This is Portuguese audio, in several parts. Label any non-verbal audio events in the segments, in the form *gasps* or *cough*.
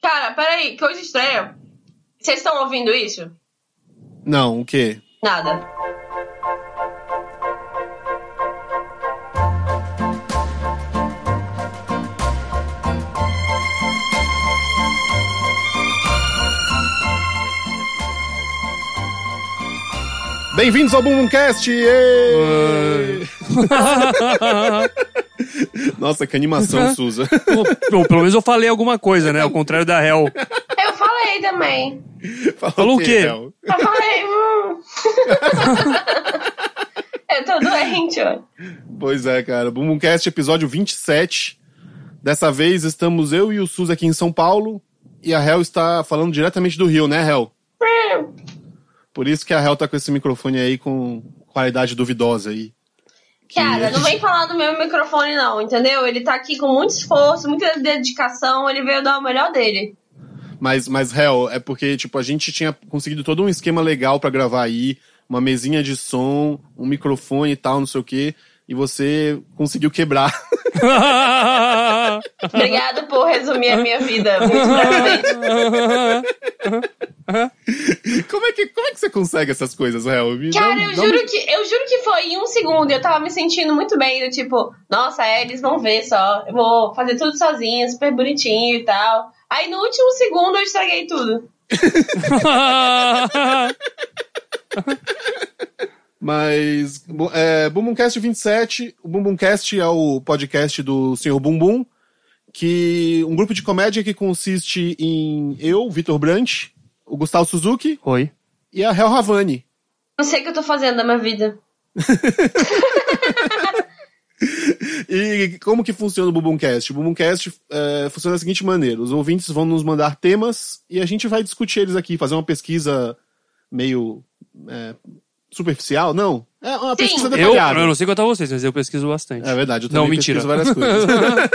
Cara, peraí, que hoje estreia. Vocês estão ouvindo isso? Não, o quê? Nada. Bem-vindos ao Boomcast! Nossa, que Uhum. animação, *laughs* Suza. Pô, pelo menos eu falei alguma coisa, né? Ao contrário da *laughs* Hel. Eu falei também. Falou o quê? Léo? Eu falei. hum. *laughs* eu tô doente, ó. Pois é, cara. Boomcast, episódio 27. Dessa vez estamos eu e o Suza aqui em São Paulo. E a Hel está falando diretamente do Rio, né, Hel? Por isso que a Hel tá com esse microfone aí com qualidade duvidosa aí. Cara, não vem falar do meu microfone, não, entendeu? Ele tá aqui com muito esforço, muita dedicação, ele veio dar o melhor dele. Mas, mas Hel, é porque, tipo, a gente tinha conseguido todo um esquema legal pra gravar aí, uma mesinha de som, um microfone e tal, não sei o quê, e você conseguiu quebrar. *laughs* Obrigado por resumir a minha vida. Muito brevemente. como, é que, como é que você consegue essas coisas, Hel? Me dá um- Cara, eu dá um- juro, que, eu juro que foi em um segundo. Eu tava me sentindo muito bem. Do tipo, nossa, é, eles vão ver só. Eu vou fazer tudo sozinha, super bonitinho e tal. Aí no último segundo eu estraguei tudo. Mas, bu- é, Bumbumcast 27, o Bumbumcast é o podcast do Senhor Bumbum, que um grupo de comédia que consiste em eu, Vitor Brant, o Gustavo Suzuki Oi. e a Hel Havani. Não sei o que eu tô fazendo na minha vida. E como que funciona o Bumbumcast? O Bumbumcast é, funciona da seguinte maneira: os ouvintes vão nos mandar temas e a gente vai discutir eles aqui, fazer uma pesquisa meio é, superficial, não? É uma Sim. pesquisa Eu, detalhada. eu não sei quanto a vocês, mas eu pesquiso bastante. É verdade, eu Não, também mentira. pesquiso várias *laughs* coisas.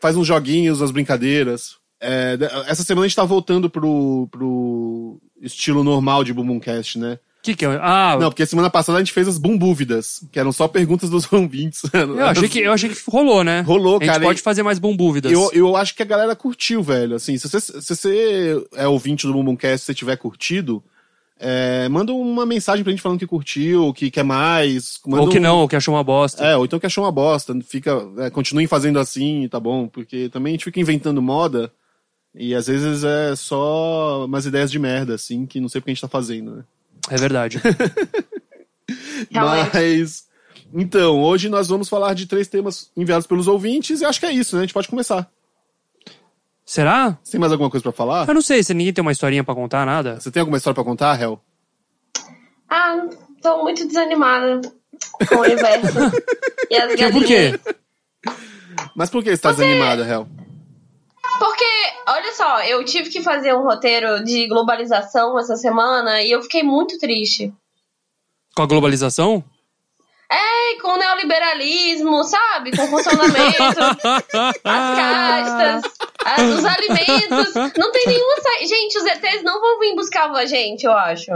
Faz uns joguinhos, umas brincadeiras. É, de- essa semana a gente tá voltando pro, pro estilo normal de Bumbumcast, né? que, que é? Ah, Não, porque semana passada a gente fez as Bumbúvidas, que eram só perguntas dos *laughs* ouvintes. eu, achei que, eu achei que rolou, né? Rolou, a gente cara, pode e- fazer mais bombúvidas. Eu, eu acho que a galera curtiu, velho. Assim, se você, se você é ouvinte do Bumbumcast, se você tiver curtido, é, manda uma mensagem pra gente falando que curtiu, que quer mais. Manda ou que um- não, ou que achou uma bosta. É, ou então que achou uma bosta, fica, é, continuem fazendo assim, tá bom? Porque também a gente fica inventando moda e às vezes é só umas ideias de merda, assim, que não sei porque a gente tá fazendo, né? É, verdade. *laughs* Realmente. Mas, então, hoje nós vamos falar de três temas enviados pelos ouvintes e acho que é isso, né? A gente pode começar. Será? Você tem mais alguma coisa pra falar? Eu não sei, se ninguém tem uma historinha pra contar, nada. Você tem alguma história pra contar, Hel? Ah, tô muito desanimada com o *laughs* universo. e as Que, Tipo, por galinhas. quê? Mas por que você tá desanimada, Hel? Porque, olha só, eu tive que fazer um roteiro de globalização essa semana e eu fiquei muito triste. Com a globalização? É, com o neoliberalismo, sabe? *laughs* Com o funcionamento. Ah. as castas, a- *laughs* os alimentos. Não tem nenhuma saída. Gente, os ETs não vão vir buscar a gente, eu acho.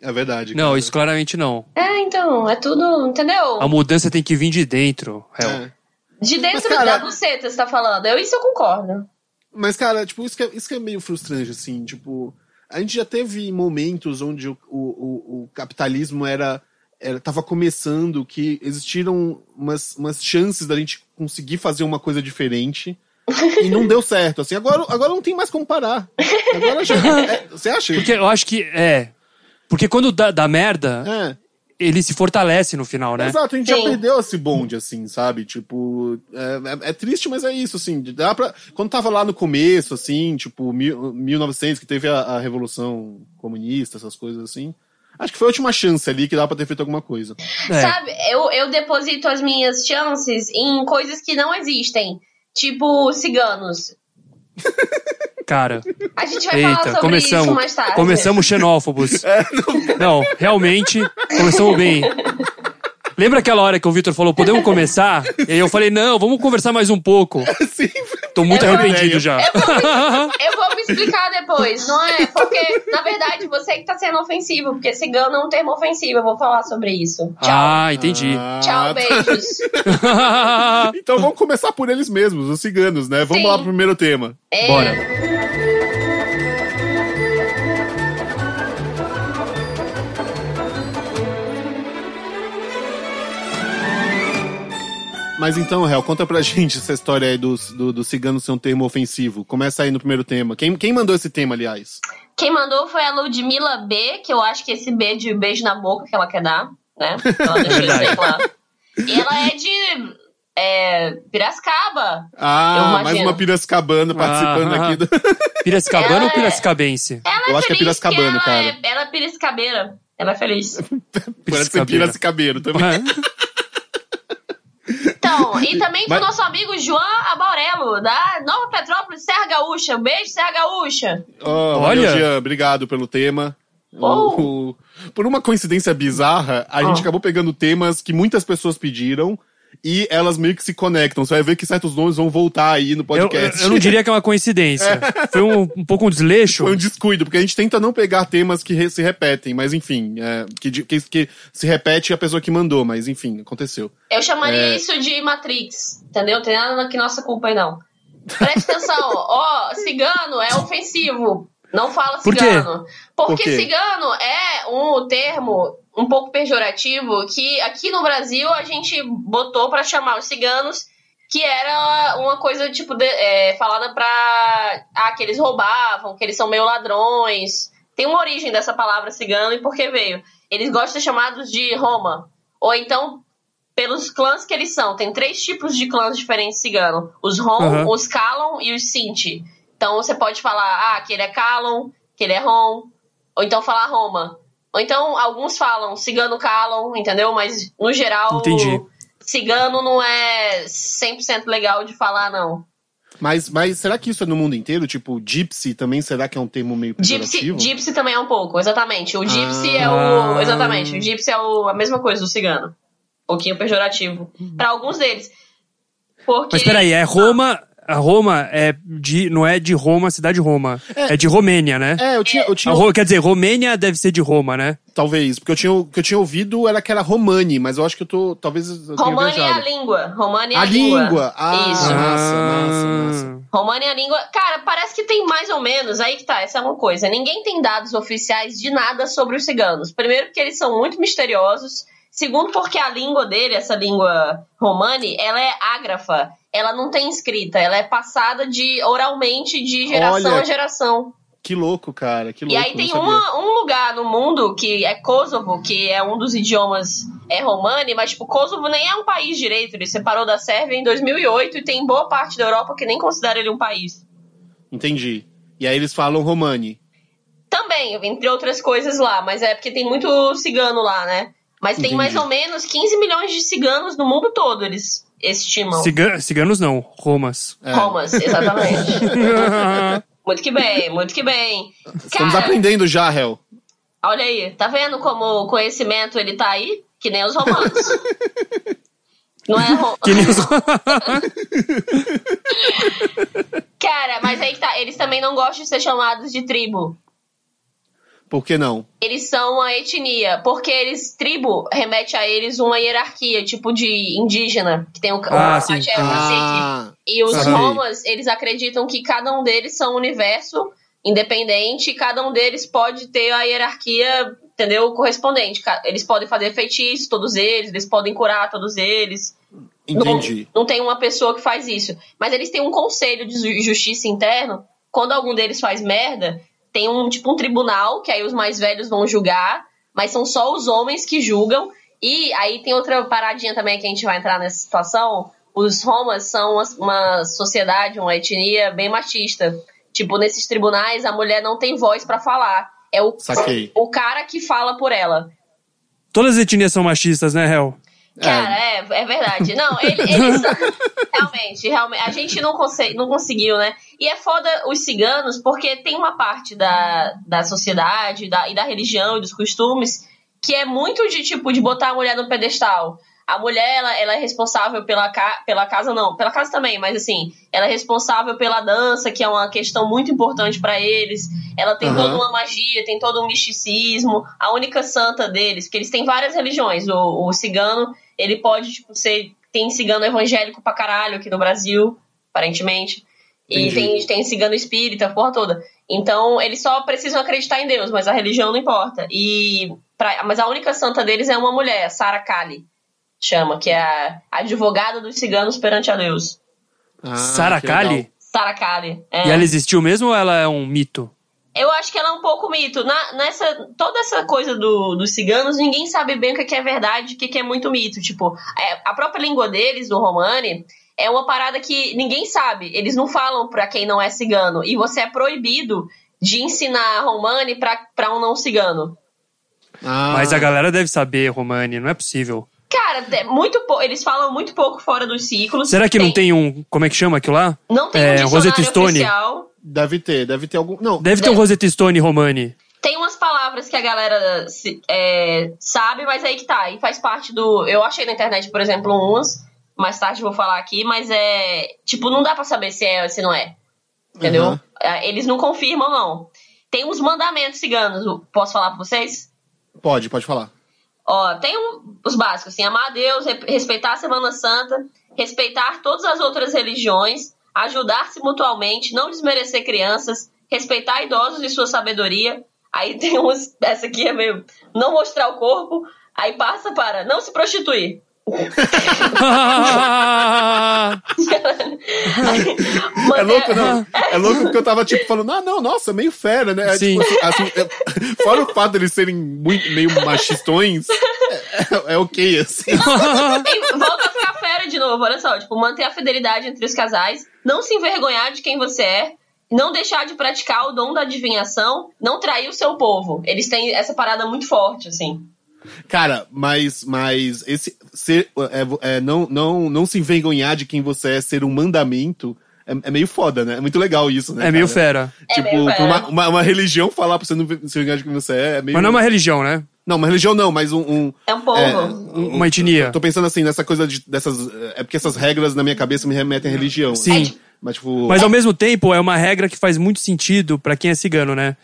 É verdade. Não, cara. isso claramente não. É, então, é tudo, entendeu? A mudança tem que vir de dentro, Hel. É. De dentro Mas, cara- da buceta, você tá falando. Eu, isso eu concordo. Mas, cara, tipo, isso que, é, isso que é meio frustrante, assim, tipo, a gente já teve momentos onde o, o, o- o capitalismo era, era tava começando, que existiram umas, umas chances da gente conseguir fazer uma coisa diferente e não deu certo, assim, agora, agora não tem mais como parar. Agora já, é, você *laughs* acha? Porque eu acho que é. Porque quando dá, dá merda, É, ele se fortalece no final, né? exato, a gente já Sim. perdeu esse bonde, assim, sabe? Tipo, é, é- é triste, mas é isso, assim, dá pra... Quando tava lá no começo, assim, tipo, mil, 1900, que teve a, a Revolução Comunista, essas coisas assim, acho que foi a última chance ali que dá pra ter feito alguma coisa. *laughs* É. Sabe, eu, eu deposito as minhas chances em coisas que não existem. Tipo, ciganos. Cara, A gente vai falar sobre isso eita, mais começamos. tarde. Começamos xenófobos. não... realmente, começamos bem. Lembra aquela hora que o Vitor falou, podemos começar? E aí eu falei, não, vamos conversar mais um pouco. Sim, Tô muito Eu- arrependido eu- já. é *laughs* Eu vou me explicar depois, não é? Porque, na verdade, você que tá sendo ofensivo, porque cigano é um termo ofensivo, eu vou falar sobre isso. Tchau. Ah, entendi. Ah, Tchau, tá. *laughs* beijos. Então vamos começar por eles mesmos, os ciganos, né? Vamos Sim. lá pro primeiro tema. É, Bora. Mas então, Hel, conta pra *laughs* gente essa história aí dos, do, do cigano ser um termo ofensivo. Começa aí no primeiro tema. Quem, quem mandou esse tema, aliás? Quem mandou foi a Ludmilla B, que eu acho que é esse B de beijo na boca que ela quer dar, né? Ela deixou isso aí claro. E ela é de é, Piracicaba. Eu Ah, imagino. mais uma piracicabana participando Ah, aqui. *laughs* Do... Piracicabana Ela ou é- Piracicabense? Ela Eu acho que é feliz Piracicabana, ela cara. É, ela é piricicabeira. Ela é *laughs* feliz. Parece ser piracicabeiro também. Então, e também pro Mas- nosso amigo João Abaurelo, da Nova Petrópolis, Serra Gaúcha. Um beijo, Serra Gaúcha. Ó, *laughs* Olha. valeu, Jean, obrigado pelo tema. Oh. O- por uma coincidência bizarra, a gente Ah. acabou pegando temas que muitas pessoas pediram e elas meio que se conectam. Você vai ver que certos nomes vão voltar aí no Eu, podcast. *laughs* eu- eu não diria que é uma coincidência. Foi um, um pouco um desleixo. Foi um descuido, porque a gente tenta não pegar temas que re- se repetem, mas enfim, é, que, di- que- que se repete a pessoa que mandou, mas enfim, aconteceu. Eu chamaria É. isso de Matrix, entendeu? Tem nada que nossa culpa aí, não. Presta atenção, ó, cigano é ofensivo. Não fala Por quê? cigano. Porque Por quê? cigano é um termo um pouco pejorativo que aqui no Brasil a gente botou pra chamar os ciganos, que era uma coisa tipo de- é, falada pra. Ah, que eles roubavam, que eles são meio ladrões. Tem uma origem dessa palavra cigano e por que veio. Eles gostam de ser chamados de Roma. Ou então pelos clãs que eles são. Tem três tipos de clãs diferentes cigano: os Ron, Aham. os Kalon e os Sinti. Então você pode falar, ah, que ele é Kalon, que ele é Ron, ou então falar Roma. Ou então alguns falam cigano Kalon, entendeu? Mas no geral, Entendi. cigano não é 100% legal de falar, não. Mas, mas será que isso é no mundo inteiro? Tipo, gypsy também será que é um termo meio Gypsy, pejorativo? gypsy também é um pouco, exatamente. O gypsy é Ah. o. Exatamente. O gypsy é o- a mesma coisa do cigano. Um pouquinho pejorativo. Pra alguns deles. Porque... Mas peraí, é Roma. A Roma é de, não é de Roma, cidade de Roma. É, É. de Romênia, né? É, eu tinha, eu tinha A Ro- quer dizer, Romênia deve ser de Roma, né? Talvez, porque eu tinha, o que eu tinha ouvido era que era Romani, mas eu acho que eu tô. Talvez eu tenha Romani é a viajado. língua. Romani é a, A língua. Ah, Isso. massa, massa, massa. Romani é a língua. Cara, parece que tem mais ou menos. Aí que tá, essa é uma coisa. Ninguém tem dados oficiais de nada sobre os ciganos. Primeiro, porque eles são muito misteriosos. Segundo, porque a língua dele, essa língua romani, ela é ágrafa. Ela não tem escrita. Ela é passada de oralmente de geração Olha. a geração. Que louco, cara, que E louco. aí tem não sabia. uma- um lugar no mundo que é Kosovo, que é um dos idiomas é romani, mas tipo, Kosovo nem é um país direito, ele separou da Sérvia em 2008 e tem boa parte da Europa que nem considera ele um país. Entendi. E aí eles falam Romani. Também, entre outras coisas lá, mas é porque tem muito cigano lá, né? Mas tem Entendi. mais ou menos 15 milhões de ciganos no mundo todo, eles estimam. Ah, Ciga- ciganos não, Romas. *laughs* *laughs* É. Romas, exatamente. muito que bem, muito que bem. Estamos Cara, aprendendo já, Hel. Olha aí, tá vendo como o conhecimento ele tá aí? Que nem os romanos. Não é ro... que nem os... Cara, mas aí que tá. Eles também não gostam de ser chamados de tribo. Por que não? Eles são uma etnia. Porque eles, tribo, remete a eles uma hierarquia, tipo de indígena, que tem o, Ah, o sim. Ah, axé, o cacique. Ah, E os saquei. romas, eles acreditam que cada um deles são um universo independente, e cada um deles pode ter a hierarquia, entendeu? Correspondente. Ca- Eles podem fazer feitiço, todos eles, eles podem curar todos eles. entendi. Não tem uma pessoa que faz isso. Mas eles têm um conselho de ju- justiça interno. Quando algum deles faz merda, tem um tipo um tribunal que aí os mais velhos vão julgar, mas são só os homens que julgam. E aí tem outra paradinha também que a gente vai entrar nessa situação. Os romas são uma, uma sociedade, uma etnia bem machista. Tipo, nesses tribunais a mulher não tem voz pra falar. É o, Saquei. o cara que fala por ela. Todas as etnias são machistas, né, Hel? Cara, é, é verdade. Não, ele, eles realmente, realmente. A gente não, conse- não conseguiu, né? E é foda os ciganos, porque tem uma parte da, da sociedade da, e da religião e dos costumes que é muito de tipo de botar a mulher no pedestal. A mulher, ela, ela é responsável pela, ca- pela casa, não, pela casa também, mas assim, ela é responsável pela dança, que é uma questão muito importante pra eles. Ela tem Aham. toda uma magia, tem todo um misticismo. A única santa deles, porque eles têm várias religiões. O, o cigano, ele pode, tipo, ser. Tem cigano evangélico pra caralho aqui no Brasil, aparentemente. E tem, Entendi. tem cigano espírita, a porra toda. Então, eles só precisam acreditar em Deus, mas a religião não importa. E pra- mas a única santa deles é uma mulher, Sarah Kali. chama, que é a advogada dos ciganos perante a Deus. Ah, Sarah que Kali? legal. Sarah Kali. É. E ela existiu mesmo ou ela é um mito? Eu acho que ela é um pouco mito. Na- nessa, toda essa coisa do- dos ciganos, ninguém sabe bem o que que é verdade e o que que é muito mito. Tipo, é, a própria língua deles, do Romani, é uma parada que ninguém sabe. Eles não falam pra quem não é cigano. E você é proibido de ensinar Romani pra, pra um não cigano. Ah, Mas a galera deve saber, Romani, não é possível. Cara, é muito pou- eles falam muito pouco fora dos ciclos. Será que não tem um. Como é que chama aquilo lá? Não tem É, um dicionário Rosetta Stone. oficial. Deve ter, deve ter algum. Não, Deve ter um Deve. Rosetta *laughs* Stone Romani. *laughs* Tem umas palavras que a galera se- é, sabe, mas aí que tá. E faz parte do. Eu achei na internet, por exemplo, umas. Mais tarde eu vou falar aqui, mas é. Tipo, não dá pra saber se é ou se não é. Entendeu? Aham. É, Eles não confirmam, não. Tem uns mandamentos ciganos. Posso falar pra vocês? pode, pode falar. Ó, tem um- os básicos, assim, amar a Deus, re- respeitar a Semana Santa, respeitar todas as outras religiões, ajudar-se mutualmente, não desmerecer crianças, respeitar idosos e sua sabedoria. Aí *laughs* tem uns, essa aqui é meio, não mostrar o corpo, aí passa para não se prostituir. *laughs* É Manter- louco, não. *laughs* É louco porque eu tava tipo falando, ah, não, nossa, meio fera, né? É, Sim. tipo, assim, é- *laughs* fora o fato deles serem muito, meio machistões, é, é ok, assim. E volta a ficar fera de novo, olha só. Tipo, manter a fidelidade entre os casais, não se envergonhar de quem você é, não deixar de praticar o dom da adivinhação, não trair o seu povo. Eles têm essa parada muito forte, assim. Cara, mas, mas esse ser é, é, não, não, não se envergonhar de quem você é, ser um mandamento é, é meio foda, né? É muito legal isso, né? É meio cara? fera. É Tipo, meio fera. Uma, uma, uma religião falar pra você não se envergonhar de quem você é, é meio. Mas não é uma religião, né? Não, uma religião não, mas um- um, É um povo. É, Um- Uma etnia. Tô pensando assim, nessa coisa de, dessas. É porque essas regras na minha cabeça me remetem à religião. Sim. né? Mas, tipo. Mas ao mesmo tempo é uma regra que faz muito sentido pra quem é cigano, né?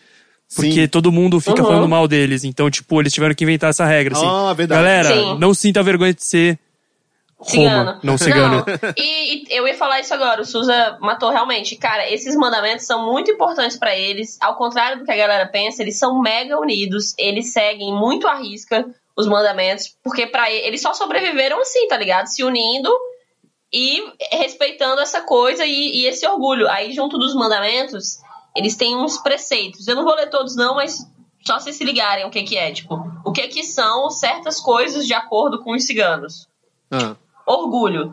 Porque Sim. todo mundo fica Uhum. falando mal deles. Então, tipo, eles tiveram que inventar essa regra, assim. Ah, verdade. Galera, Sim. não sinta vergonha de ser Cigano. Roma, não cigano. Não, E, e eu ia falar isso agora, o Souza matou realmente. Cara, esses mandamentos são muito importantes pra eles. Ao contrário do que a galera pensa, eles são mega unidos, eles seguem muito à risca os mandamentos, porque para eles só sobreviveram assim, tá ligado? Se unindo e respeitando essa coisa e, e esse orgulho. Aí, junto dos mandamentos, eles têm uns preceitos. Eu não vou ler todos, não, mas só se se ligarem o que, que é. Tipo, o que, que são certas coisas de acordo com os ciganos. Ah, Orgulho.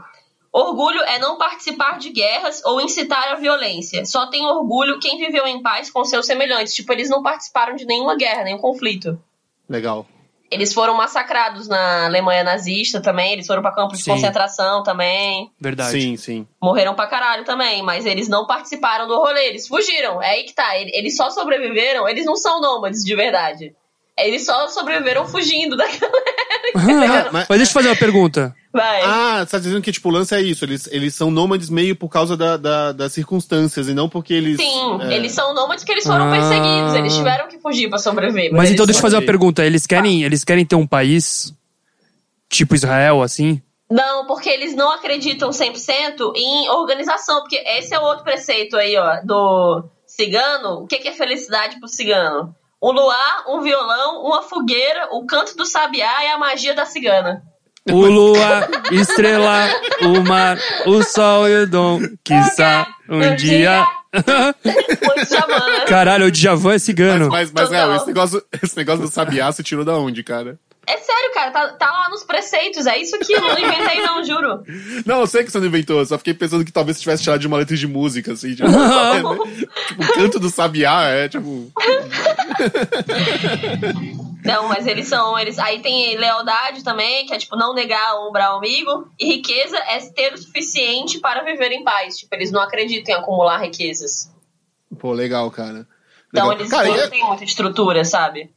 Orgulho é não participar de guerras ou incitar a violência. Só tem orgulho quem viveu em paz com seus semelhantes. Tipo, eles não participaram de nenhuma guerra, nenhum conflito. legal. Eles foram massacrados na Alemanha nazista também, eles foram pra campos de Sim. concentração também. Verdade. *laughs* *laughs* Sim, sim. Morreram pra caralho também, mas eles não participaram do rolê, eles fugiram. É aí que tá, ele- eles só sobreviveram, eles não são nômades de verdade. Eles só sobreviveram fugindo da *laughs* mas deixa eu fazer uma pergunta. Vai. Ah, você tá dizendo que, tipo, o lance é isso. Eles, eles são nômades meio por causa da, da- das circunstâncias e não porque eles. Sim, é, eles são nômades que eles foram Ah. perseguidos, eles tiveram que fugir pra sobreviver. Mas eles então deixa eu são- fazer uma pergunta. Eles querem, eles querem ter um país tipo *laughs* Israel, assim? Não, porque eles não acreditam 100% em organização, porque esse é o outro preceito aí, ó, do cigano. O que que é felicidade pro cigano? Um luar, um violão, uma fogueira, o canto do sabiá e a magia da cigana. O lua, estrela, o mar, o sol e o dom. Quiçá, um dia. *laughs* Muito xamã. Caralho, o Djavan é cigano. Mas, mas real, Total. esse negócio, esse negócio do sabiá se tirou da onde, cara? É sério, cara, tá, tá lá nos preceitos, é isso que eu não inventei não, juro. Não, eu sei que você não inventou, eu só fiquei pensando que talvez você tivesse tirado de uma letra de música, assim. Tipo, tipo, o canto do sabiá é, tipo. Não, mas eles são, eles. Aí tem lealdade também, que é tipo não negar um ao amigo. E riqueza é ter o suficiente para viver em paz. Tipo, eles não acreditam em acumular riquezas. Pô, legal, cara. Então Legal. eles cara, e não é- têm muita estrutura, sabe?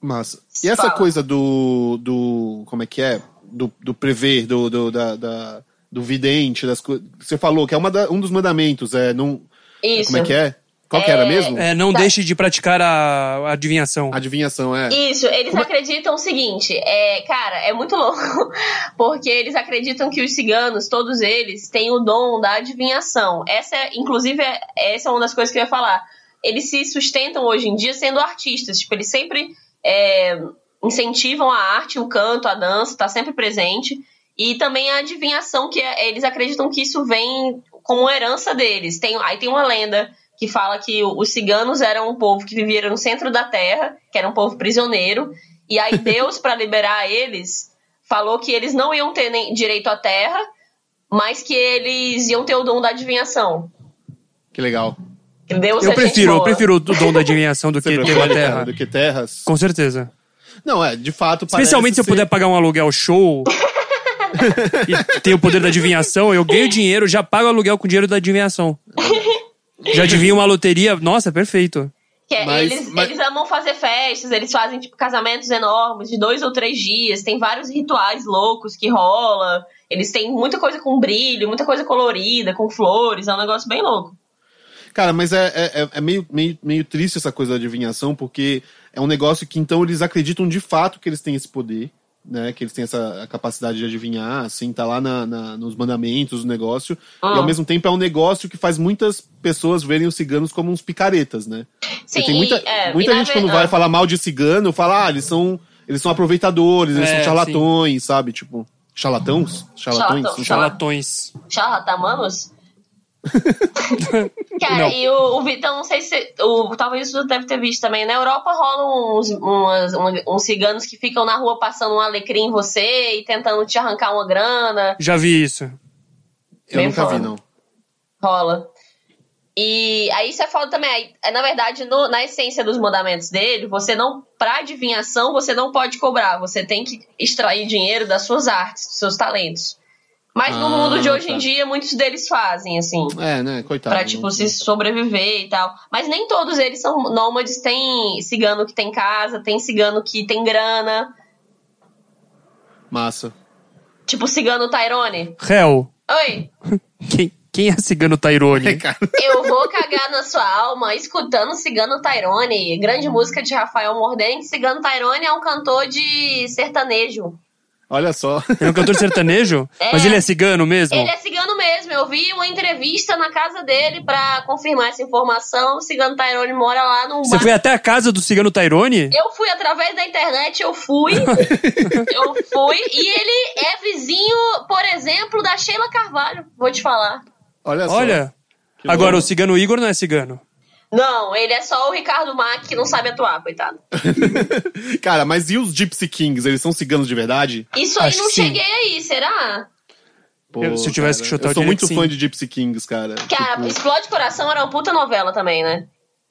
Massa. E essa Fala. coisa do, do. Como é que é? Do, do prever, do, do, da, da- do vidente, das coisas. Você falou que é uma da- um dos mandamentos, é. Não, Isso. Como é que é? Qual que era mesmo? É, não Tá. deixe de praticar a a adivinhação. Adivinhação, é. Isso, eles acreditam o seguinte, é, cara, é muito *laughs* louco, porque eles acreditam que os ciganos, todos eles, têm o dom da adivinhação. Essa, é, inclusive, é- essa é uma das coisas que eu ia falar. Eles se sustentam hoje em dia sendo artistas, tipo, eles sempre é, incentivam a arte, o canto, a dança, tá sempre presente. E também a adivinhação, que é- eles acreditam que isso vem como herança deles. Tem, aí tem uma lenda que fala que o- os ciganos eram um povo que vivia no centro da terra, que era um povo prisioneiro, e *laughs* aí Deus, para liberar eles, falou que eles não iam ter nem direito à terra, mas que eles iam ter o dom da adivinhação. Que legal. Deus Eu é gente prefiro, eu boa. prefiro o dom da adivinhação do que Você ter a prefere terra. do que terras? Com certeza. Não, é, de fato parece Especialmente se eu ser- puder pagar um aluguel *laughs* show e ter o poder da adivinhação, eu ganho dinheiro, já pago aluguel com dinheiro da adivinhação. Já adivinho uma loteria, nossa, perfeito. Que é, Mas- eles, mas- eles amam fazer festas, eles fazem tipo casamentos enormes de dois ou três dias, tem vários rituais loucos que rola. Eles têm muita coisa com brilho, muita coisa colorida, com flores, é um negócio bem louco. Cara, mas é, é, é- é meio, meio, meio triste essa coisa da adivinhação, porque é um negócio que então eles acreditam de fato que eles têm esse poder, né? Que eles têm essa capacidade de adivinhar, assim, tá lá na, na- nos mandamentos do negócio. E ao Hum. mesmo tempo é um negócio que faz muitas pessoas verem os ciganos como uns picaretas, né? Porque Sim, tem muita, e, é, muita e na gente ver- quando vai ah, falar mal de cigano, fala, ah, eles são, eles são aproveitadores, eles É, são charlatões, sabe? Tipo, charlatãos? Charlatões? Charlatão. Charla- Charlatões. Charlatamanos? Cara, Não. é, e o, o Vitão, não sei se. O, talvez você deve ter visto também. Na Europa rolam uns, umas- um- uns ciganos que ficam na rua passando um alecrim em você e tentando te arrancar uma grana. Já vi isso. Eu Bem nunca vi, foda. não. Rola. E aí isso é foda também. Aí, é, Na verdade, no- na essência dos mandamentos dele, você não, pra adivinhação, você não pode cobrar. Você tem que extrair dinheiro das suas artes, dos seus talentos. Mas Ah, no mundo de hoje tá. em dia, muitos deles fazem, assim. É, né? Tá, Coitado. Pra, não- tipo, se sobreviver e tal. Mas nem todos eles são nômades. Tem cigano que tem casa, tem cigano que tem grana. Massa. Tipo, cigano Tyrone. Hell, Oi, quem, quem *laughs* é cigano Tairone? Eu vou cagar na sua alma escutando Cigano Tyrone. Grande música de Rafael Mordente. Cigano Tyrone é um cantor de sertanejo. Olha só. *laughs* Ele é um cantor sertanejo? É. Mas ele é cigano mesmo? Ele é cigano mesmo. Eu vi uma entrevista na casa dele pra confirmar essa informação. O Cigano Tyrone mora lá num Você bar. foi até a casa do cigano Tairone? Eu fui através da internet, eu *laughs* fui. eu fui. E ele é vizinho, por exemplo, da Sheila Carvalho. Vou te falar. Olha só. Olha. Que Agora, louco. *laughs* o cigano Igor não é cigano. Não, ele é só o Ricardo Mac que não sabe atuar, coitado. Cara, mas e os Gypsy Kings? Eles são ciganos de verdade? Isso aí Acho não que sim. cheguei aí, será? Pô, Eu- se eu tivesse que chutar, eu Eu sou diria muito que fã sim. de Gypsy Kings, cara. Cara, Tipo, Explode Coração era uma puta novela também, né?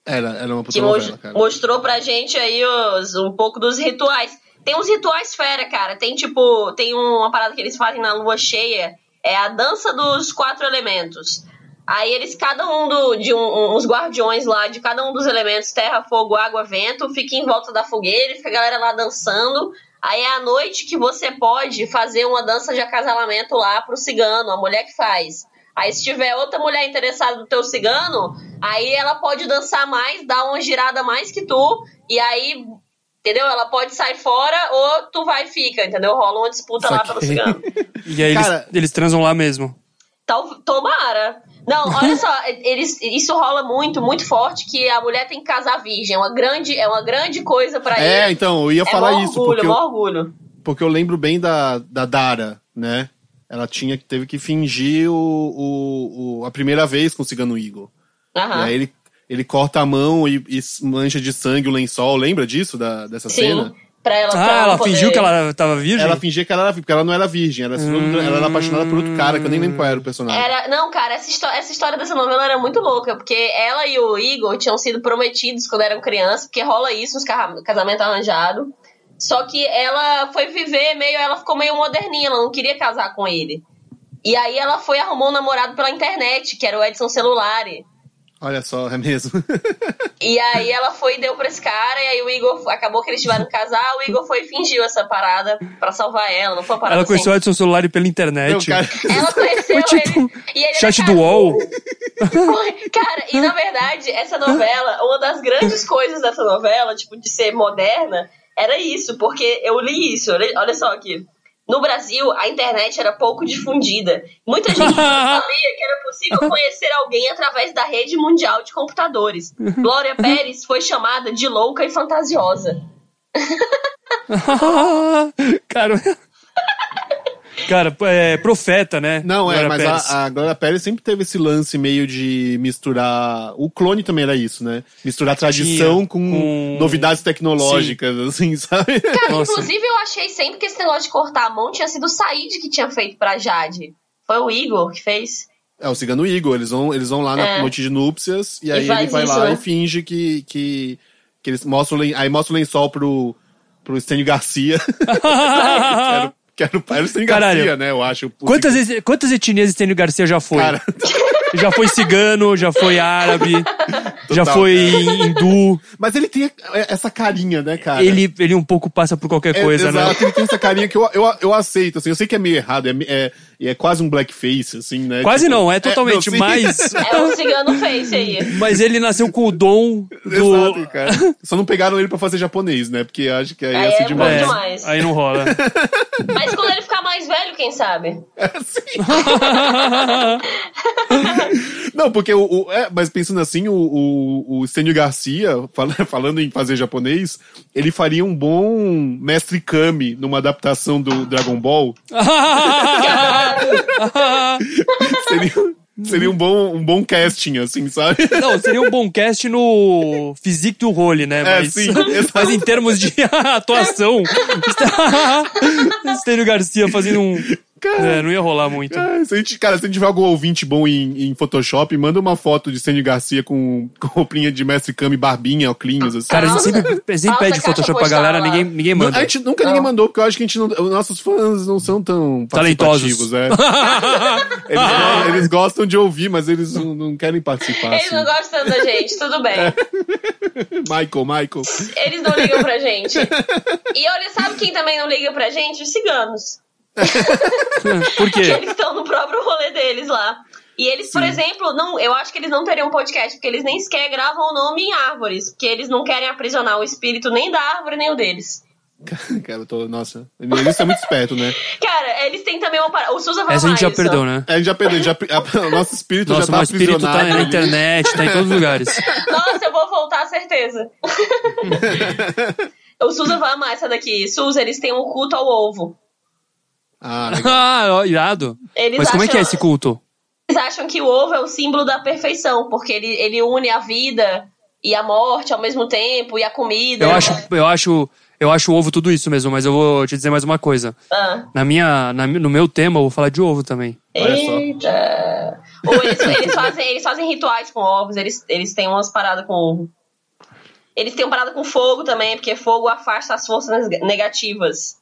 era, era uma puta Que novela, mos- cara. mostrou pra gente aí os- um pouco dos rituais. Tem uns rituais fera, cara. Tem tipo, tem uma parada que eles fazem na lua cheia, é a dança dos quatro elementos. Aí eles, cada um do, de um- um- uns guardiões lá, de cada um dos elementos, terra, fogo, água, vento, fica em volta da fogueira e fica a galera lá dançando. Aí é a noite que você pode fazer uma dança de acasalamento lá pro cigano, a mulher que faz. Aí se tiver outra mulher interessada no teu cigano, aí ela pode dançar mais, dar uma girada mais que tu, e aí, entendeu? Ela pode sair fora ou tu vai e fica, entendeu? Rola uma disputa lá Saquei. pelo cigano. E aí eles- Cara- eles, transam lá mesmo. Tal, tomara. Não, olha só, eles, isso rola muito, muito forte, que a mulher tem que casar virgem. É uma grande, é uma grande coisa pra É, ele. então, eu ia é falar mó isso, orgulho, porque mó eu, orgulho. porque eu lembro bem da, da Dara, né? Ela tinha que teve que fingir o, o- o- a primeira vez com o Cigano Eagle. E Aham. aí ele, ele corta a mão e, e mancha de sangue o lençol. Lembra disso, da, dessa cena? Sim, pra ela pra Ah, ela poder- fingiu que ela tava virgem? Hum. Ela fingia que ela era virgem, porque ela não era virgem. Ela, ela era apaixonada por outro cara, que eu nem lembro qual era o personagem. Era, não, cara, essa, histó- essa história dessa novela era muito louca, porque ela e o Igor tinham sido prometidos quando eram crianças, porque rola isso nos ca- casamento arranjado. Só que ela foi viver meio, ela ficou meio moderninha, ela não queria casar com ele. E aí ela foi e arrumou um namorado pela internet, que era o Edson Celulari. Olha só, é mesmo. E aí ela foi e deu pra esse cara, e aí o Igor acabou que eles tiveram que casar, o Igor foi e fingiu essa parada pra salvar ela, não foi uma parada Ela conheceu assim. o Edson Celular pela *laughs* internet. Não, Então, cara, *laughs* Ela conheceu Foi tipo ele, e ele era Chat do casado. UOL. *laughs* Cara, e na verdade, essa novela, uma das grandes coisas dessa novela, tipo, de ser moderna, era isso, porque eu li isso, olha olha só aqui. No Brasil, a internet era pouco difundida. Muita gente não sabia que era possível conhecer alguém através da rede mundial de computadores. Glória Pérez foi chamada de louca e fantasiosa. Cara. *laughs* cara, é, profeta, né? Não, é, Glória mas Pérez. a, a Glória Pérez sempre teve esse lance meio de misturar. O clone também era isso, né? Misturar tradição Tinha, com, com- novidades tecnológicas, assim, *laughs* sabe? Cara, Nossa. *laughs* inclusive eu achei sempre que esse negócio de cortar a mão tinha sido o Said que tinha feito pra Jade. Foi o Igor que fez. É o Cigano Igor, eles vão, eles vão lá na É. noite de núpcias e, aí ele faz vai isso, lá né? e finge que, que, que eles mostram, o len- aí mostra o lençol pro, pro Stênio Garcia. *laughs* Quero- Quero era o Stênio Caralho. Garcia, né? Eu acho. O Quantas, vezes- quantas etnias Estênio Garcia já foi? Cara. *laughs* Já foi cigano, já foi árabe, já Total, foi hindu. Mas ele tem essa carinha, né, cara? Ele, ele um pouco passa por qualquer É, coisa, né? exato, ele tem essa carinha que eu, eu, eu aceito, assim, eu sei que é meio errado, é, é, é quase um blackface, assim, né? Quase Tipo, não, é totalmente, não, sim. mas, É o cigano fez aí. mas ele nasceu com o dom do... *laughs* Exato, cara. Só não pegaram ele pra fazer japonês, né? Porque eu acho que aí Aí ia ser é demais. bom demais. aí *laughs* não rola. Mas quando ele ficar mais velho, quem sabe? É. *laughs* É, Não, porque o. o- é, mas pensando assim, o, o, o Stênio Garcia, *laughs* fala- falando em fazer japonês, ele faria um bom mestre Kami numa adaptação do Dragon Ball. Seria, seria um, bom, um bom casting, assim, sabe? *laughs* Não, seria um bom cast no Physique do Role, né? É, *laughs* Mas, sim, exato. mas em termos de *laughs* atuação, *laughs* Estênio Garcia fazendo um. Cara. É, não ia rolar muito. Ah, se a gente, cara, se a gente tiver algum ouvinte bom em, em Photoshop, manda uma foto de Sandy Garcia com, com roupinha de mestre Kami, barbinha, óculos, assim. Cara, a gente Nossa. sempre, sempre Nossa, pede caixa Photoshop pra postal galera, lá. ninguém, ninguém Não, é a manda. gente nunca ninguém mandou, porque eu acho que a gente não, os nossos fãs não são tão Talentosos. *laughs* participativos, é. eles, eles gostam de ouvir, mas eles não, não querem Ah, participar. Eles assim. não gostam da gente, tudo bem. Michael, Michael. Eles não ligam pra gente. E olha, sabe quem também não liga pra gente? Os ciganos. Por que quê? eles estão no próprio rolê deles lá. E eles, por exemplo, não, eu acho que eles não teriam podcast, porque eles nem sequer gravam o nome em árvores, porque eles não querem aprisionar o espírito nem da árvore, nem o deles. Cara, eu tô, nossa, eles são muito esperto, né? Cara, eles têm também uma parada. O Suza vai Essa a amar gente já isso. perdeu, né? A gente já perdeu, já, a, o nosso espírito já Nossa, tá meu espírito tá aprisionado na ali. internet, tá em todos *laughs* os lugares. Nossa, eu vou voltar, certeza. *laughs* o Suza vai amar essa daqui. Suza, eles têm um culto ao ovo. Ah, legal. Ah, ó, irado. Eles Mas como é acham- que é esse culto? Eles acham que o ovo é o símbolo da perfeição, porque ele, ele une a vida e a morte ao mesmo tempo, e a comida. Eu acho, eu acho, eu acho o ovo tudo isso mesmo, mas eu vou te dizer mais uma coisa. Ah. Na minha, na mi- no meu tema, eu vou falar de ovo também. Olha só. Eita! Ou eles, eles fazem, eles fazem rituais com ovos, eles, eles têm umas paradas com ovo. Eles têm uma parada com fogo também, porque fogo afasta as forças neg- negativas.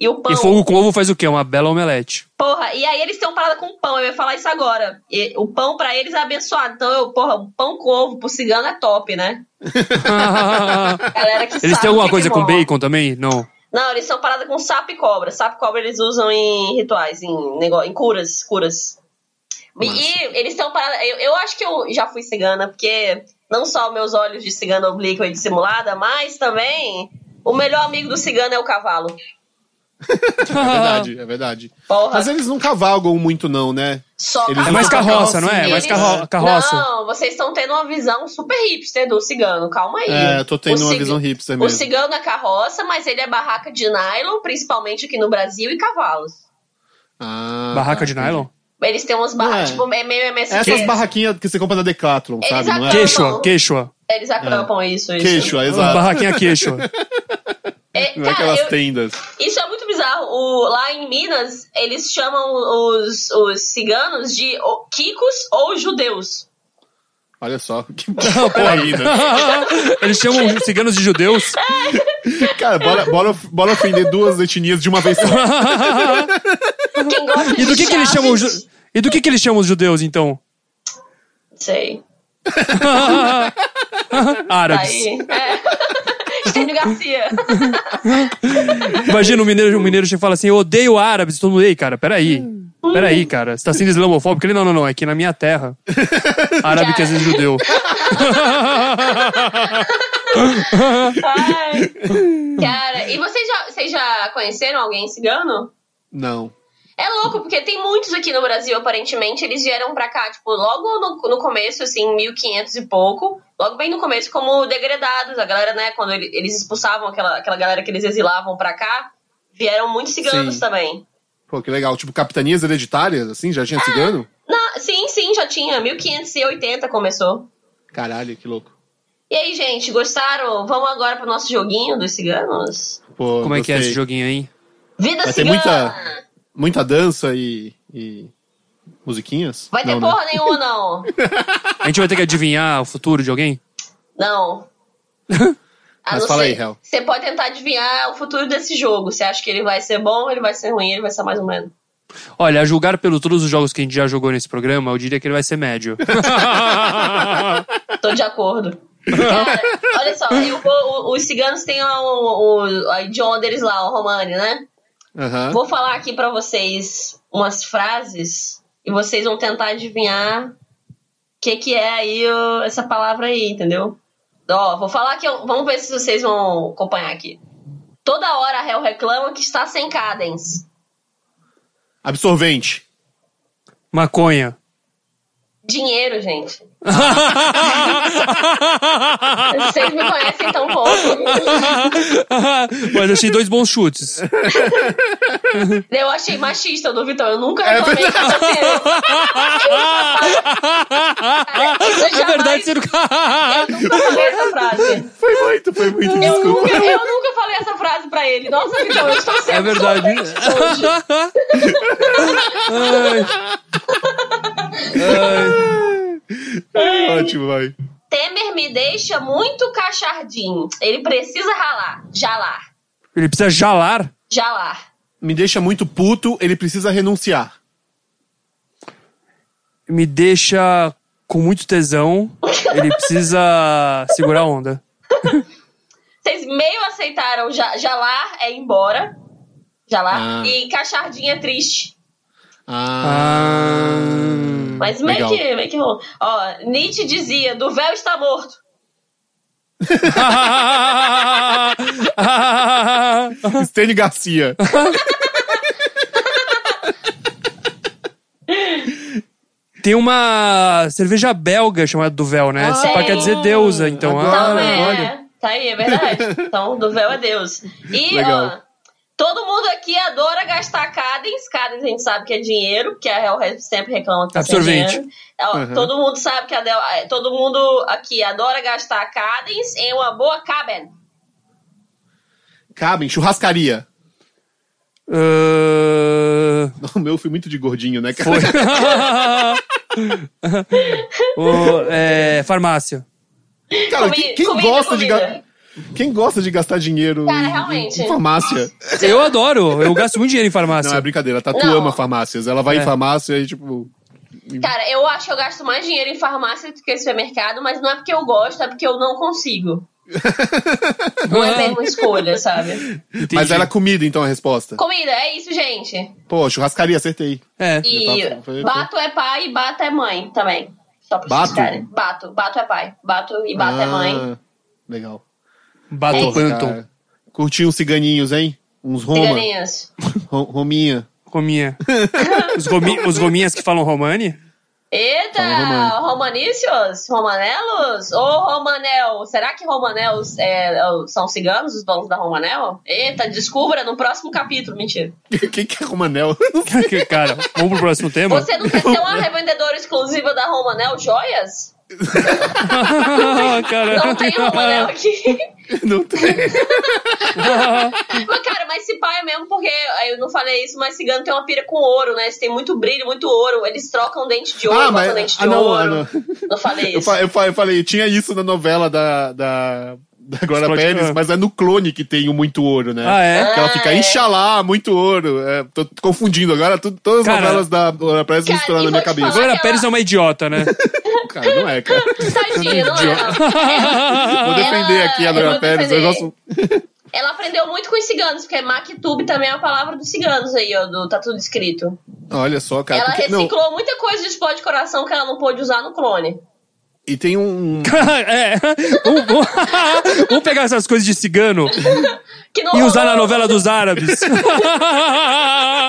E o pão. E fogo com ovo faz o quê? Uma bela omelete. *laughs* Porra, e aí eles têm uma parada com pão, eu ia falar isso agora. E o pão pra eles é abençoado. Então, eu, porra, o pão com ovo pro cigano é top, né? Galera que Eles sabe o têm alguma que é coisa que com rola. bacon também? Não. Não, eles são parada com sapo e cobra. Sapo e cobra eles usam em rituais, em, nego... em curas, curas. E, Massa. e eles são parada. Eu, eu acho que eu já fui cigana, porque não só meus olhos de cigana oblíqua e dissimulada, mas também o melhor amigo do cigano é o cavalo. É verdade, é verdade. Porra. Mas é- eles não cavalgam muito, não, né? Só Eles É cavalo. mais carroça, não é? É Eles- mais carro- carroça. Não, vocês estão tendo uma visão super hipster do cigano, calma aí. É, eu tô O tendo uma cig- visão hipster O mesmo. cigano é carroça, mas ele é barraca de nylon, principalmente aqui no Brasil, e cavalos. Ah, *laughs* Barraca tá, de entendi. É nylon? Eles têm umas barracas, Não é. tipo, é meio MSQ. Essas barraquinhas que você compra na Decathlon, Eles sabe? Não é? acampam. Queixua, queixua. Eles acampam isso, isso. Queixo, é, exato. Barraquinha queixua. *laughs* É, Não é cara, aquelas eu- tendas. isso é muito bizarro. O- lá em Minas, eles chamam os, os ciganos de o- quicos ou judeus. Olha *laughs* só. *laughs* Que Tá Eles chamam os ciganos de judeus. *laughs* Cara, bora, bora, bora ofender duas etnias de uma vez só. Quem gosta E do de que, que Chaves- eles chamam os ju- E do que, que eles chamam os judeus, então? *laughs* Sei. Árabes. Aí. *laughs* É. Estênio Garcia. Imagina o mineiro, o mineiro chega e fala assim: eu odeio árabes. Todo mundo, ei, cara, peraí. Peraí, cara. Você tá sendo islamofóbico? Ele, não, não, não. É aqui na minha terra. Árabe que às vezes judeu. Ai. Cara, e vocês já, vocês já conheceram alguém cigano? Não. É louco, porque tem muitos aqui no Brasil, aparentemente, eles vieram pra cá, tipo, logo no, no começo, assim, 1500 e pouco, logo bem no começo, como degredados, a galera, né, quando ele- eles expulsavam aquela, aquela galera que eles exilavam pra cá, vieram muitos ciganos Sim. também. Pô, que legal. Tipo, capitanias hereditárias, assim, já tinha cigano? Não, sim, sim, já tinha. 1580 começou. Caralho, que louco. E aí, gente, gostaram? Vamos agora pro nosso joguinho dos ciganos? Pô, Como é que é gostei. esse joguinho aí? Vida Vai ter cigana! muita- Muita dança e. e musiquinhas? Vai ter Não, né? porra nenhuma, *laughs* não. A gente vai ter que adivinhar o futuro de alguém? *laughs* Não. A Mas não fala ser- aí, Hel. Você pode tentar adivinhar o futuro desse jogo. Você acha que ele vai ser bom, ele vai ser ruim, ele vai ser mais ou menos. Olha, a julgar pelo todos os jogos que a gente já jogou nesse programa, eu diria que ele vai ser médio. *laughs* Tô de *laughs* acordo. Cara, olha só, eu vou- o- os ciganos têm a- o, o, a idioma deles lá, o Romani, né? Aham. Vou falar aqui pra vocês umas frases e vocês vão tentar adivinhar o que, que é aí o- essa palavra aí, entendeu? Ó, vou falar que eu, vamos ver se vocês vão acompanhar aqui. Toda hora a Hel reclama que está sem cadens. Absorvente. Maconha. *laughs* Dinheiro, gente. Vocês me conhecem tão pouco. Mas achei dois bons chutes. É Eu achei machista o do Vitão. Eu nunca reclamei que eu É verdade, você nunca. Eu nunca falei essa frase. Foi muito, foi muito, Eu desculpa. nunca, eu nunca falei essa frase pra ele. Nossa, Vitão, eu estou sendo É verdade. *laughs* hoje. Ótimo, vai. Temer me deixa muito cachardinho. Ele precisa ralar. Jalar. Ele precisa jalar. Jalar. Me deixa muito puto, ele precisa renunciar. Me deixa com muito tesão. Ele precisa segurar a onda. Vocês meio aceitaram ja- jalar é ir embora. Jalar. Ah. E cachardinho é triste. Ah, Mas meio Legal. que, meio que rolou. Ó, Nietzsche dizia: do véu está morto. Ah. Stênio Garcia. *laughs* Tem uma cerveja belga chamada Duvel, né? Esse pá quer dizer deusa, então. Agora- Ah, Então é. olha. Tá aí, é *laughs* verdade. Então, do véu é Deus. E, Legal. ó. Todo mundo aqui adora gastar cadens. Cadens a gente sabe que é dinheiro, porque a Real Red sempre reclama que tá sem Absorvente. dinheiro. Então, Ó, Uhum. Todo mundo sabe que a Del, eh, todo mundo aqui adora gastar cadens em uma boa cabin. Cabem, churrascaria. *laughs* ah, O meu fui muito de gordinho, né, cara? *laughs* Foi. *laughs* O, é, farmácia. Cara, Comi- quem, quem comida, gosta de comida. ga- quem gosta de gastar dinheiro Cara, em- realmente. em farmácia? Eu adoro, eu gasto muito dinheiro em farmácia. Não, é brincadeira. A Tatu Não. ama farmácias. Ela vai Assim, É. em farmácia e, tipo... Cara, eu acho que eu gasto mais dinheiro em farmácia do que em supermercado, mas não é porque eu gosto, é porque eu não *laughs* consigo. Não é mesmo escolha, *laughs* sabe? Entendi. Mas era comida, então, a resposta. Comida, é isso, gente. Pô, churrascaria, acertei. É. E Eu tava- foi- bato é pai e bato é mãe também. Só pra vocês Bato? ficarem. Bato. Bato é pai. Bato e bato é mãe. Ah, Legal. Bato Pô, Panton. né, cara, Curti uns ciganinhos, hein? Uns Roma. Ciganinhos. Ro- Rominha. *laughs* Rominha. *laughs* Os, gomi- os gominhas que falam romani? *laughs* Fala, Eita! Romani. Romanícios? Romanelos? Ou Romanel? Será que Romanels é, são ciganos, os donos da Romanel? Eita, descubra no próximo capítulo. Mentira. Quem que é Romanel? *laughs* Cara, vamos pro próximo tema? Você não quer ser uma revendedora exclusiva da Romanel Joias? *laughs* Cara. tá Não tem Romanel aqui. Não tem. *laughs* Mas, cara, mas se pai é mesmo, porque eu não falei isso, mas cigano tem uma pira com ouro, né? Eles têm muito brilho, muito ouro. Eles trocam dente de ouro, Ah, botam mas- dente de ah, não, ouro. ah, não. não. falei Eu, isso. fa- eu fa- eu falei, tinha isso na novela da, da, da Glória Explode- Pérez, ah. mas é no clone que tem o muito ouro, né? Ah, é? Que ela Ah, fica, é. Inxalá, muito ouro. É, tô confundindo agora, tu- todas as Cara, novelas da Glória Pérez cara, misturando e na minha vou te cabeça. Glória Aquela- Pérez é uma idiota, né? *laughs* Cara, não *laughs* é, cara. Tadinha, não é? Vou defender aqui a eu Glória vou Pérez. Eu defender. gosto... Ela aprendeu muito com os ciganos, porque Mactube também é uma palavra dos ciganos aí, ó, do tá tudo escrito. Olha só, cara. ela Tá, porque- não, reciclou muita coisa de explode coração que ela não pôde usar no clone. e tem um... é. Vamos, vamos- *laughs* vamos pegar essas coisas de cigano Que não e usar na rolou, novela dos árabes. *laughs* *laughs*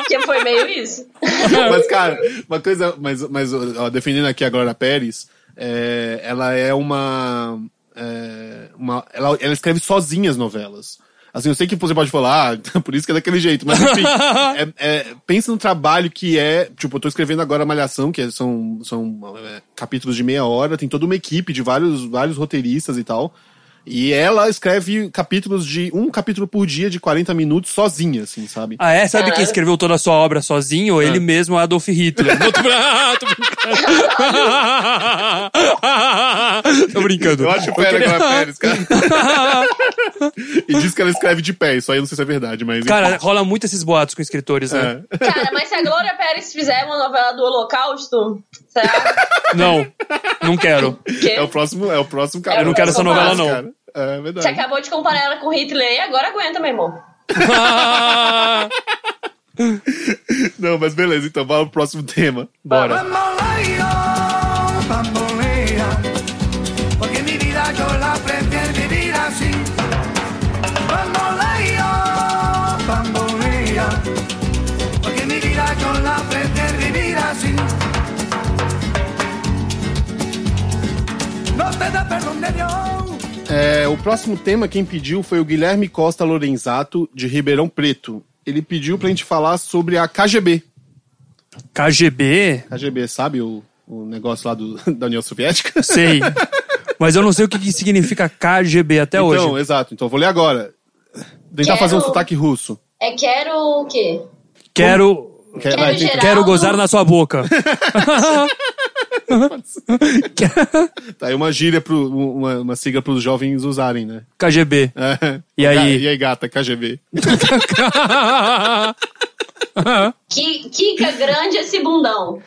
Que foi meio isso. mas, cara, uma coisa. Mas, mas ó, defendendo aqui a Glória Pérez, é, ela é uma. é, uma ela, ela escreve sozinha as novelas. Assim, eu sei que você pode falar, ah, *laughs* por isso que é daquele jeito, mas enfim, é- é, pensa no trabalho que é. Tipo, eu tô escrevendo agora Malhação, que é- são, são é, capítulos de meia hora, tem toda uma equipe de vários, vários roteiristas e tal. E ela escreve capítulos de. um capítulo por dia de 40 minutos sozinha, assim, sabe? Ah, é? Sabe quem Caralho. escreveu toda a sua obra sozinho? Ele mesmo, Adolf Hitler. É. *laughs* Não, tô... brin- Ah, tô brincando. tô brincando. Eu acho pera agora, Pérez, cara. e diz que ela escreve de pé, isso aí eu não sei se é verdade, mas. *laughs* Cara, rola muito esses boatos com escritores, né? É. Cara, mas se a Glória Pérez fizer uma novela do Holocausto, será Não, não quero. *laughs* que. É o próximo, é o próximo cara. Eu não quero essa novela, não. Cara. É Você verdade. acabou de comparar ela com Hitler e agora aguenta, meu irmão. Não, mas beleza, então vai pro próximo tema. Bora. Bamboleo, bambolea, porque mi vida yo la prefiero vivir así. Bamboleo, bambolea, porque mi vida yo la prefiero vivir así. No te da perdón de Dios. É, o próximo tema quem pediu foi o Guilherme Costa Lorenzato, de Ribeirão Preto. Ele pediu pra gente falar sobre a KGB. KGB? KGB, sabe o, o negócio lá do- *laughs* da União Soviética? Sei. Mas eu não sei o que, que significa KGB É até então, hoje. exato. Então eu vou ler agora. Tentar Quero- fazer um sotaque russo. É quero o quê? Quero. Quer- Quero tenta- gerar- Quero gozar na sua boca. Tá aí uma gíria, pro, uma, uma sigla pros jovens usarem, né? KGB. É. E aí? E aí, gata, KGB. Que, Kika grande esse bundão.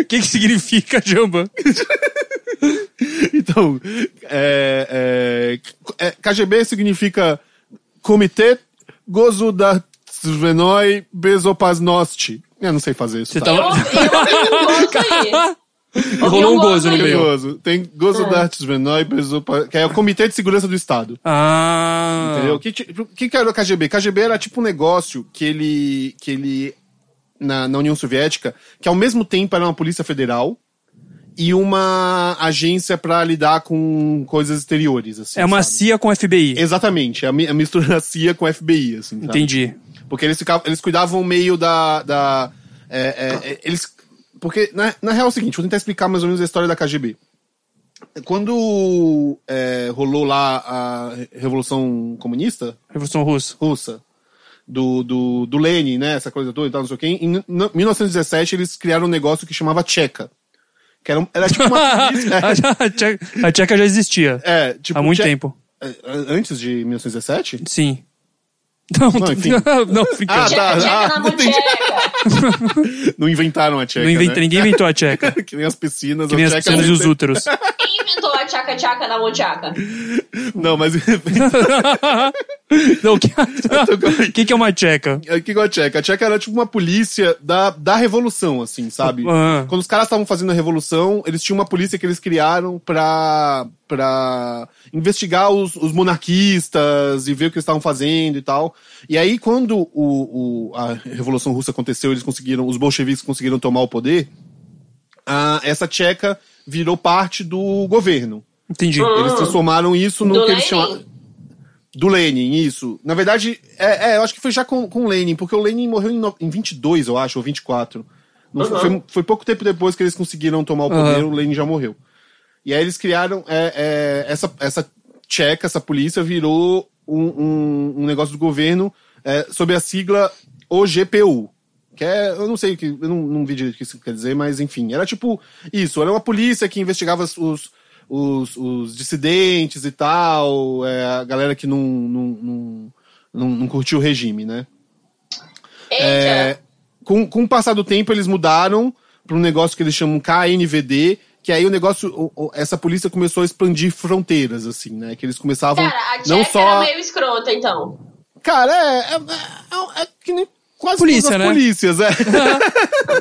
O que, que significa, Jamba? *laughs* Então, é, é, é, KGB significa Comitê Gozo da Svenoi Bezopasnosti. Eu não sei fazer isso. Você tá? Eu, eu tava. ouvi um gozo aí. Rolou um gozo no aí. Tem meio. gozo. Tem Gozo da Svenoi Bezopasnosti, que é o Comitê de Segurança do Estado. Ah. Entendeu? O que, ti- o que que era o KGB? KGB era tipo um negócio que ele. Que ele na, na União Soviética, que ao mesmo tempo era uma polícia federal e uma agência pra lidar com coisas exteriores. Assim, É uma sabe? CIA com FBI. Exatamente, é a, mi- a mistura da CIA com FBI, assim. sabe? Entendi. Porque eles, ficavam, eles cuidavam meio da. da é, é, é, eles, porque, na, na real, é o seguinte, vou tentar explicar mais ou menos a história da KGB. Quando é, rolou lá a Re- Revolução Comunista Revolução Russa. Russa, do, do, do Lenin, né, essa coisa toda e tal, não sei o quê, em no- 1917 eles criaram um negócio que chamava Tcheca. Que era, um- era tipo *laughs* uma polícia- A Tche- a Tcheca já existia. é, tipo, Há muito Tche- tempo. é, Antes de 1917? Sim. Não, Não, enfim. *laughs* não, brincando. Ah, Tcheca, tá, tcheca ah, na não entendi. mocheca. Não inventaram a Tcheca, Não inventa- né? Ninguém inventou a Tcheca. *laughs* que nem as piscinas, Que nem a as tcheca é piscinas e os não úteros. *laughs* Quem inventou a tchaca tchaca na mochaca? tem- Não, *laughs* mas Não, o que... tô- o *laughs* que que é uma tcheca? o que que é a tcheca? A tcheca era tipo uma polícia da, da revolução, assim, sabe? Ah. Quando os caras estavam fazendo a revolução, eles tinham uma polícia que eles criaram pra, pra investigar os, os monarquistas e ver o que eles estavam fazendo e tal. E aí, quando o, o- a revolução russa aconteceu, eles conseguiram, os bolcheviques conseguiram tomar o poder, a, essa tcheca virou parte do governo. Entendi. Eles transformaram isso no Do que eles Lenin? chamaram. Do Lenin, isso. Na verdade, é, é, eu acho que foi já com, com o Lenin, porque o Lenin morreu em, no- em 22, eu acho, ou 24. Não foi- foi, foi pouco tempo depois que eles conseguiram tomar o poder, Aham. o Lenin já morreu. E aí eles criaram é, é, essa, essa tcheca, essa polícia, virou um, um- um negócio do governo é, sob a sigla OGPU. Que é, eu não sei, o que, eu não, não vi direito o que isso quer dizer, mas enfim. Era tipo isso, era uma polícia que investigava os, os, os- os dissidentes e tal, é, a galera que não, não, não, não, não curtiu o regime, né? É, Eita. com, com o passar do tempo, eles mudaram para um negócio que eles chamam KNVD, que aí o negócio, o- o- essa polícia começou a expandir fronteiras, assim, né? Que eles começavam Cara, a tcheca não era só. meio escrota, então. Cara, é, é, é- é que nem quase Polícia, todas as né? polícias, é. *laughs*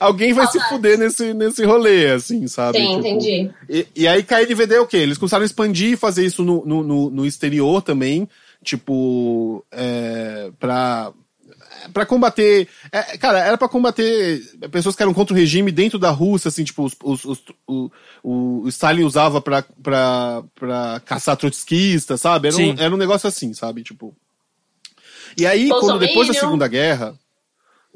Alguém vai se fuder nesse, nesse rolê, assim, sabe? Sim, entendi. E, e aí KNVD é o quê? Eles começaram a expandir e fazer isso no, no, no- no exterior também, tipo, é, pra... para combater. é, cara, era para combater pessoas que eram contra o regime dentro da Rússia, assim, tipo, os, os- os- o, o Stalin usava pra, pra, pra caçar trotskistas, sabe? Era Sim. um, era um negócio assim, sabe? Tipo. E aí, quando depois da Bolsominion. Segunda Guerra.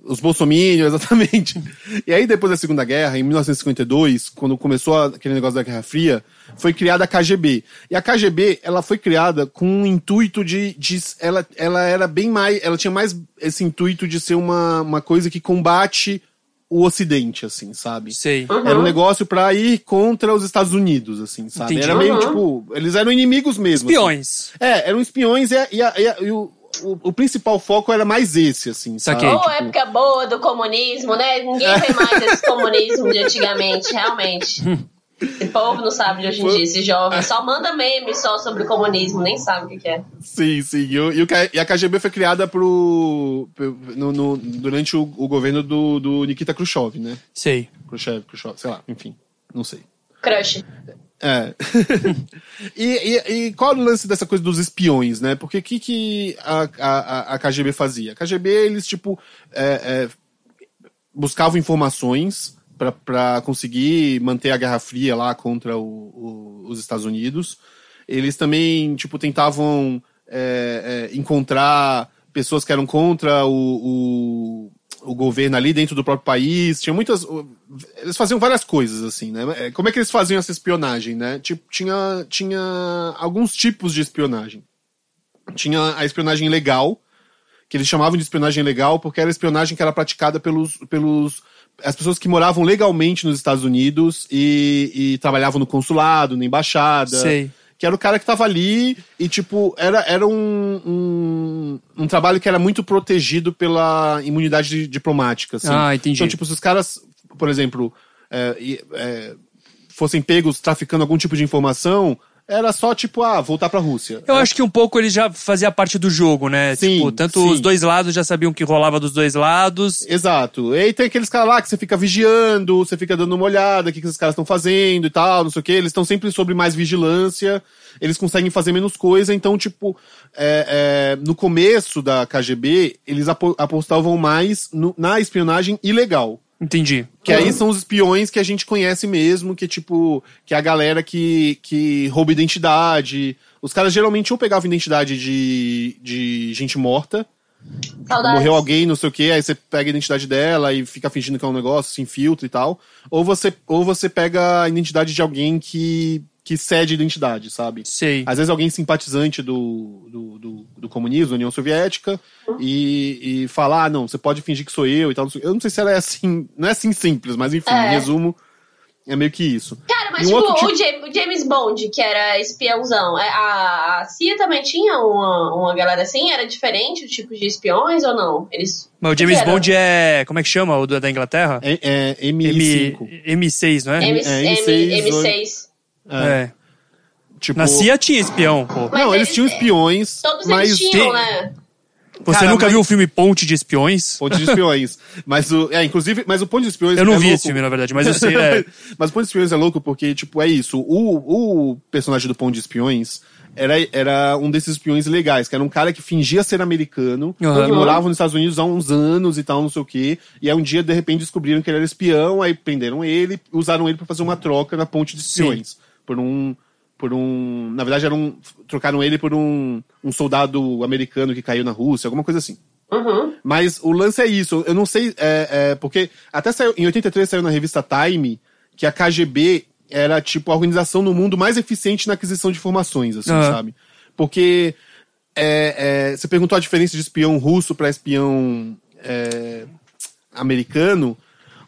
Os bolsominions, *laughs* exatamente. E aí, depois da Segunda Guerra, em 1952, quando começou a- aquele negócio da Guerra Fria, foi criada a KGB. E a KGB, ela foi criada com o intuito de... de- ela, ela era bem mais... Ela tinha mais esse intuito de ser uma, uma coisa que combate o Ocidente, assim, sabe? Sei. Era um negócio pra ir contra os Estados Unidos, assim, sabe? Entendi. Era meio, Uhum. tipo... Eles eram inimigos mesmo. assim. Espiões. É, eram espiões e, a- e a- e a- e o, o, o principal foco era mais esse, assim, sabe? Saquei. Ou Tipo, época boa do comunismo, né? Ninguém vê mais esse comunismo de antigamente, realmente. O povo não sabe de hoje em dia, esse jovem só manda meme só sobre o comunismo, nem sabe o que que é. Sim, sim. E, o- e o K- e a KGB foi criada pro, pro- no- no- durante o, o governo do, do Nikita Khrushchev, né? Sei. Khrushchev, Khrushchev, sei lá, enfim, não sei. Crush. É. *laughs* e, e- e qual era o lance dessa coisa dos espiões, né? Porque o que, que a, a, a- a KGB fazia? A KGB, eles, tipo, é, é, buscavam informações para conseguir manter a Guerra Fria lá contra o- o- os Estados Unidos. Eles também, tipo, tentavam é, é, encontrar pessoas que eram contra o, o, o governo ali dentro do próprio país. Tinha muitas... o- Eles faziam várias coisas, assim, né? É, Como é que eles faziam essa espionagem, né? Tipo, tinha, tinha alguns tipos de espionagem. Tinha a espionagem legal, que eles chamavam de espionagem legal porque era espionagem que era praticada pelos, pelos as pessoas que moravam legalmente nos Estados Unidos e, e trabalhavam no consulado, na embaixada. Sei. Que era o cara que tava ali e, tipo, era, era um, um, um trabalho que era muito protegido pela imunidade di- diplomática. Assim. Ah, entendi. Então, tipo, se os caras, por exemplo, é, e- é, fossem pegos traficando algum tipo de informação, era só, tipo, ah, voltar pra Rússia. Eu acho que um pouco ele já fazia parte do jogo, né? Sim, tipo, tanto sim. os dois lados já sabiam o que rolava dos dois lados. Exato. E aí tem aqueles caras lá que você fica vigiando, você fica dando uma olhada, o que, que esses caras estão fazendo e tal, não sei o que. Eles estão sempre sobre mais vigilância, eles conseguem fazer menos coisa. Então, tipo, é, é, no começo da KGB, eles apo- apostavam mais no- na espionagem ilegal. Entendi. Que aí são os espiões que a gente conhece mesmo, que tipo, que é a galera que, que rouba identidade. Os caras geralmente ou pegavam identidade de, de gente morta, Saudades. morreu alguém, não sei o que, aí você pega a identidade dela e fica fingindo que é um negócio, se infiltra e tal. Ou você, ou você pega a identidade de alguém que, que cede a identidade, sabe? Sei. Às vezes alguém simpatizante do, do, do, do comunismo, da União Soviética, e, e fala, ah, não, você pode fingir que sou eu e tal. não sei- Eu não sei se ela é assim, não é assim simples, mas enfim, É. em resumo, é meio que isso. Cara, mas E um tipo, outro o Jam- o James Bond, que era espiãozão, é, a, a CIA também tinha uma, uma galera assim? Era diferente o tipo de espiões ou não? Eles. Mas o que James era? Bond é. Como é que chama? O do- da Inglaterra? É, é M5. M, M6, não é? M, é, M, M6, M6. É, é. tipo, Na CIA tinha espião, pô. Mas não, eles eles- tinham espiões, Todos mas eles tinham, tem- né? Você Cara, nunca mas- viu o filme Ponte de Espiões? Ponte de Espiões. mas o, é, inclusive, mas o Ponte de Espiões Eu não é vi louco. esse filme, na verdade, mas eu sei. *laughs* É, Mas o Pão de Espiões é louco porque, tipo, é isso. O, o personagem do Pão de Espiões era, era um desses espiões legais, que era um cara que fingia ser americano, Uhum. que morava nos Estados Unidos há uns anos e tal, não sei o quê. E aí um dia, de repente, descobriram que ele era espião, aí prenderam ele, usaram ele pra fazer uma troca na Ponte de Espiões. Por um. Por um. Na verdade, era um. Trocaram ele por um, um soldado americano que caiu na Rússia, alguma coisa assim. Uhum. Mas o lance é isso. Eu não sei. É, é, porque até saiu, em 83 saiu na revista Time que a KGB era tipo a organização no mundo mais eficiente na aquisição de informações, assim, Aham. sabe? Porque é, é, você perguntou a diferença de espião russo para espião é, americano.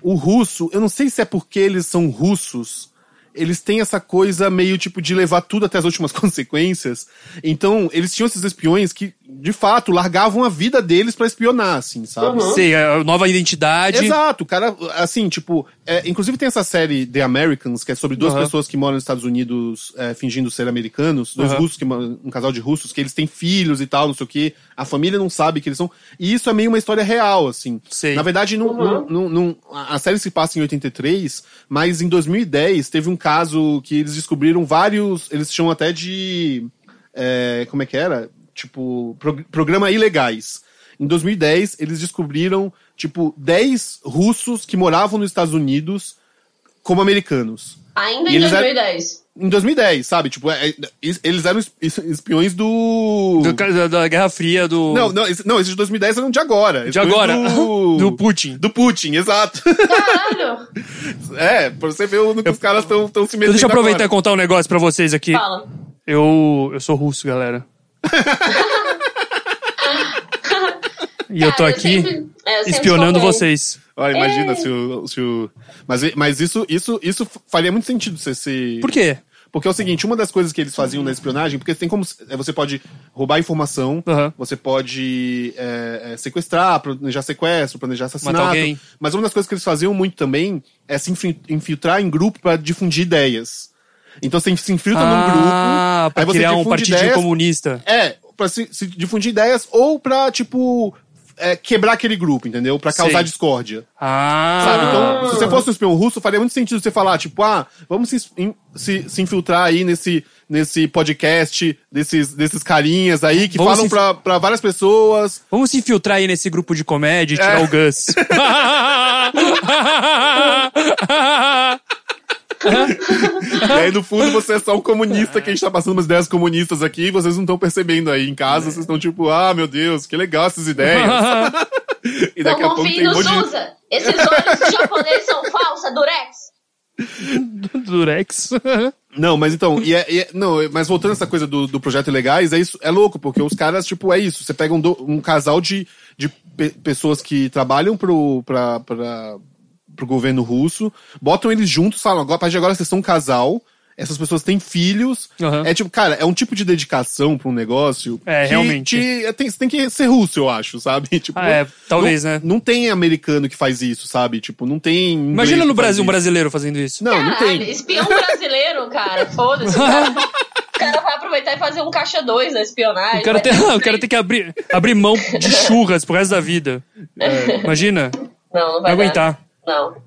O russo, eu não sei se é porque eles são russos. Eles têm essa coisa meio tipo de levar tudo até as últimas *laughs* consequências. Então, eles tinham esses espiões que, de fato, largavam a vida deles pra espionar, assim, sabe? Uhum. sei, é a nova identidade. Exato, o cara, assim, tipo, é, inclusive tem essa série The Americans, que é sobre duas Aham. pessoas que moram nos Estados Unidos é, fingindo ser americanos, dois Aham. russos, que moram, um casal de russos, que eles têm filhos e tal, não sei o quê, a família não sabe que eles são. E isso é meio uma história real, assim. Sei. Na verdade, não, Uhum. não- não- não- a a série se passa em 83, mas em 2010 teve um caso que eles descobriram vários. Eles chamam até de. é, como é que era? Tipo, pro- programa ilegais. Em 2010, eles descobriram, tipo, 10 russos que moravam nos Estados Unidos como americanos. Ainda E em eles eram- 2010. Em 2010, sabe? Tipo, é- é- es- eles eram es- es- espiões do. Do cara da, da Guerra Fria, do. Então, Não, não, esse- não, esses de 2010 eram de agora. de Espiões agora. Do... *laughs* Do Putin. Do Putin, exato. *laughs* Caralho! É, pra você ver no que os caras estão se metendo. Então deixa eu aproveitar e agora. contar um negócio pra vocês aqui. Fala. Eu, eu sou *laughs* russo, galera. e eu tô Cara, aqui sempre- é, eu sempre espionando cobrei. vocês. Olha, É. imagina se o. Se o... Mas, mas isso, isso, isso faria muito sentido se esse. Por quê? Porque é o seguinte, uma das coisas que eles faziam na espionagem, porque tem como. é, Você pode roubar informação, Aham. você pode é, é, sequestrar, planejar sequestro, planejar assassinato. Matar alguém. Mas uma das coisas que eles faziam muito também é se infil- infiltrar em grupo pra difundir ideias. Então você se infiltra num grupo. Ah, pra aí você criar um difunde partidinho ideias, comunista. É, pra se, se difundir ideias ou pra, tipo, é, quebrar aquele grupo, entendeu? Pra causar Sei. discórdia. Ah, Sabe? Então, se você fosse um espião russo, faria muito sentido você falar, tipo, ah, vamos se, in- se, se infiltrar aí nesse, nesse podcast desses, desses carinhas aí que Vamos falam se- pra, pra várias pessoas. Vamos se infiltrar aí nesse grupo de comédia e tirar É. o Gus. *laughs* e aí, no fundo, você é só um *laughs* comunista que a gente tá passando umas ideias comunistas aqui e vocês não estão percebendo aí em casa. É. Vocês estão tipo, ah, meu Deus, que legal essas *laughs* ideias. E Não daqui a pouco confie tem um no monte de... Souza. Esses olhos japoneses são falsa, durex. Durex. Não, mas então, e é- e é- não, mas voltando a essa coisa do, do projeto Ilegais, é isso, é louco, porque os caras, tipo, é isso. Você pega um, do- um casal de, de pe- pessoas que trabalham pro, pra, pra, pro governo russo, botam eles juntos, falam, agora, a partir de agora vocês são um casal, essas pessoas têm filhos. Aham. É tipo, cara, é um tipo de dedicação pra um negócio. É, que realmente. te- é, tem, você tem que ser russo, eu acho, sabe? *laughs* Tipo, Ah, é, talvez, não, né? Não tem americano que faz isso, sabe? Tipo, não tem. inglês Imagina no que faz Brasil um isso. brasileiro fazendo isso. Não, não Caralho, tem. espião brasileiro, cara. Foda-se. O cara, o cara vai aproveitar e fazer um caixa 2 na espionagem. O vai cara, tem, ter um *laughs* o cara três. tem que abrir, abrir mão de churras pro resto da vida. É. Imagina. Não, não vai Não aguentar. dar. Não.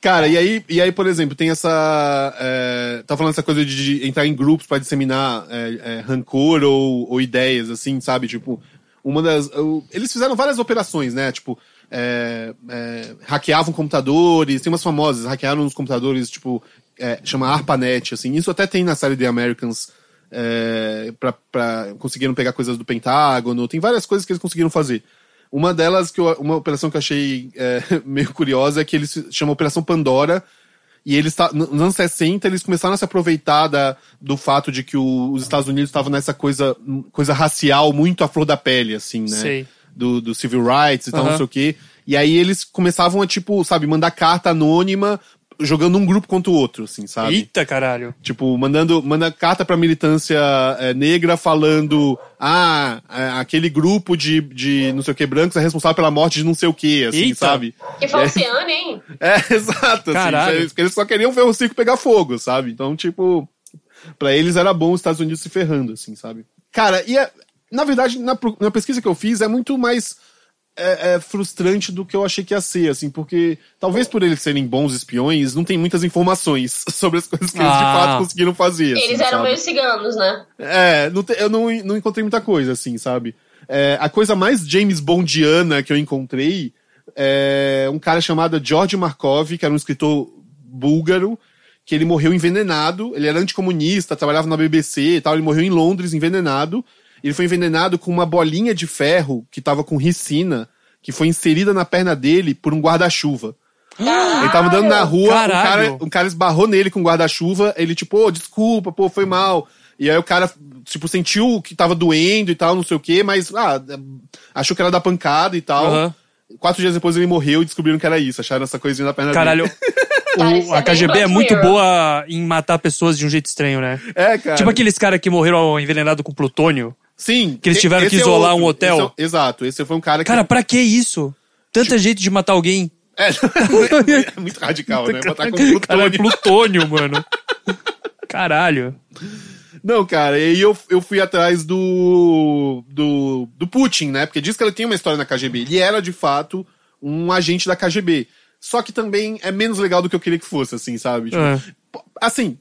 Cara, e aí, e aí, por exemplo, tem essa. É, tá falando essa coisa de, de entrar em grupos pra disseminar é, é, rancor ou, ou ideias, assim, sabe? Tipo, uma das. eu- eles fizeram várias operações, né? Tipo, é, é, hackeavam computadores, tem umas famosas, hackearam uns computadores, tipo, é, chama ARPANET, assim. Isso até tem na série The Americans. É, pra, pra- conseguiram pegar coisas do Pentágono, tem várias coisas que eles conseguiram fazer. Uma delas, que eu- uma operação que eu achei é, *laughs* meio curiosa, é que eles se- chama Operação Pandora. E eles, ta- nos anos 60, eles começaram a se aproveitar da- do fato de que o- os Estados Unidos estavam nessa coisa, coisa racial muito à flor da pele, assim, né? Sei. Do, do civil rights e tal, Aham. não sei o quê. E aí eles começavam a, tipo, sabe, mandar carta anônima, jogando um grupo contra o outro, assim, sabe? Eita, caralho. Tipo, mandando manda carta pra militância é, negra falando: ah, é, aquele grupo de, de não sei o que brancos é responsável pela morte de não sei o que, assim, Eita. sabe? Que falciane, hein? É, *laughs* exato. Caralho. Assim, eles- eles só queriam ver o circo pegar fogo, sabe? Então, tipo, pra eles era bom os Estados Unidos se ferrando, assim, sabe? Cara, e é- na verdade, na, pro- na pesquisa que eu fiz, é muito mais é, é, frustrante do que eu achei que ia ser, assim, porque talvez por eles serem bons espiões, não tem muitas informações *laughs* sobre as coisas que eles de Ah. fato conseguiram fazer. Eles assim, eram sabe? meio ciganos, *gasps* né? É, não te- eu não, não encontrei muita coisa, assim, sabe? É, a coisa mais James Bondiana que eu encontrei é um cara chamado George Markov, que era um escritor búlgaro, que ele morreu envenenado. Ele era anticomunista, trabalhava na BBC e tal. Ele morreu em Londres envenenado. Ele foi envenenado com uma bolinha de ferro que tava com ricina, que foi inserida na perna dele por um guarda-chuva. Ele tava andando na rua, um Caralho. cara, um cara esbarrou nele com um guarda-chuva, ele tipo, ô, desculpa, pô, foi mal. E aí o cara, tipo, sentiu que tava doendo e tal, não sei o quê, mas, ah, achou que era da pancada e tal. Aham. Quatro dias depois ele morreu e descobriram que era isso, acharam essa coisinha na perna Caralho. dele. Cara, O- isso é a bem KGB é Black muito Mirror. boa em matar pessoas de um jeito estranho, né? *laughs* É, cara. Tipo aqueles caras que morreram envenenados com plutônio. Sim. que eles e- tiveram esse que isolar outro. um hotel. Esse é- exato, esse foi um cara que... Cara, pra que isso? Tipo- Tanta jeito de matar alguém. *laughs* é, *laughs* é muito radical, *laughs* né? Botar com plutônio. Cara, é plutônio, mano. Caralho. Não, cara, e aí eu, eu fui atrás do, do. do Putin, né? Porque diz que ele tem uma história na KGB. Ele era, de fato, um agente da KGB. Só que também é menos legal do que eu queria que fosse, assim, sabe? Tipo, É. po- Assim,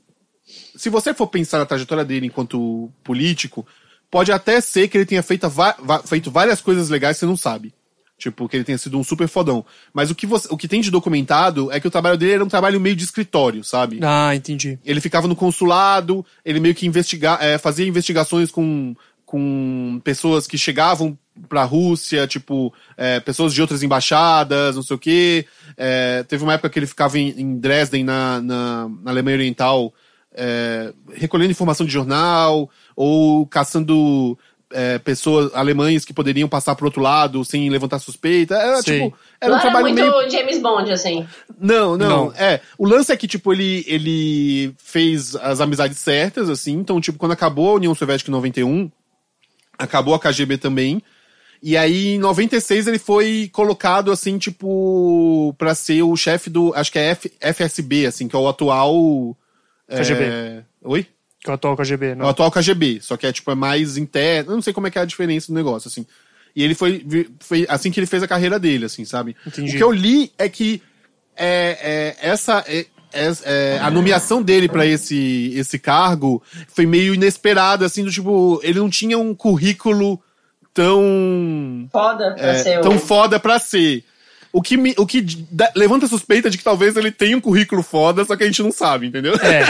se você for pensar na trajetória dele enquanto político, Pode até ser que ele tenha feito, va- va- feito várias coisas legais que você não sabe. Tipo, que ele tenha sido um super fodão. Mas o que, você, o que tem de documentado é que o trabalho dele era um trabalho meio de escritório, sabe? Ah, entendi. Ele ficava no consulado, ele meio que investiga, eh, fazia investigações com, com pessoas que chegavam pra Rússia, tipo, eh, pessoas de outras embaixadas, não sei o quê. Eh, teve uma época que ele ficava em, em Dresden, na, na, na Alemanha Oriental, eh, recolhendo informação de jornal, ou caçando eh, pessoas alemães que poderiam passar pro outro lado sem levantar suspeita. Era, Sei. tipo, era um não era trabalho muito meio James Bond, assim. não, não, Não. É. O lance é que, tipo, ele, ele fez as amizades certas, assim. Então, tipo, quando acabou a União Soviética em 91, acabou a KGB também. E aí, em 96, ele foi colocado, assim, tipo, pra ser o chefe do. Acho que é F- FSB, assim, que é o atual. é, KGB. Oi? Que eu atual KGB, É o não. atual KGB, só que é tipo é mais interno. Eu não sei como é que é a diferença do negócio, assim. E ele foi, vi- foi assim que ele fez a carreira dele, assim, sabe? Entendi. O que eu li é que é, é, essa é, é- é, a nomeação dele pra esse esse cargo foi meio inesperada, assim, do tipo ele não tinha um currículo tão Foda pra é, ser tão o... foda pra ser. O que, me, o que dá- levanta a suspeita de que talvez ele tenha um currículo foda, só que a gente não sabe, entendeu? É,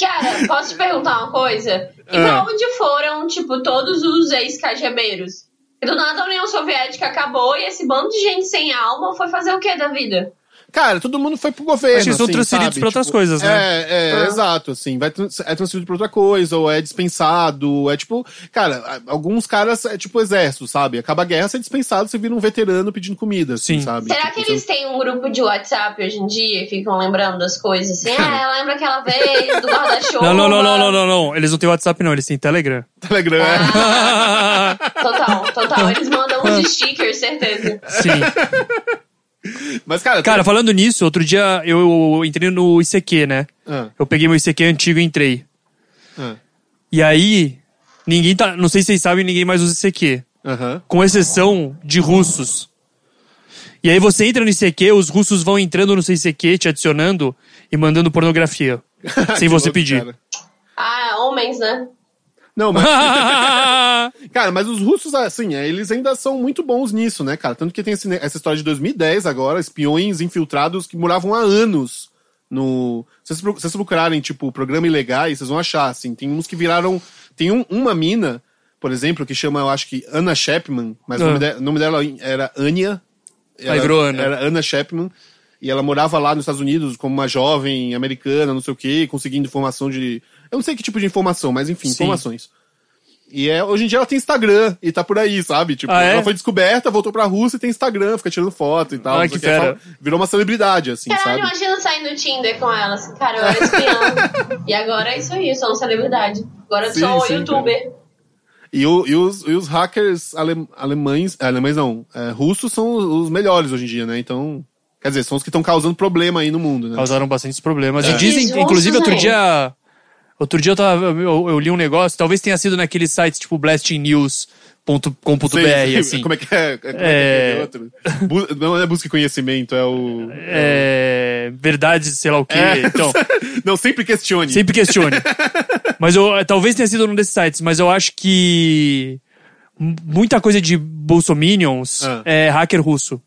Cara, posso te perguntar uma coisa? E pra Ah. onde foram, tipo, todos os ex-cagebeiros? Do nada a União Soviética acabou e esse bando de gente sem alma foi fazer o que da vida? Cara, todo mundo foi pro governo. Acho que eles são assim, transferidos sabe? pra outras coisas, né? É, é, Ah. exato, assim. Vai, trans- é transferido pra outra coisa, ou é dispensado. É tipo. Cara, a- alguns caras é tipo exército, sabe? Acaba a guerra, você é dispensado, você vira um veterano pedindo comida, assim, Sim. sabe? Será Tipo, que você- eles têm um grupo de WhatsApp hoje em dia e ficam lembrando das coisas assim? Ah, lembra aquela *laughs* vez do guarda-chuva? Não, não, não, não, não, não, não. Eles não têm WhatsApp, não. Eles têm Telegram. *laughs* *laughs* Telegram. é. Total, total. Eles mandam *laughs* Ah. uns stickers, certeza. Sim. Mas, cara. Cara, falando nisso, outro dia eu entrei no ICQ, né? Ah, Eu peguei meu ICQ antigo e entrei. ah, E aí, ninguém tá. Não sei se vocês sabem, ninguém mais usa ICQ. aham. Com exceção de russos. E aí você entra no ICQ, os russos vão entrando no seu ICQ, te adicionando e *laughs* mandando pornografia. Que sem você louco, pedir. cara. Ah, homens, né? Não, *laughs* mas. Cara, mas os russos, assim, é, eles ainda são muito bons nisso, né, cara? Tanto que tem esse ne- essa história de 2010 agora, espiões infiltrados que moravam há anos no. Se vocês pro- se vocês procurarem, tipo, programa ilegais, vocês vão achar, assim. Tem uns que viraram. Tem um- uma mina, por exemplo, que chama, eu acho que Anna Shepman, mas Ah. o nome, de- o nome dela era Anya. Ela, Aí virou Ana. Era Anna Shepman. E ela morava lá nos Estados Unidos como uma jovem americana, não sei o quê, conseguindo informação de. Eu não sei que tipo de informação, mas enfim, Sim. informações. E é, hoje em dia ela tem Instagram e tá por aí, sabe? Tipo, Ah, é? ela foi descoberta, voltou pra Rússia e tem Instagram, fica tirando foto e tal. Ah, não que sei o é fera. só- virou uma celebridade, assim, Caralho, sabe? imagina sair no Tinder com elas. Cara, eu era *laughs* espião. e agora é isso aí, eu sou uma celebridade. Agora eu Sim, sou um sim, youtuber. E, o- e os, e os hackers alem- alemães, alemães não, é, russos são os, os melhores hoje em dia, né? Então, quer dizer, são os que estão causando problema aí no mundo, né? *laughs* Causaram bastantes problemas. É. E Esses dizem, russos, inclusive, outro né? dia. Outro dia eu, tava, eu, eu li um negócio, talvez tenha sido naqueles sites tipo blastingnews.com.br, Sei, sei, assim. *laughs* Como é que é? Como é, que É. é aquele outro? Bu- não é busca e conhecimento, é o. *laughs* É, verdade, sei lá o quê. É. *laughs* Então, não, sempre questione. sempre *laughs* questione. Mas eu, eh, talvez tenha sido num desses sites, mas eu acho que m- muita coisa de bolsominions Ah. é hacker russo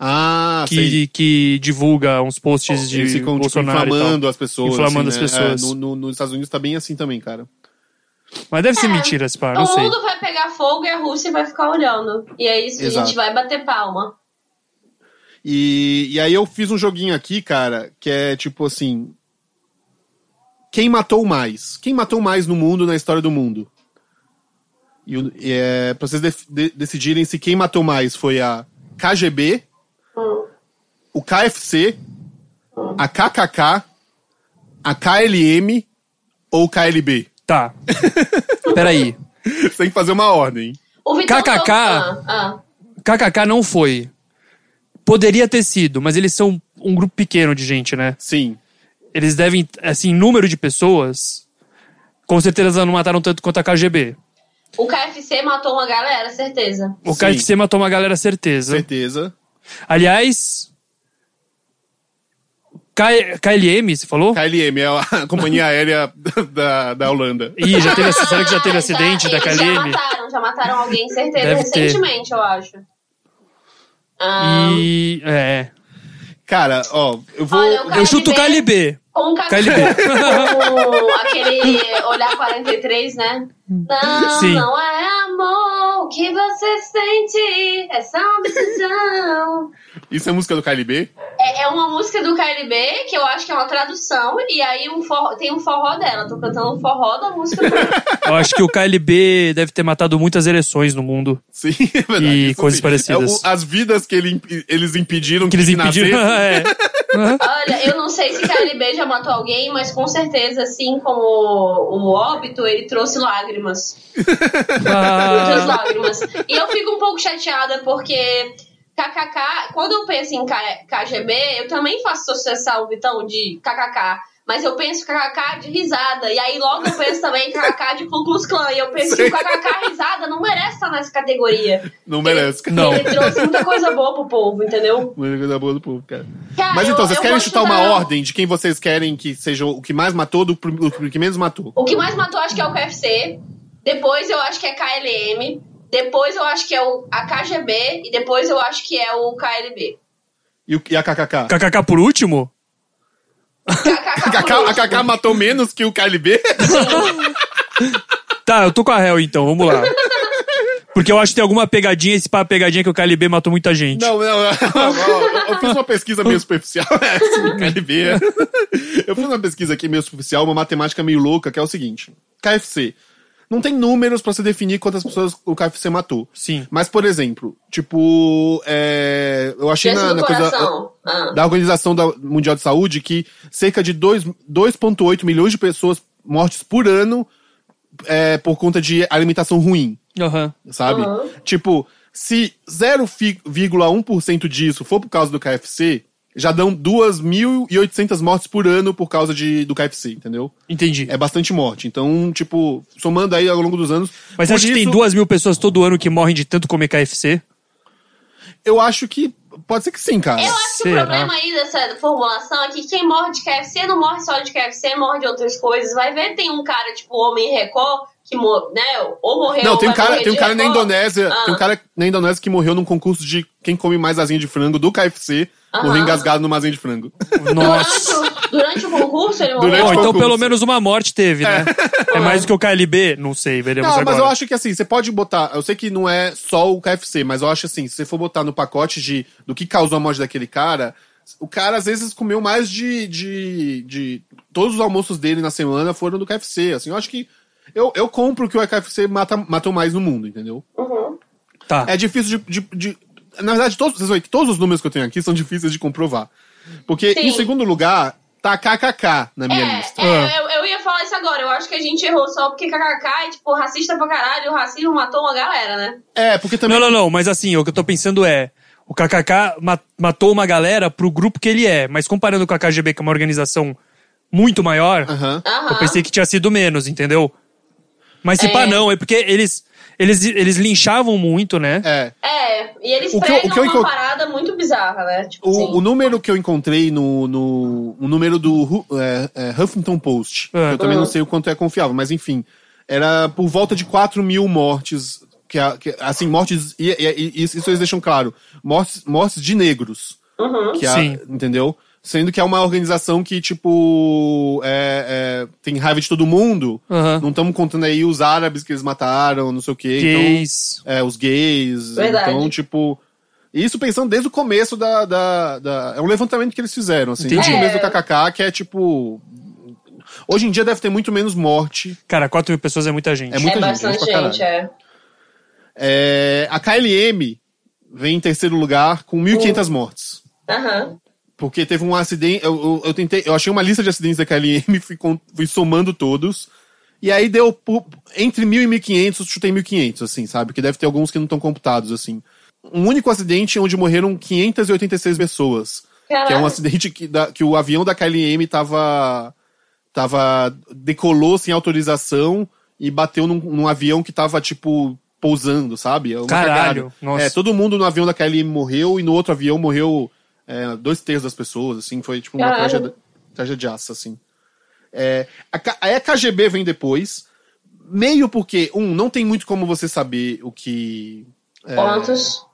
Ah, sei. que, que divulga uns posts de Eles ficam tipo, Bolsonaro e tal. inflamando as pessoas. Inflamando assim, as né? pessoas. É, no- no- nos Estados Unidos tá bem assim também, cara. Mas deve ser é mentira, esse pá, não o sei. É. mundo vai pegar fogo e a Rússia vai ficar olhando. E é isso, a Exato. gente vai bater palma. E, e aí eu fiz um joguinho aqui, cara, que é tipo assim. Quem matou mais? Quem matou mais no mundo, na história do mundo? E, o- e é, pra vocês def- de- decidirem se quem matou mais foi a KGB, Hum. o KFC, a KKK, a KLM ou o KLB. Tá. Peraí. Você tem que fazer uma ordem. O Vitor KKK. Tor- Ah, ah. KKK não foi. Poderia ter sido, mas eles são um grupo pequeno de gente, né? Sim. Eles devem, assim, número de pessoas, com certeza não mataram tanto quanto a KGB. O KFC matou uma galera, certeza. O Sim. KFC matou uma galera, certeza. Certeza. Aliás, K- KLM, você falou? KLM é a *laughs* companhia aérea da, da Holanda. Ih, já teve, será que *laughs* já teve Ah, acidente da eles Já KLM? mataram, já mataram alguém, certeza, Deve ter. recentemente, eu acho. Ah, E. É. Cara, ó, eu vou. Olha, o cara- Eu chuto KLB. Com o cabelo. com um aquele olhar 43, né? Não, Sim. não é amor o que você sente, é só obsessão. Isso é música do KLB? é, é uma música do KLB que eu acho que é uma tradução, e aí um forró- tem um forró dela. Tô cantando um forró da música do Eu acho que o KLB deve ter matado muitas eleições no mundo. Sim, *laughs* é verdade. E isso coisas sim. parecidas. É o- as vidas que ele imp- eles impediram Que eles impediram. nascessem. *laughs* é. Olha, eu não sei se KLB já matou alguém, mas com certeza, assim como o óbito, ele trouxe lágrimas. Muitas Ah, lágrimas. E eu fico um pouco chateada porque KKK, quando eu penso em K- KGB, eu também faço associação, Vitão, de KKK. Mas eu penso KKK de risada. E aí logo eu penso também KKK de Ku Klux Klan. E eu penso que o KKK risada não merece estar nessa categoria. Não merece, cara. *laughs* Não. Ele trouxe muita coisa boa pro povo, entendeu? Muita coisa boa do povo, cara. Cara, Mas então, eu- vocês eu querem vou chutar uma chutar- ordem de quem vocês querem que seja o que mais matou do prim- o que menos matou? O que mais matou acho que é o KFC. Depois eu acho que é KLM. Depois eu acho que é o, a KGB. E depois eu acho que é o KLB. E, o- e a KKK? KKK por último? KKK a KKK matou menos que o *laughs* KLB? Tá, eu tô com a réu então, vamos lá. Porque eu acho que tem alguma pegadinha, esse papo pegadinha que o KLB matou muita gente. Não, não, não. Eu fiz uma pesquisa meio superficial. É, sim, KLB. é. Eu fiz uma pesquisa aqui meio superficial, uma matemática meio louca, que é o seguinte: KFC. Não tem números pra se definir quantas pessoas o KFC matou. Sim. Mas, por exemplo, tipo, é, eu achei Gesto na, do na coisa coração. Ah. da Organização da Mundial de Saúde que cerca de dois- 2,8 milhões de pessoas mortes por ano é, por conta de alimentação ruim Aham. sabe? Uhum. Tipo, se 0,1% disso for por causa do KFC, já dão 2.800 mortes por ano por causa de, do KFC, entendeu? Entendi. É bastante morte. Então, tipo, somando aí ao longo dos anos. Mas por acho que tem isso, duas mil pessoas todo ano que morrem de tanto comer KFC. Eu acho que. Pode ser que sim, cara. Eu acho que o Será? problema aí dessa formulação é que quem morre de KFC não morre só de KFC, morre de outras coisas. Vai ver, tem um cara tipo Homem Record, que mor- né, ou morreu Não, ou tem um vai cara, morrer tem um de cara na Record. Indonésia. Ah. Tem um cara na Indonésia que morreu num concurso de quem come mais asinha de frango do KFC, morreu Aham. engasgado numa asinha de frango. Nossa. Durante, o- durante o concurso ele *laughs* Durante morreu. Bom, então concurso. pelo menos uma morte teve, né? É mais do que o KLB? Não sei, veremos Não, agora. mas eu acho que assim, você pode botar. Eu sei que não é só o KFC, mas eu acho assim, se você for botar no pacote de do que causou a morte daquele cara, o cara às vezes comeu mais de. de, de todos os almoços dele na semana foram do KFC. Assim, eu acho que. Eu, eu compro que o KFC mata, matou mais no mundo, entendeu? Uhum. Tá. É difícil de. de- de- na verdade, todos, vocês vão ver que todos os números que eu tenho aqui são difíceis de comprovar. Porque, em Sim. segundo lugar, tá KKK na minha É, lista. Ah. é, eu, eu ia falar isso agora. Eu acho que a gente errou só porque KKK é tipo racista pra caralho. O racismo matou uma galera, né? É, porque também. Não, não, não, mas assim, o que eu tô pensando é. O KKK ma- matou uma galera pro grupo que ele é, mas comparando com a KGB, que é uma organização muito maior, Aham. Aham. eu pensei que tinha sido menos, entendeu? Mas se É. pá, não, é porque eles, eles, eles linchavam muito, né? É. É, e eles O que eu- pregam o que eu uma encont- parada muito bizarra, né? Tipo, assim. O, o número que eu encontrei no. no o número do Hu- é, é, Huffington Post. Ah. que eu também Ah. não sei o quanto é confiável, mas enfim. Era por volta de 4 mil mortes. Que, a- que- assim, mortes. E, e- e isso isso eles deixam claro. Mortes, mortes de negros. Uhum. Que a- Sim. Entendeu? Sendo que é uma organização que, tipo. é- é, tem raiva de todo mundo. Aham. Não estamos contando aí os árabes que eles mataram, não sei o quê. então- Gays. é, os gays. Verdade. Então, tipo. Isso pensando desde o começo da, da, da- É um levantamento que eles fizeram, assim. Entendi. Desde o começo É. do KKK, que é tipo. Hoje em dia deve ter muito menos morte. Cara, 4 mil pessoas é muita gente. É é muita gente, bastante gente pra gente, é. É, a KLM vem em terceiro lugar com 1.500 mortes. Tá Aham. Porque teve um acidente. Eu, eu, eu tentei. Eu achei uma lista de acidentes da KLM, *laughs* fui, con- fui somando todos. E aí deu por- entre 1.000 e 1.500, eu chutei 1.500, assim, sabe? Que deve ter alguns que não estão computados, assim. Um único acidente onde morreram 586 pessoas. Que é um Caralho. acidente que, da- que o avião da KLM tava. tava decolou sem autorização e bateu num, num avião que tava, tipo, pousando, sabe? É uma Caralho, cagada. nossa. É, todo mundo no avião da KLM morreu e no outro avião morreu é, dois terços das pessoas, assim, foi tipo uma Caralho. tragédia, tragédia assim. É, a, K- aí a KGB vem depois, meio porque, um, não tem muito como você saber o que. é, Quantos?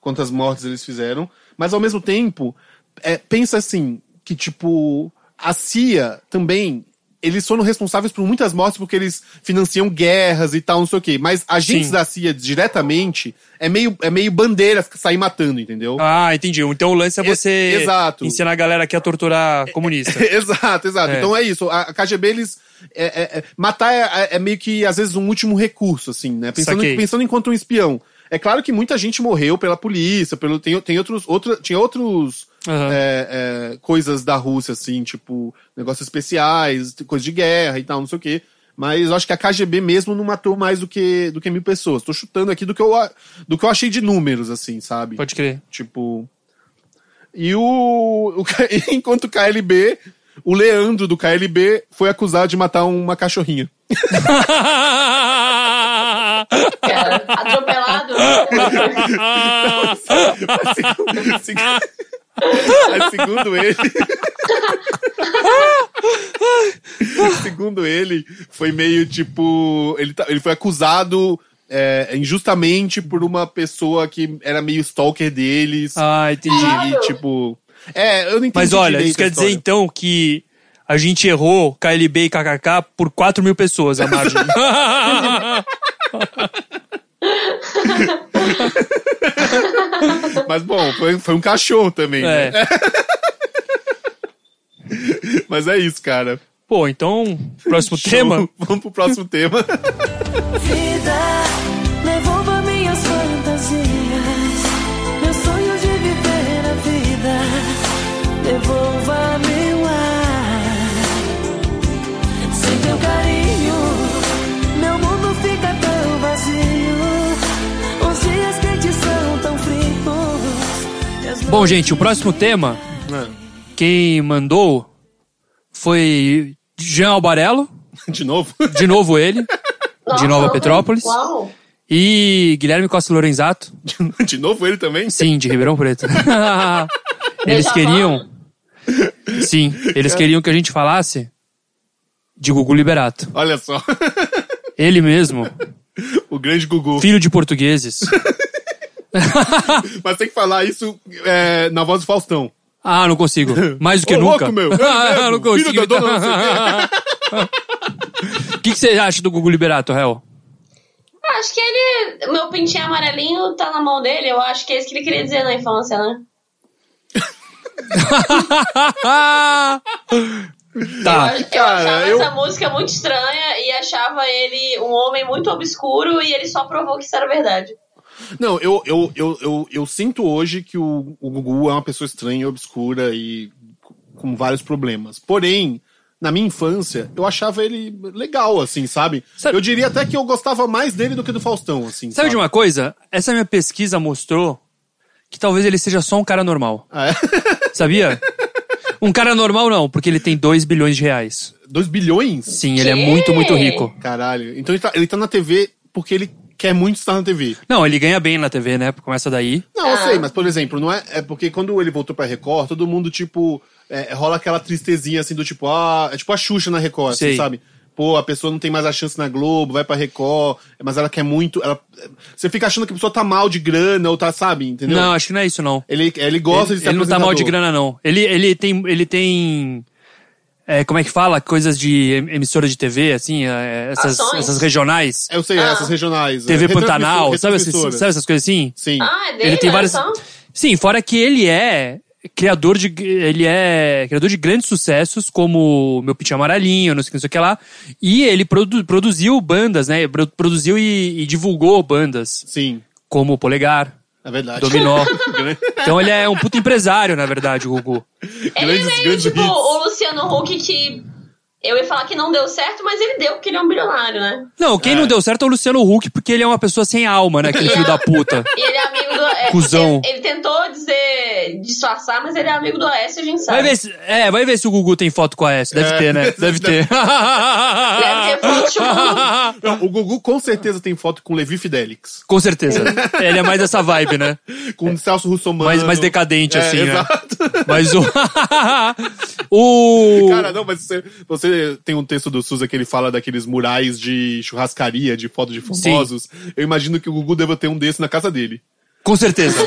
quantas mortes eles fizeram, mas ao mesmo tempo, é, pensa assim, que tipo, a CIA também, eles foram responsáveis por muitas mortes porque eles financiam guerras e tal, não sei o quê, mas agentes Sim. da CIA diretamente é meio, é meio bandeira sair matando, entendeu? Ah, entendi. Então o lance é você E- exato. É, ensinar a galera aqui a *laughs* torturar comunista. exato, exato. É. Então é isso. A a KGB, eles. é- é- é- matar é, é- é meio que, às vezes, um último recurso, assim, né? Pensando, Saquei. pensando enquanto um espião. É claro que muita gente morreu pela polícia, pelo, tem, tem outros, outra, tinha outros Aham. é, é, coisas da Rússia, assim, tipo, negócios especiais, coisas de guerra e tal, não sei o quê. Mas eu acho que a KGB mesmo não matou mais do que, do que mil pessoas. Tô chutando aqui do que, eu, a- do que eu achei de números, assim, sabe? Pode crer. Tipo. E o. o K- *laughs* enquanto o KLB, o Leandro do KLB foi acusado de matar uma cachorrinha. Cara, É, atropelado? *laughs* Segu- Mas segundo ele. segundo ele, foi meio tipo. Ele, tá- ele foi acusado. é, injustamente por uma pessoa que era meio stalker deles. *laughs* ah, entendi. e, e, tipo. É, eu não entendi. Mas olha, direito isso a quer dizer história. então que a gente errou KLB e KKK por 4 mil pessoas *laughs* a margem. Mas bom, foi, foi um cachorro também, né? é. Mas é isso, cara. Pô, então, próximo Show. tema. *laughs* Vamos pro próximo tema. *laughs* Vida devolva minhas fantasias, meus sonhos de viver a vida. Devolva meu ar, sem teu carinho, meu mundo fica tão vazio. Os dias quentes são tão frios. e as Bom, gente, o próximo tema, É. quem mandou foi Jean Albarello, De novo? *laughs* de novo ele, Nossa, de Nova não tem- Petrópolis, Uau. e Guilherme Costa Lorenzato, De novo ele também? Sim, de Ribeirão Preto. *laughs* eles Beija queriam. Sim, eles queriam que a gente falasse de Gugu Liberato. Olha só. *laughs* Ele mesmo, O grande Gugu. filho de portugueses. Mas tem que falar isso é, na voz do Faustão. Ah, não consigo. Mais do que Ô, nunca. louco, *laughs* meu. É Ah, não mesmo. consigo. Filho da dona O *laughs* que, que você acha do Gugu Liberato, Hel? *laughs* Ah, Acho que ele. Meu pintinho amarelinho tá na mão dele, eu acho que é isso que ele queria dizer na infância, né? tá. Eu Cara, achava eu- essa música muito estranha e achava ele um homem muito obscuro e ele só provou que isso era verdade. Não, eu, eu, eu, eu, eu sinto hoje que o, o Gugu é uma pessoa estranha, obscura e com vários problemas. Porém, na minha infância, eu achava ele legal, assim, sabe? Sabe- Eu diria até que eu gostava mais dele do que do Faustão, assim. Sabe de uma coisa? Essa minha pesquisa mostrou que talvez ele seja só um cara normal. Ah, é? *laughs* Sabia? Um cara normal não, porque ele tem 2 bilhões de reais. Dois bilhões? Sim, ele é Quê? muito, muito rico. Caralho. Então ele tá, ele tá na TV porque ele quer muito estar na TV. Não, ele ganha bem na TV, né? Começa daí. Não, eu Ah. sei, mas por exemplo, não é, é porque quando ele voltou pra Record, todo mundo, tipo, é, rola aquela tristezinha assim do tipo, ah, é tipo a Xuxa na Record, assim, Sei. sabe? Pô, a pessoa não tem mais a chance na Globo, vai pra Record, mas ela quer muito. Ela, você fica achando que a pessoa tá mal de grana ou tá, sabe? Entendeu? Não, acho que não é isso, não. Ele, ele gosta de Ele, ser ele não tá apresentador. mal de grana, não. Ele, ele tem. Ele tem é, como é que fala? Coisas de em- emissora de TV, assim, é, essas, Ações. essas regionais. Eu sei, Ah. essas regionais. é, TV retransmissor- Pantanal, sabe, essas- retransmissoras. sabe essas coisas assim? Sim. Ah, é dele? ele tem olha várias. só. Sim, fora que ele é criador de. Ele é criador de grandes sucessos, como Meu Pitinho Amarelinho, não sei o que, não sei o que lá. E ele produ- produziu bandas, né? Pro- Produziu e- e divulgou é. bandas, Sim, como Polegar. é verdade. *laughs* Dominó. Grande- Então ele é um puto empresário, na verdade, o Gugu. Ele é Grandes- meio grandes tipo hits. o Luciano Huck que. Eu ia falar que não deu certo, mas ele deu, porque ele é um bilionário, né? Não, quem É. não deu certo é o Luciano Huck, porque ele é uma pessoa sem alma, né? Aquele filho da puta. E ele é amigo do. é, Cusão. Ele, ele tentou dizer, disfarçar, mas ele é amigo do Oeste, a gente sabe. Vai ver, se, é, vai ver se o Gugu tem foto com a S. Deve É. ter, né? Deve ter. Deve ter foto chamando. Não, o Gugu com certeza tem foto com Levi Fidelix. *laughs* Com certeza. Ele é mais dessa vibe, né? Com o Celso Russomano. Mais, mais decadente, É, assim, né? exato. Mas o. *laughs* o. Cara, não, mas você, você tem um texto do Souza que ele fala daqueles murais de churrascaria, de foto de famosos. Eu imagino que o Gugu deva ter um desses na casa dele. Com certeza.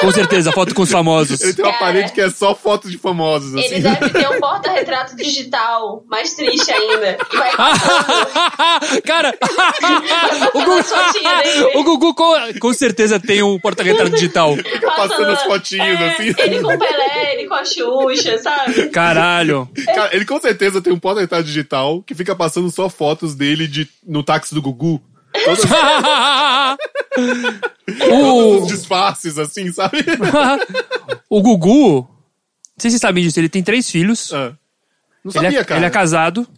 com certeza, foto com os famosos. *laughs* Ele tem uma Cara. parede que é só foto de famosos, assim. Ele deve ter um porta-retrato digital, mais triste ainda. Que *laughs* vai Cara, *laughs* o Aquela fotinha dele. Gugu, *laughs* o Gugu com, com certeza tem um porta-retrato digital. fica passando as fotinhas, é, assim. Ele com o Pelé, ele com a Xuxa, sabe? Caralho. *laughs* Cara, ele com certeza tem um porta-retrato digital que fica passando só fotos dele de, no táxi do Gugu. Todos *laughs* os o, disfarces, assim, sabe? o Gugu, não sei se vocês sabem disso, ele tem três filhos. Ah. Não ele, sabia, é, cara. ele é casado,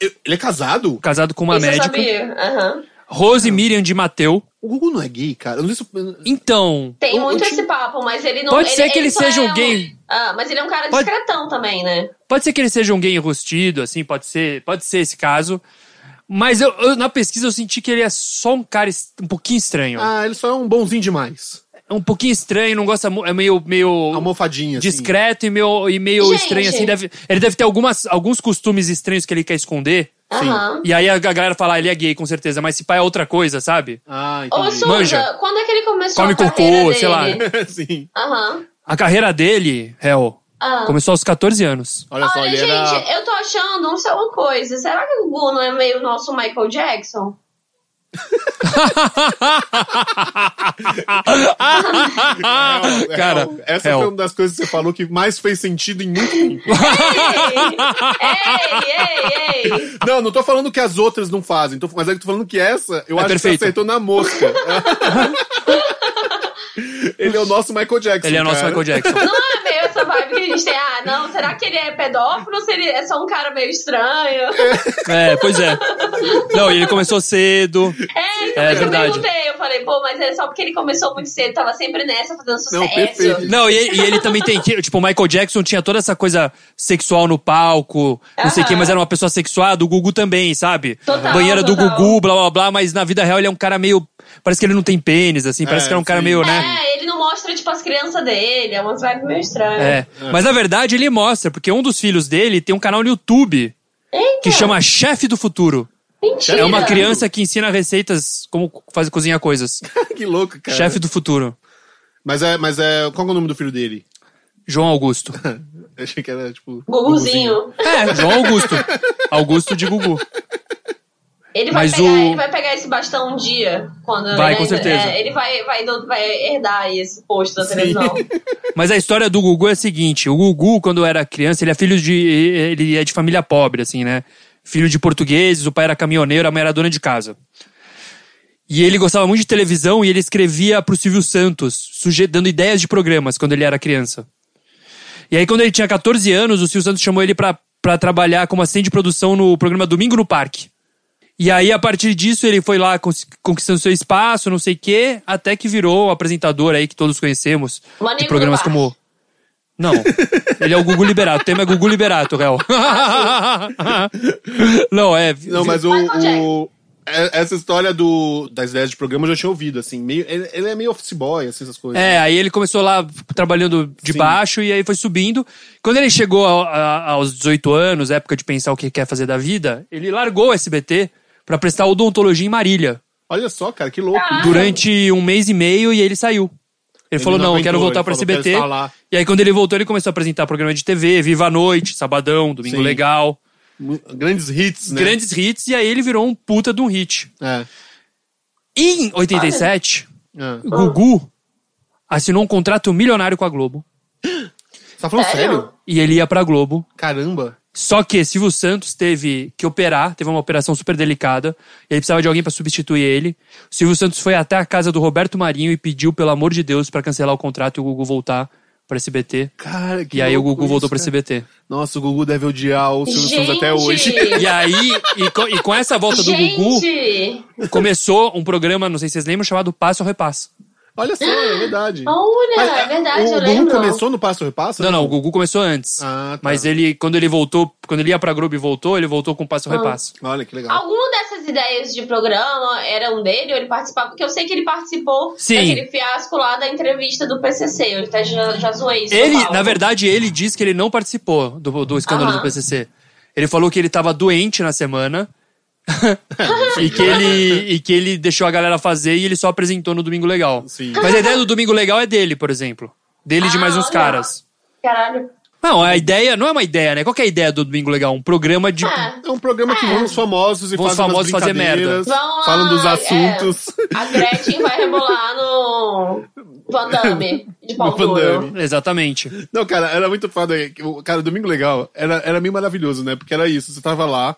Eu- Ele é casado? casado com uma Isso eu médica. sabia. Aham. Rose Miriam de Mateu. O Gugu não é gay, cara. Eu não sei se... Então, Tem Eu- eu muito tinha- esse papo, mas ele não. Pode ser que ele só seja é um gay. Ah, mas ele é um cara Pode- discretão também, né? pode ser que ele seja um gay enrustido, assim, pode ser, pode ser esse caso. Mas eu, eu- na pesquisa eu senti que ele é só um cara es- um pouquinho estranho. Ah, ele só é um bonzinho demais. É um pouquinho estranho, não gosta mu- é meio meio Almofadinha, assim. discreto e meio, e meio Gente. estranho assim, deve- ele deve ter algumas, alguns costumes estranhos que ele quer esconder. Aham. E aí a ga- galera fala, ah, ele é gay com certeza, mas se pai é outra coisa, sabe? Ah, Ô, entendi. Souza, Manja. quando é que ele começou Come a carreira cocô, dele? sei lá. *laughs* Sim. Aham. A carreira dele, réu, Ah. começou aos 14 anos. Olha só, Olha, ele gente, *laughs* era... é, eu tô achando um- uma coisa. Será que o Gugu não é meio nosso Michael Jackson? É, Ah, Cara, essa é foi o- uma das coisas que você falou que mais fez sentido em muito *laughs* tempo. ei, ei, ei! Não, não tô falando que as outras não fazem, tô- mas é que tô falando que essa, eu É acho que perfeito. você acertou na mosca. *laughs* ele é o nosso Michael Jackson. Ele é o nosso cara. Michael Jackson. Não é meio essa vibe que a gente tem. Ah, não, será que ele é pedófilo ou se ele é só um cara meio estranho? É, pois é. Não, e ele começou cedo. É, então É eu verdade. perguntei, eu falei, pô, mas é só porque ele começou muito cedo, tava sempre nessa, fazendo sucesso. perfeito. Não, e, e ele também tem. que- Tipo, o Michael Jackson tinha toda essa coisa sexual no palco, não sei o que, Aham. mas era uma pessoa sexuada. O Gugu também, sabe? Total, Banheira do total. Gugu, blá blá blá, mas na vida real ele é um cara meio. Parece que ele não tem pênis, assim. Parece É, que ele é um cara sim. meio, né? É, ele não mostra, tipo, as crianças dele, é umas vibes meio estranhas. É. Mas na verdade ele mostra, porque um dos filhos dele tem um canal no YouTube Eita, que chama Chefe do Futuro. mentira. É uma criança que ensina receitas, como fazer cozinhar coisas. *laughs* que louco, cara. Chefe do Futuro. Mas é, mas é. Qual que é o nome do filho dele? João Augusto. Eu achei que era tipo. Guguzinho. É, João Augusto. Augusto de Gugu. Ele vai, Mas pegar, o- ele vai pegar esse bastão um dia. Quando Vai, ele com ainda- certeza. é, ele vai, vai, do- vai herdar esse posto da *laughs* televisão. Mas a história do Gugu é a seguinte: o Gugu, quando era criança, ele é filho de. ele é de família pobre, assim, né? Filho de portugueses, o pai era caminhoneiro, a mãe era dona de casa. E ele gostava muito de televisão e ele escrevia pro Silvio Santos, suge- dando ideias de programas quando ele era criança. E aí, quando ele tinha 14 anos, o Silvio Santos chamou ele pra, pra trabalhar como assistente de produção no programa Domingo no Parque. E aí, a partir disso, ele foi lá cons- conquistando seu espaço, não sei o quê, até que virou o apresentador aí que todos conhecemos. Maníaco de do programas Parque. como. Não. Ele é o Gugu Liberato. O tema é Gugu Liberato, Réu. não, é. Não, mas o. Michael Jackson. o- é- essa história do, das ideias de programa eu já tinha ouvido, assim. Meio, ele, ele é meio office boy, assim, essas coisas. É, aí ele começou lá trabalhando de Sim. baixo e aí foi subindo. Quando ele chegou a- a- aos 18 anos, época de pensar o que quer fazer da vida, ele largou o SBT pra prestar odontologia em Marília Olha só, cara, que louco. Caraca. Ah. durante um mês e meio e ele saiu. Ele, Ele falou: não não, eu aguentou, quero voltar ele pra falou, "Quero SBT. estar lá. E aí, quando ele voltou, ele começou a apresentar programa de TV, Viva a Noite, Sabadão, Domingo Sim. Legal, Mu- Grandes hits, né? grandes hits, e aí ele virou um puta de um hit. É. Em 87, é. Gugu assinou um contrato milionário com a Globo Você tá falando Sério? sério? e ele ia pra Globo. Caramba. Só que Silvio Santos teve que operar, teve uma operação super delicada, e ele precisava de alguém pra substituir ele. O Silvio Santos foi até a casa do Roberto Marinho e pediu, pelo amor de Deus, pra cancelar o contrato e o Gugu voltar pra SBT. Cara, que e aí o louco Gugu voltou isso, pra cara. SBT. Nossa, o Gugu deve odiar o Silvio Santos até hoje. *laughs* E aí, e co- e com, essa volta do Gugu, Gente, começou um programa, não sei se vocês lembram, chamado Passo ao Repasso. Olha só, é verdade. Olha, Mas, é verdade, o eu Gugu lembro. começou no Pássaro Repassa? Não, não, o Gugu começou antes. Ah, tá. Mas ele, quando ele voltou, quando ele ia pra Globo e voltou, ele voltou com o passo repasso. Olha que legal. Alguma dessas ideias de programa eram dele, ou ele participava, porque eu sei que ele participou Sim. daquele fiasco lá da entrevista do PCC, eu até já, já zoei isso. Ele, Paulo. na verdade, ele diz que ele não participou do, do escândalo Aham. do PCC. Ele falou que ele tava doente *laughs* na semana e, que ele, e que ele deixou a galera fazer e ele só apresentou no Domingo Legal. Sim. Mas a ideia do Domingo Legal é dele, por exemplo. Dele e de Ah, mais uns olha. caras. Caralho. Não, a ideia não é uma ideia, né? Qual que é a ideia do Domingo Legal? Um programa de. É. É um programa que É. vão os famosos e Vão os fazem famosos famosos fazer merda. Vão lá, falam dos é. assuntos. *laughs* A Gretchen vai rebolar no Van Damme *laughs* de pau No Van duro. *laughs* Damme. Exatamente. Não, cara, era muito foda. O- Cara, o Domingo Legal era, era meio maravilhoso, né? Porque era isso, você tava lá,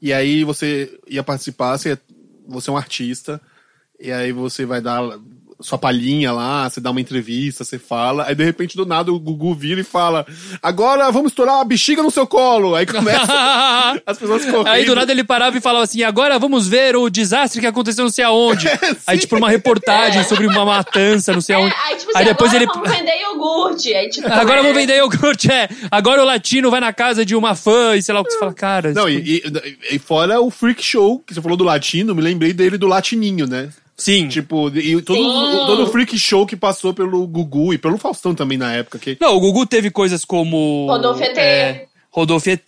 e aí você ia participar, você, você é um artista, e aí você vai dar sua palhinha lá, você dá uma entrevista, você fala, aí de repente do nada o Gugu vira e fala: Agora vamos estourar a bexiga no seu colo! Aí *laughs* começa as pessoas correndo. Aí do nada ele parava e falava assim: agora vamos ver o desastre que aconteceu não sei *laughs* aonde. É, Aí, tipo, uma reportagem sobre uma matança, não sei É, aonde. aí, tipo assim, agora vamos vender iogurte. Aí, tipo, Agora é, vão vender iogurte, é. Agora o latino vai na casa de uma fã e sei lá o que você fala, cara. tipo, Não, isso- e, e- e fora o freak show, que você falou do latino, me lembrei dele do latininho, né? *laughs* Sim. Tipo, e todo, Sim. todo freak show que passou pelo Gugu e pelo Faustão também na época. Que, Não, o Gugu teve coisas como. Rodolfo ET. é, Rodolfo ET.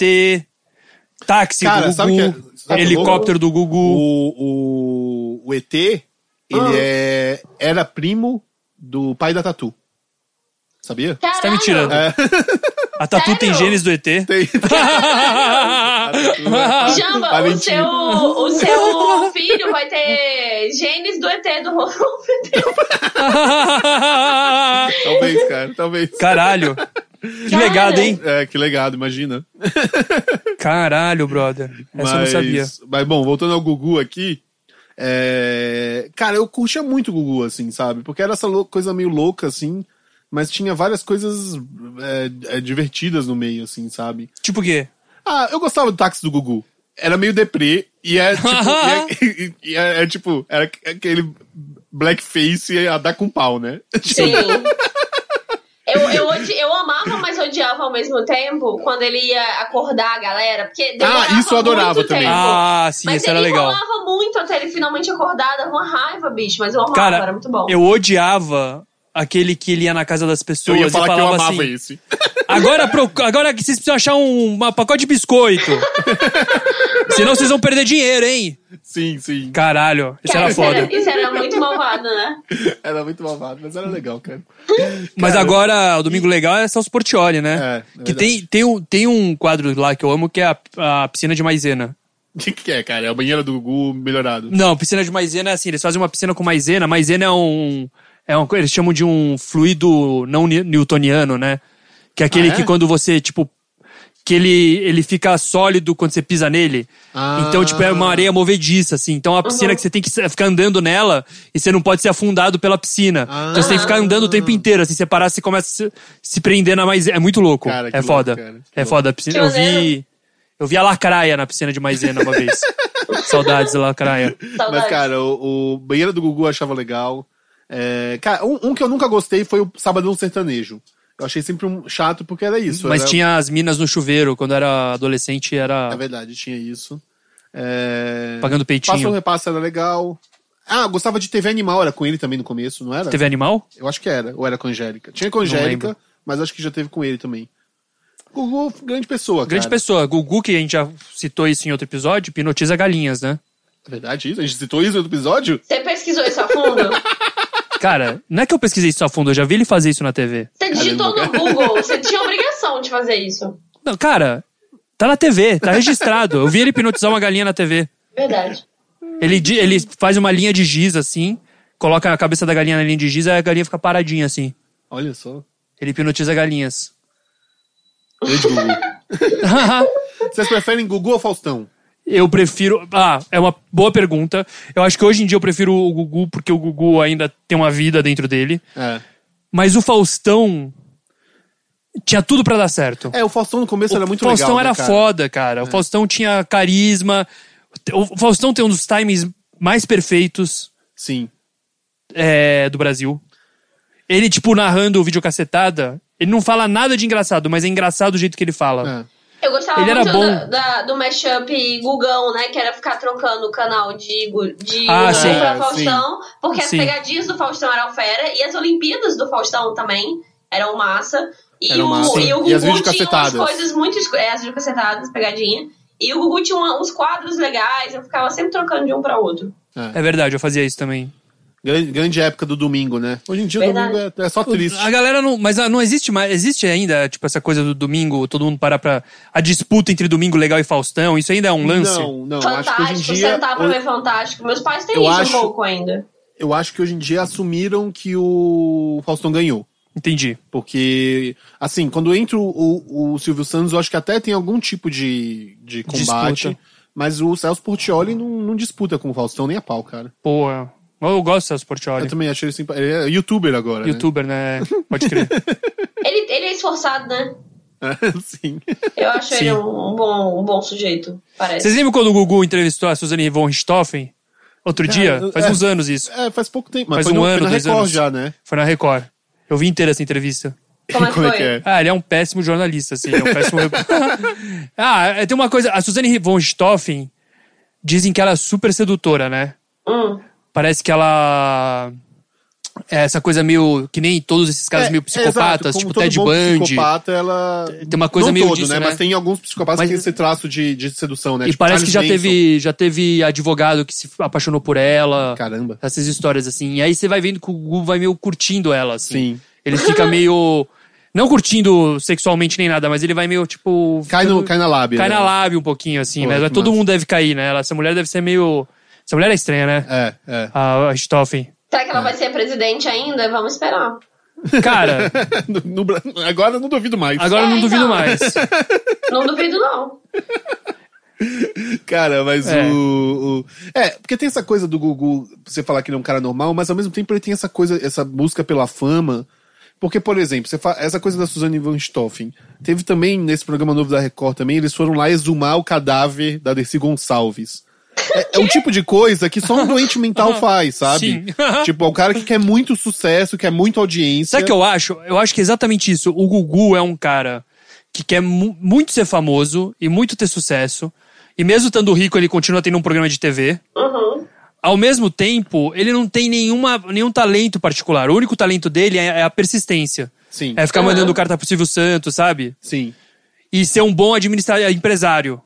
Táxi Cara, do Gugu. sabe que é- sabe helicóptero do Gugu. o, o, o ET, ele é, era primo do pai da Tatu. Sabia? Caralho, Você tá me tirando. A Tatu Sério? tem genes do ET. *laughs* *laughs* É. Tem- né? Jamba, Valentim. o seu, o *laughs* seu filho vai ter genes do ET do Rodolfo. talvez, cara, talvez. *laughs* Caralho. Que Cara. legado, hein? É, que legado, imagina. Caralho, brother. Essa eu não sabia. É. Mas, bom, voltando ao Gugu aqui. é, Cara, eu curtia muito o Gugu, assim, sabe? Porque era essa lou- coisa meio louca, assim. Mas tinha várias coisas é, é, divertidas no meio, assim, sabe? Tipo o quê? Ah, eu gostava do táxi do Gugu. Era meio deprê. E é tipo. *laughs* e é- e é- é, tipo, era aquele blackface a dar com pau, né? Sim. Eu, eu, odi- eu amava, mas odiava ao mesmo tempo quando ele ia acordar a galera. Porque demorava Ah, isso eu adorava muito também. tempo. Ah, sim, mas isso era ele legal. enrolava muito até ele finalmente acordar, dava uma raiva, bicho. Mas eu amava, Cara, era é muito bom. eu odiava aquele que ele ia na casa das *laughs* Eu pessoas ia falar e que eu falava amava assim, esse. *laughs* agora, pro, agora que vocês precisam achar um uma pacote *laughs* de biscoito. Senão vocês vão perder dinheiro, hein? Sim, sim. Caralho, isso Cara, era isso, *laughs* foda. era, isso era muito malvado, né? Era muito malvado, mas era legal, cara. Mas agora, o Domingo Legal é Celso Portioli, né? É, é que tem, tem, um, tem um quadro lá que eu amo que é a, a piscina de maisena. O que, que é, cara? É a banheira do Gugu melhorado. Não, piscina de maisena é assim, eles fazem uma piscina com maisena. Maisena é um. É um eles chamam de um fluido não ni- newtoniano, né? Que é aquele Ah, é? que quando você, tipo. Que ele, ele fica sólido quando você pisa nele. Ah. Então, tipo, é uma areia movediça, assim. Então, é uma piscina que você tem que se- ficar andando nela e você não pode ser afundado pela piscina. Ah. Então, você tem que ficar andando o tempo inteiro, assim. Você parar, você começa a se, se prender na maisena. É muito louco. Cara, que é louco, foda. cara, que é louco. foda a piscina. Que Eu vi, maneiro. eu vi a lacraia na piscina de maisena uma vez. Saudades da lacraia. Saudades. Mas, cara, o, o Banheira do Gugu eu achava legal. É, cara, um, um que eu nunca gostei foi o Sabadão Sertanejo. Eu achei sempre um chato porque era isso. Mas era- tinha as minas no chuveiro, quando era adolescente, era É verdade, tinha isso. É... pagando peitinho. Passa um repasse era legal. Ah, eu gostava de TV Animal, era com ele também no começo, não era? Teve animal? Eu acho que era, ou era com a Angélica. Tinha com a Não Angélica, mas acho que já teve com ele também. Gugu, grande pessoa, cara. Grande pessoa. Gugu, que a gente já citou isso em outro episódio, hipnotiza galinhas, né? É verdade isso? A gente citou isso no episódio? Você pesquisou isso a fundo? Cara, não é que eu pesquisei isso a fundo, eu já vi ele fazer isso na TV. Você digitou no Google, você tinha obrigação de fazer isso. Não, cara, tá na TV, tá registrado. Eu vi ele hipnotizar uma galinha na TV. Verdade. Ele, di- ele faz uma linha de giz assim, coloca a cabeça da galinha na linha de giz, aí a galinha fica paradinha assim. Olha só. Ele hipnotiza galinhas. Grande Gugu. Vocês preferem Gugu ou Faustão? Eu prefiro. Ah, é uma boa pergunta. Eu acho que hoje em dia eu prefiro o Gugu, porque o Gugu ainda tem uma vida dentro dele. É. Mas o Faustão tinha tudo pra dar certo. É, o Faustão no começo era muito o Faustão legal. né, era cara? foda, cara. O Faustão tinha carisma. O Faustão tem um dos times mais perfeitos Sim. é, do Brasil. Ele, tipo, narrando o videocacetada, ele não fala nada de engraçado, mas é engraçado o jeito que ele fala. É. Eu gostava Ele era muito bom. da- da- do mashup Gugão, né? Que era ficar trocando o canal de, Gu- de Ah, Gugu sim. pra É, Faustão. Porque as Sim. pegadinhas do Faustão eram fera. E as Olimpíadas do Faustão também eram massa. E, Eram o, massa. e o E Gugu as tinha umas videocacetadas. coisas muito... esco- É, as videocacetadas, pegadinha. E o Gugu tinha uma- uns quadros legais. Eu ficava sempre trocando de um pra outro. É verdade, eu fazia isso também. Grande, grande época do domingo, né? Hoje em dia Verdade. o domingo é, é só triste. A galera não. Mas ah, não existe mais. Existe ainda, tipo, essa coisa do domingo, todo mundo parar pra. A disputa entre Domingo Legal e Faustão, isso ainda é um lance? Não, não. Acho que hoje em Fantástico, dia. sentar pra o- ver Fantástico. Meus pais têm Eu isso acho- um pouco ainda. eu acho que hoje em dia assumiram que o Faustão ganhou. Entendi. Porque, assim, quando entra o, o- o Silvio Santos, eu acho que até tem algum tipo de, de combate. Disputa. Mas o Celso Portioli não, não disputa com o Faustão nem a pau, cara. Porra. Eu gosto do Celso Portioli. Eu também achei ele simpático. Ele é youtuber agora. né? *laughs* Youtuber, né? Pode crer. Ele, ele é esforçado, né? É, Sim. Eu acho Sim. ele um, um bom, um bom sujeito, parece. Vocês lembram quando o Gugu entrevistou a Suzane von Richthofen? Outro dia? eu- Faz é. uns anos isso. É, faz pouco tempo. Mas Faz foi um no, ano, foi na dois Record anos. já, né? Foi na Record. Eu vi inteira essa entrevista. Como é que Como é foi? que é? Ah, ele é um péssimo jornalista, assim. É um péssimo... *laughs* ah, é, tem uma coisa. A Suzane von Richthofen dizem que ela é super sedutora, né? Hum. Parece que ela. É essa coisa meio. Que nem todos esses caras É, meio é, psicopatas, exato, tipo como todo Ted bom Bundy. psicopata, ela... Tem uma coisa não meio todo, disso, né? né? Mas tem alguns psicopatas Mas- que têm esse traço de, de sedução, né? E Tipo parece que já Charles Manson. teve, já teve advogado que se apaixonou por ela. Caramba. Essas histórias, assim. E aí você vai vendo que o Gugu vai meio curtindo ela, assim. Sim. *laughs* Ele fica meio. Não curtindo sexualmente nem nada, mas ele vai meio, tipo. Cai, no, ficando- cai na lábia. cai né? na lábia um pouquinho, assim, Pô, né? que Mas todo massa. mundo deve cair, né? Ela- Essa mulher deve ser meio. Essa mulher é estranha, né? É, é. *laughs* A, a Stoffen. Será que ela vai ser presidente ainda? Vamos esperar. Cara, *laughs* No- no Bra- agora eu não duvido mais. agora eu não É, então. duvido mais. Não duvido, não. Cara, mas É. O, o- É, porque tem essa coisa do Gugu, você falar que ele é um cara normal, mas ao mesmo tempo ele tem essa coisa, essa busca pela fama. Porque, por exemplo, você fa- essa coisa da Suzane Van Stoffen. Teve também, nesse programa novo da Record também, eles foram lá exumar o cadáver da Dercy Gonçalves. É, é *laughs* um tipo de coisa que só um doente mental faz, sabe? Sim. *laughs* tipo, é um cara que quer muito sucesso, quer muita audiência. Sabe o que eu acho? Eu acho que é exatamente isso. O Gugu é um cara que quer mu- muito ser famoso e muito ter sucesso. E mesmo estando rico, ele continua tendo um programa de TV. Uhum. Ao mesmo tempo, ele não tem nenhuma, nenhum talento particular. O único talento dele é, é a persistência. Sim, É ficar Aham. mandando carta pro Silvio Santos, sabe? sim. E ser um bom administrador, empresário.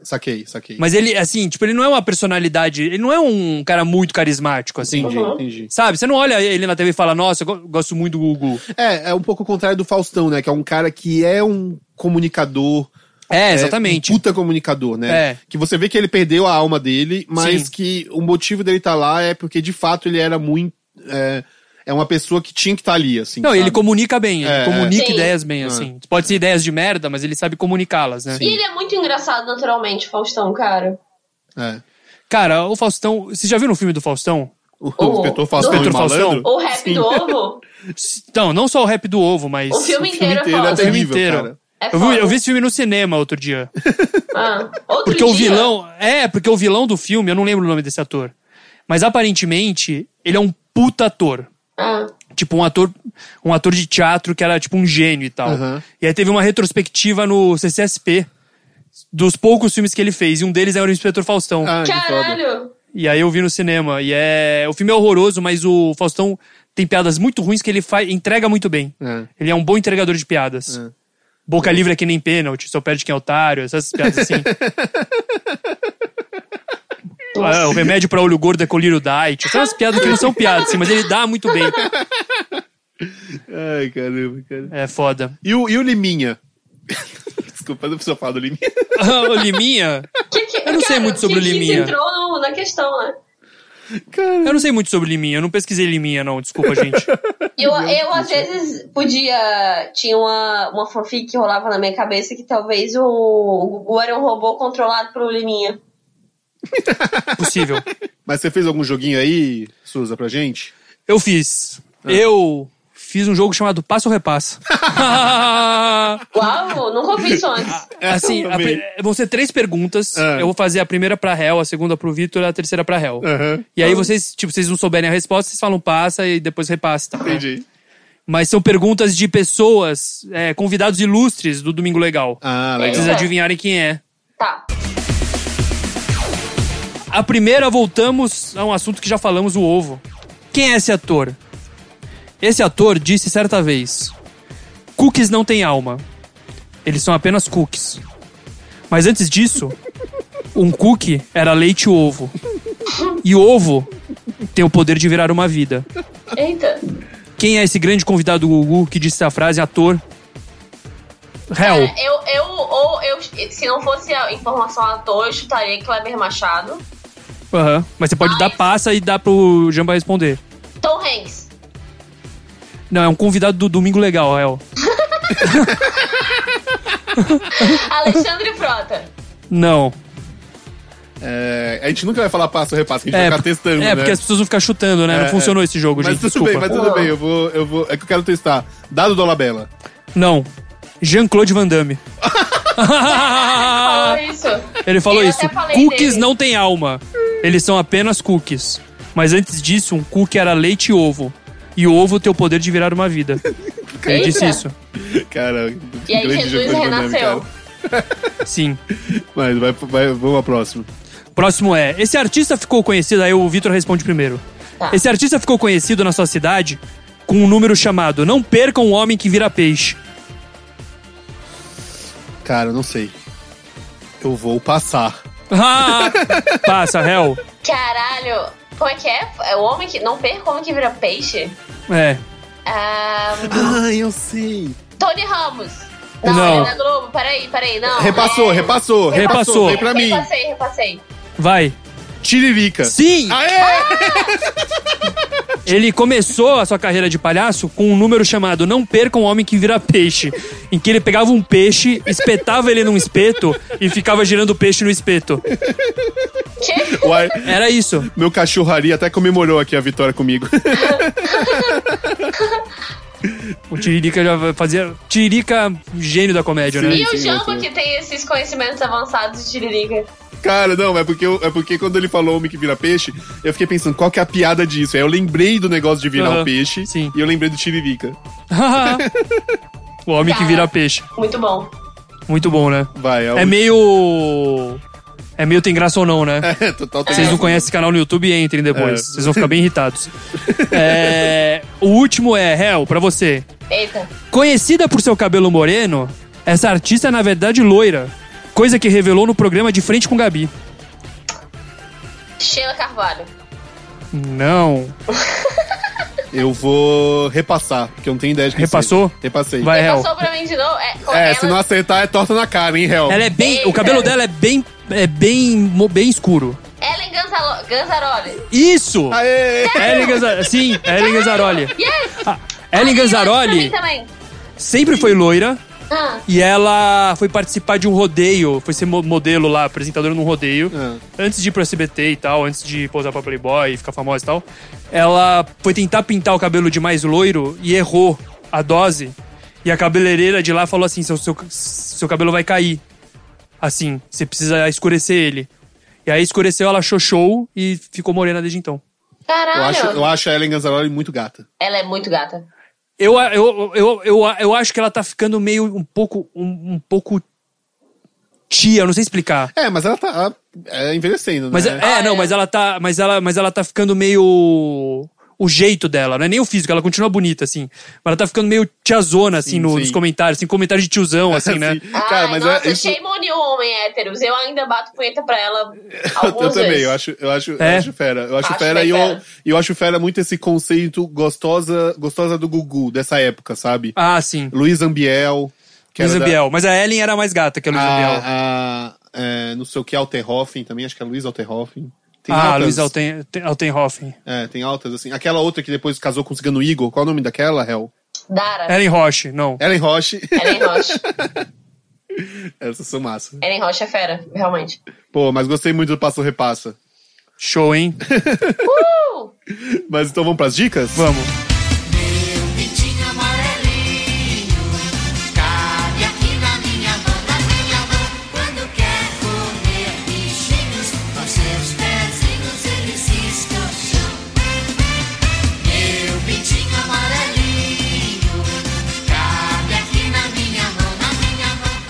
Saquei, saquei. Mas ele, assim, tipo, ele não é uma personalidade, ele não é um cara muito carismático, assim. Entendi, Uhum. entendi. Sabe? Você não olha ele na TV e fala, nossa, eu go- gosto muito do Gugu. É, é um pouco o contrário do Faustão, né? Que é um cara que é um comunicador. É, é, exatamente. um puta comunicador, né? É. Que você vê que ele perdeu a alma dele, mas Sim. que o motivo dele estar lá é porque, de fato, ele era muito. É, é uma pessoa que tinha que estar ali, assim. Não, sabe? ele comunica bem, ele É, comunica é. Sim. ideias bem, assim. Pode ser ideias de merda, mas ele sabe comunicá-las, né? E ele é muito engraçado naturalmente, Faustão, cara. É. Cara, o Faustão. Você já viu no filme do Faustão? O, O- inspetor do- Faustão e Inspetor Faustão? malandro. O rap do ovo Então, não só o rap do ovo, mas. O filme inteiro é é foda. filme terrível, inteiro. cara. é *laughs* Eu vi, foda. eu vi esse filme no cinema outro dia. Ah, outro Porque o dia- vilão. É, porque o vilão do filme, eu não lembro o nome desse ator. Mas aparentemente, ele é um puta ator. Ah, Tipo, um ator, um ator de teatro que era tipo um gênio e tal. Aham. E aí teve uma retrospectiva no CCSP dos poucos filmes que ele fez. E um deles era o Inspetor Faustão. Ah, que foda. caralho. E aí eu vi no cinema. E é. O filme é horroroso, mas o Faustão tem piadas muito ruins que ele faz, entrega muito bem. É. Ele é um bom entregador de piadas. É. Boca livre é que nem pênalti, só perde quem é otário, essas *laughs* piadas assim. Ah, o remédio pra olho gordo é colírio diet. São as piadas que não são piadas, assim, mas ele dá *laughs* muito bem. Ai, caramba, cara. É foda. *laughs* E o, e o Liminha? *laughs* Desculpa, não precisa falar do Liminha. o Liminha? *laughs* Que, que, Eu não sei cara, muito sobre que, o que Liminha. Que entrou no- na questão, né? Cara, Eu não sei muito sobre Liminha, eu não pesquisei Liminha, não, *laughs* desculpa, gente. Eu, eu às vezes podia. Tinha uma, uma fanfic que rolava na minha cabeça que talvez o, o Gugu era um robô controlado pelo Liminha. Possível. mas você fez algum joguinho aí, Suza, pra gente? Eu fiz. Ah. Eu fiz um jogo chamado Passa *laughs* ou Repassa. Uau, nunca ouvi isso antes. *laughs* assim, Eu a também. pri- vão ser três perguntas. Ah. Eu vou fazer a primeira pra réu, a segunda pro Vitor e a terceira pra réu. Aham. Ah. E aí vocês, tipo, vocês não souberem a resposta, vocês falam passa e depois repassa. Tá, né? Entendi. Mas são perguntas de pessoas, é, convidados ilustres do Domingo Legal. Ah, Pra legal. vocês adivinharem quem é. Tá. A primeira, voltamos a um assunto que já falamos, o ovo. Quem é esse ator? Esse ator disse certa vez: Cookies não têm alma. Eles são apenas cookies. Mas antes disso, um cookie era leite e ovo. E o ovo tem o poder de virar uma vida. Eita. Quem é esse grande convidado do Gugu que disse essa frase, ator? É Hell. Cara, eu, eu, ou eu, se não fosse a informação à toa, eu chutaria Kleber Machado. Aham. Mas você pode dar passa e dar pro Jamba responder. Tom Hanks. Não, é um convidado do Domingo Legal, Hell. Alexandre Frota. Não. É, a gente nunca vai falar passo ou repasso, que a gente vai É, ficar testando, é né? porque as pessoas vão ficar chutando, né? É, não funcionou esse jogo, Mas gente. tudo Desculpa. bem, mas tudo bem, eu vou, eu vou. É que eu quero testar. Dado Dolabella. Não. Jean-Claude Van Damme. *laughs* Falou isso. Ele falou Eu isso. até falei Cookies dele. não têm alma. Eles são apenas cookies. Mas antes disso, um cookie era leite e ovo. E o ovo tem o poder de virar *laughs* uma vida. Ele Eita. disse isso. Cara, E aí grande Jesus jogo de Van Damme, renasceu. cara. Sim. Mas vai, vai, vamos ao próximo. Próximo é: esse artista ficou conhecido. Aí o Vitor responde primeiro. Tá. Esse artista ficou conhecido na sua cidade com um número chamado Não Perca um Homem que Vira Peixe. *laughs* Cara, eu não sei. Eu vou passar. Ah, passa, réu. Caralho. Como é que é? É o homem que. Não perca o homem que vira peixe? É. Ah, Ah, eu sei. Tony Ramos. Não, Não. não. Ana Globo, peraí, peraí, não. Repassou, É, repassou, Repassou. Vem pra mim. Repassei, repassei. Vai. Tiririca. Sim! Aê! Ele começou a sua carreira de palhaço com um número chamado Não Perca um Homem que Vira Peixe, em que ele pegava um peixe, espetava ele num espeto e ficava girando o peixe no espeto. Que? Uai, Era isso. meu cachorraria até comemorou aqui a vitória comigo. O Tiririca já fazia. Tiririca, gênio da comédia, né? Sim. E o Jamba muito. que tem esses conhecimentos avançados de Tiririca. Cara, não, é porque, eu- é porque quando ele falou homem que vira peixe, eu fiquei pensando, qual que é a piada disso? Aí eu lembrei do negócio de virar Aham, um peixe sim. e eu lembrei do Tiririca. *laughs* o Homem que Vira Peixe. Muito bom. Muito bom, né? Vai, É meio. É meio tem graça ou não, né? É, *laughs* total tem Vocês não razão. conhecem esse canal no YouTube, entrem depois. É. Vocês vão ficar bem irritados. É, o último é, Hel, pra você. Eita. Conhecida por seu cabelo moreno, essa artista é na verdade loira. Coisa que revelou no programa De Frente com Gabi. Sheila Carvalho. Não. Eu vou repassar, porque eu não tenho ideia de quem Repassou? seja. Repassei. Vai, Hel. Passou pra mim de novo? É, com É, ela- se não acertar é torta na cara, hein, Hel? Ela é bem. O cabelo dela é bem. É bem. mo- bem escuro. Ellen Ganzalo- Ganzaroli. Isso! Aê! Ellen Gazzaroli. Sim, Ellen Gazzaroli. Yes! Ah, Ganzaroli. Ellen Gazzaroli também. sempre foi loira Ah, e ela foi participar de um rodeio. Foi ser mo- modelo lá, apresentadora num rodeio. Ah. antes de ir pro SBT e tal, antes de pousar pra Playboy e ficar famosa e tal, ela foi tentar pintar o cabelo de mais loiro e errou a dose. E a cabeleireira de lá falou assim: seu, seu, seu cabelo vai cair. Assim, você precisa escurecer ele. E aí escureceu, ela achou show e ficou morena desde então. caralho. Eu acho, eu acho a Ellen Ganzaroli muito gata. Ela é muito gata. Eu, eu, eu, eu, eu acho que ela tá ficando meio um pouco. Um, um pouco. Tia, eu não sei explicar. É, mas ela tá ela é envelhecendo, Mas né? é, não, mas ela tá, mas ela, mas ela tá ficando meio o jeito dela, não é nem o físico, ela continua bonita assim, mas ela tá ficando meio tiazona assim Sim, no- sim. nos comentários, assim, comentário *laughs* de tiozão assim, né? Cara, Ai, mas nossa, é, isso, shame on you, homem héteros. Eu ainda bato punheta pra ela *laughs* eu, algumas também, vezes. eu acho, eu acho, É. eu acho fera. Eu acho, Acho fera bem e eu, fera. eu acho fera muito esse conceito gostosa, gostosa do Gugu dessa época, sabe? Ah, sim. Luiz Ambiel. que era Luísa da- Biel, mas a Ellen era mais gata que a Ah, Luísa Biel. A, a, é, não sei o que, Alterhoffen também, acho que é Luiz Alterhoffen. Tem Ah, altas- Luísa Alten, Alten- Altenhofen. É, tem altas, assim. Aquela outra que depois casou com o Cigano Igor, qual é o nome daquela, Hel? Dara. Ellen Roche, não. Ellen Roche. Ellen Rocha. *laughs* Essas são massa. Ellen Rocha é fera, realmente. Pô, mas gostei muito do Passo Repassa. Show, hein? *laughs* Uh! Mas então vamos pras dicas? Vamos. Pintinho amarelinho, cabe aqui na minha mão, na minha mão. Quando quer comer bichinhos, com seus pezinhos ele cisca o chão. Meu pintinho amarelinho,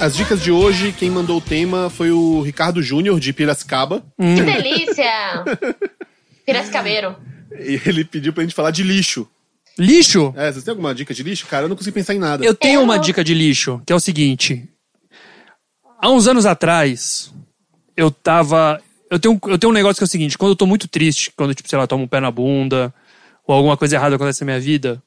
as dicas de hoje, quem mandou o tema foi o Ricardo Júnior, de Piracicaba. Hum. Que *laughs* delícia! Piracicabeiro. E ele pediu pra gente falar de lixo. Lixo? É, vocês têm alguma dica de lixo? Cara, eu não consigo pensar em nada. Eu tenho É, Eu- uma dica de lixo, que é o seguinte. Há uns anos atrás, eu tava. Eu tenho, eu tenho um negócio que é o seguinte: quando eu tô muito triste, quando, tipo, sei lá, tomo um pé na bunda, ou alguma coisa errada acontece na minha vida,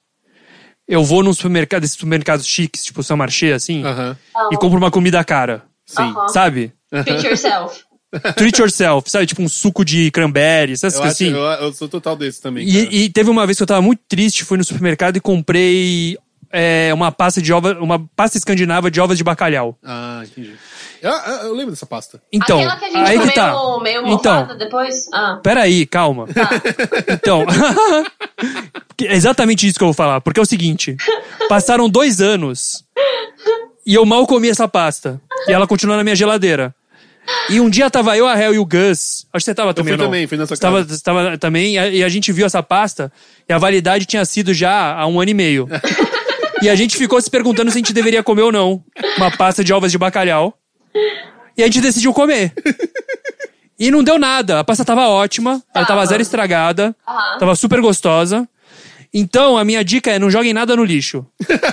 eu vou num supermercado, desses supermercados chiques, tipo São Marché, assim, Aham, e compro uma comida cara. sim. Aham. *laughs* Sabe? Treat yourself. Treat yourself, sabe? Tipo um suco de cranberry, essas Eu, coisas acho, assim. eu, eu sou total desse também. cara. E, e teve uma vez que eu tava muito triste, fui no supermercado e comprei é, uma pasta de ova, uma pasta escandinava de ovas de bacalhau. Ah, entendi. Eu, eu- eu lembro dessa pasta. Então, Aquela que a gente aí comeu que tá. meio morfada então, depois. Ah. peraí, calma. Então, *laughs* que é exatamente isso que eu vou falar, porque é o seguinte: passaram dois anos e eu mal comi essa pasta e ela continua na minha geladeira. E um dia tava eu, a Hel e o Gus. Acho que você tava também, fui não? também, fui na sua Você tava, casa. você tava também, e a, e a gente viu essa pasta e a validade tinha sido já há um ano e meio. *laughs* e a gente ficou se perguntando se a gente deveria comer ou não uma pasta de ovas de bacalhau. E a gente decidiu comer. E não deu nada. A pasta tava ótima, ela tava Tava. zero estragada, Aham. tava super gostosa. Então, a minha dica é não joguem nada no lixo.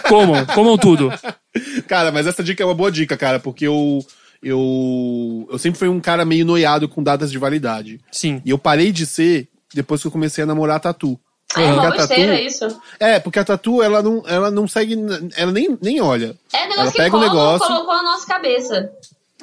Comam, *laughs* comam tudo. *laughs* Cara, mas essa dica é uma boa dica, cara, porque eu. Eu, eu sempre fui um cara meio noiado com datas de validade. Sim. E eu parei de ser depois que eu comecei a namorar a Tatu. É uma Porque a besteira Tatu- isso. É, porque a Tatu, ela não, ela não segue. Ela nem, nem olha. É um negócio ela que pega o cola, negócio. colocou na nossa cabeça.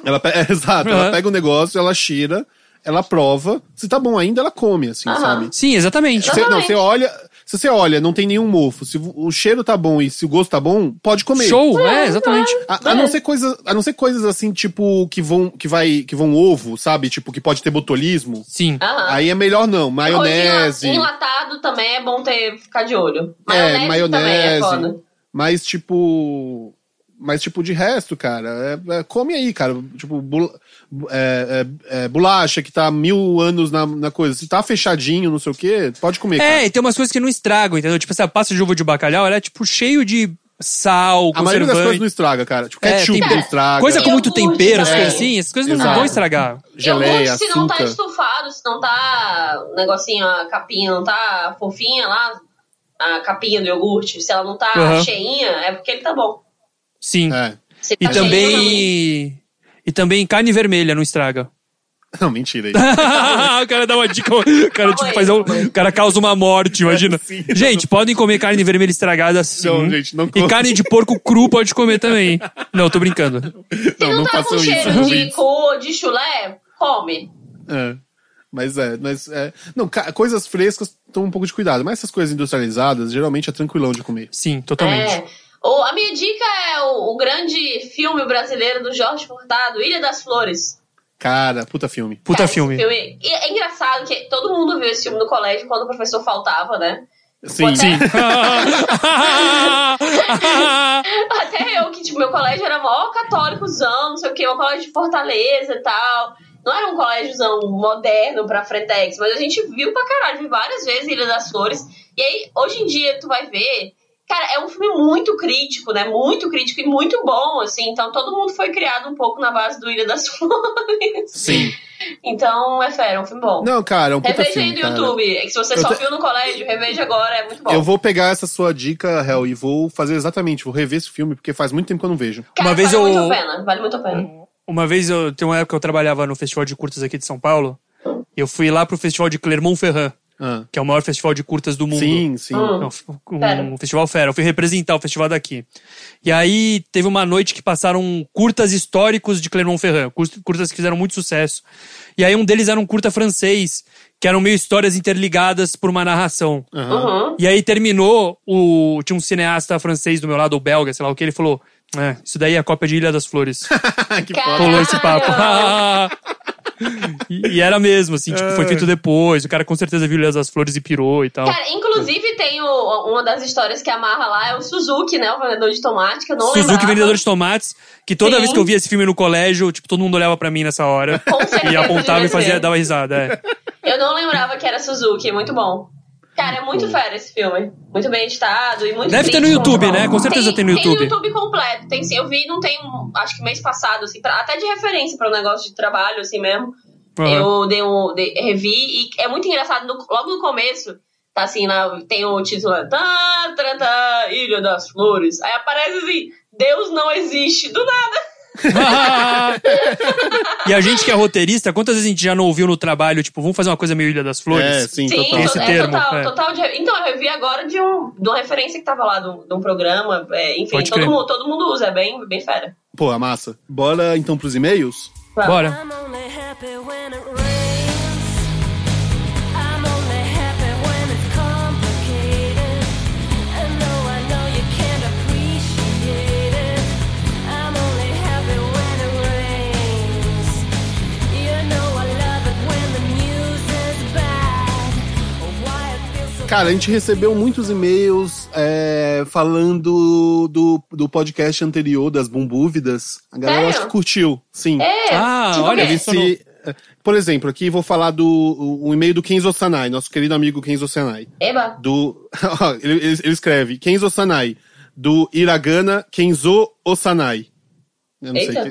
Ela pe- *laughs* é, exato, Aham. ela pega o negócio, ela cheira, ela prova. Se tá bom ainda, ela come, assim, Aham. sabe? Sim, exatamente. Você, não, Exatamente. você olha. Se você olha, não tem nenhum mofo. Se o cheiro tá bom e se o gosto tá bom, pode comer. Show, é, exatamente. A, a não ser coisas, a não ser coisas assim, tipo, que vão, que vai, que vão ovo, sabe? Tipo, que pode ter botulismo. Sim. Aham. Aí é melhor não. Coisa Maionese. enla- Enlatado também é bom ter, ficar de olho. É, Maionese, também é foda. maionese. Mas, tipo. Mas, tipo, de resto, cara, é- é- come aí, cara. Tipo, bula- bu- é- é- é, bolacha que tá mil anos na, na coisa. Se tá fechadinho, não sei o quê, pode comer, cara. É, e tem umas coisas que não estragam, entendeu? Tipo, essa pasta de uva de bacalhau, ela é, tipo, cheio de sal, A maioria das coisas conservante. não estraga, cara. Tipo, É, ketchup tem- não estraga. Coisa com muito Iogurte né? tempero, as também. coisas assim, essas coisas não Exato. vão estragar. Geleia, Iogurte, se não tá açúcar. estufado, se não tá o negocinho, a capinha não tá fofinha lá, a capinha do iogurte, se ela não tá Aham. cheinha, é porque ele tá bom. Sim. É. *laughs* Se E tá né? cheinho, também. E também carne vermelha não estraga. Não, *laughs* mentira aí. o cara dá uma dica. O cara, tipo, é, faz um- o cara causa uma morte, imagina. Sim, gente, podem comer carne vermelha estragada assim, sim. é Não, gente, não E come. carne de porco cru pode comer também. Não, tô brincando. se não, tá com cheiro de cor, de chulé, come. né? É. Mas é, mas é. Não, ca- coisas frescas toma um pouco de cuidado. Mas essas coisas industrializadas, geralmente é tranquilão de comer. Sim, totalmente. É. O- a minha dica é o, o grande filme brasileiro do Jorge Furtado, Ilha das Flores. Cara, puta filme. Puta Cara, esse filme. E é engraçado que todo mundo viu esse filme no colégio quando o professor faltava, né? *laughs* Sim. Sim. Sim. Até eu, que tipo, meu colégio era mó católicozão, não sei o que, meu colégio de Fortaleza e tal. Não era um colégiozão moderno pra Frentex, mas a gente viu pra caralho, viu várias vezes Ilha das Flores. E aí, hoje em dia, tu vai ver. Cara, é um filme muito crítico, né? Muito crítico e muito bom, assim. Então, todo mundo foi criado um pouco na base do Ilha das *laughs* Flores. Sim. Então, é fera, é um filme bom. Não, cara, é um tá puta Reveja aí filme. no Cara. YouTube. É que se você Eu só te- viu no colégio, reveja agora, é muito bom. Eu vou pegar essa sua dica, Hel, e vou fazer exatamente, vou rever esse filme, porque faz muito tempo que eu não vejo. Cara, Uma vez vale eu- Uhum. muito a pena, vale muito a pena. *laughs* Uma vez, eu, tem uma época que eu trabalhava no Festival de Curtas aqui de São Paulo. E eu fui lá pro Festival de Clermont-Ferrand, Ah. que é o maior festival de curtas do mundo. Sim, sim. Hum. *laughs* É um f- um, Fera. festival fera. Eu fui representar o festival daqui. E aí teve uma noite que passaram curtas históricos de Clermont-Ferrand, cur- curtas que fizeram muito sucesso. E aí um deles era um curta francês, que eram meio histórias interligadas por uma narração. Aham. Uhum. E aí terminou, o tinha um cineasta francês do meu lado, ou belga, sei lá o que, ele falou, "É, isso daí é a cópia de Ilha das Flores. Ah, que Cara. foda. Rolou esse papo. *laughs* e, e era mesmo, assim, tipo, foi feito depois, o cara com certeza viu Ilha das Flores e pirou e tal. Cara, inclusive tem o- uma das histórias que amarra lá, é o Suzuki, né? O vendedor de tomate, que eu não Suzuki, lembrava. vendedor de tomates, que toda Sim. vez que eu via esse filme no colégio, tipo, todo mundo olhava pra mim nessa hora. Com certeza E apontava e devia ser. fazia, dava risada, é. *laughs* Eu não lembrava que era Suzuki, muito bom. Cara, é muito fera esse filme. Muito bem editado e muito Deve ter triste no como tá. YouTube, né? Com certeza tem no Tem no YouTube. YouTube completo. Tem sim. Eu vi, não tem, um- acho que mês passado, assim, pra- até de referência pra um negócio de trabalho, assim mesmo. Aham. Eu dei um, de- revi e é muito engraçado. no- logo no começo, tá assim, lá, tem o título tá, tá, tá, Ilha das Flores. Aí aparece assim, Deus não existe. Do nada. e a gente que é roteirista, quantas vezes a gente já não ouviu no trabalho, tipo, vamos fazer uma coisa meio Ilha das Flores? É, sim, Sim, total. Tem esse é termo, total, é. total de- Então, eu revi agora de, um, de uma referência que tava lá, de um, de um programa. é, enfim, Pode todo crer. mundo, todo mundo usa, é bem, bem fera. Pô, a massa. Bora então pros e-mails? Bora. I'm only happy when it rains. I'm only happy when it's complicated. And though I know you can't appreciate it, I'm only happy when it rains. You know I love it when the music's bad. Oh, why it feels so Cara, a gente recebeu muitos e-mails é, falando do, do podcast anterior, das Bumbúvidas. A galera Sério? acho que curtiu, sim. É, Ah, tipo olha, o quê? isso eu Se- é, por exemplo, aqui vou falar do o- um e-mail do Kenzo Sanai, nosso querido amigo Kenzo Sanai. Eba. Do, *laughs* ele, ele- ele escreve, Kenzo Sanai, do Hiragana Kenzo Osanai. Eu não Eita. sei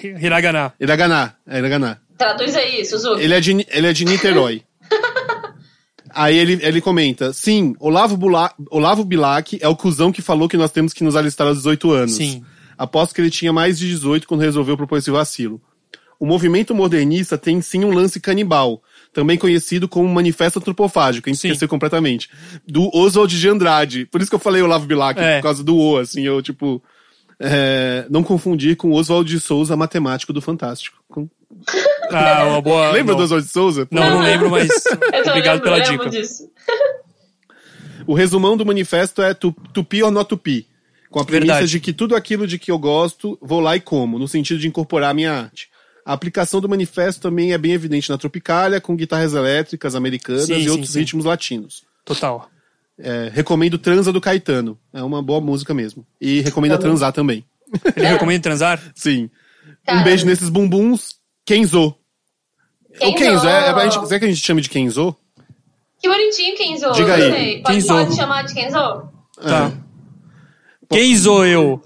que... *laughs* Hiragana. Hiragana, é Hiragana. Traduz aí, Suzuki. Ele é de, ele é de Niterói. Aí ele, ele comenta: sim, Olavo, Bula, Olavo Bilac é o cuzão que falou que nós temos que nos alistar aos 18 anos. Sim. Aposto que ele tinha mais de 18 quando resolveu propor esse vacilo. O movimento modernista tem sim um lance canibal, também conhecido como manifesto antropofágico, a gente Sim. esqueceu completamente, do Oswald de Andrade. Por isso que eu falei Olavo Bilac, É. por causa do O, assim, eu tipo. é, não confundir com Oswald de Souza, matemático do Fantástico. Com- Ah, uma boa. Lembra não. do Oswald de Souza? Não, não lembro, *laughs* mas. Eu tô Obrigado lembrando, pela lembro dica. disso. O resumão do manifesto é tu- tupi ou não tupi. Com a premissa Verdade. de que tudo aquilo de que eu gosto, vou lá e como, no sentido de incorporar a minha arte. A aplicação do manifesto também é bem evidente na Tropicália, com guitarras elétricas americanas Sim, e sim, outros sim. ritmos latinos. Total. É, recomendo Transa do Caetano. É uma boa música mesmo. E recomendo a Transar também. Ele É. recomenda transar? Sim. Um Cara. beijo nesses bumbuns. Kenzo. O Kenzo, é, é, pra gente, será que a gente chama de Kenzo? Que bonitinho, Kenzo. Diga aí. Gostei. Pode, Kenzo. pode chamar de Kenzo? É. Tá. *laughs* Kenzo eu.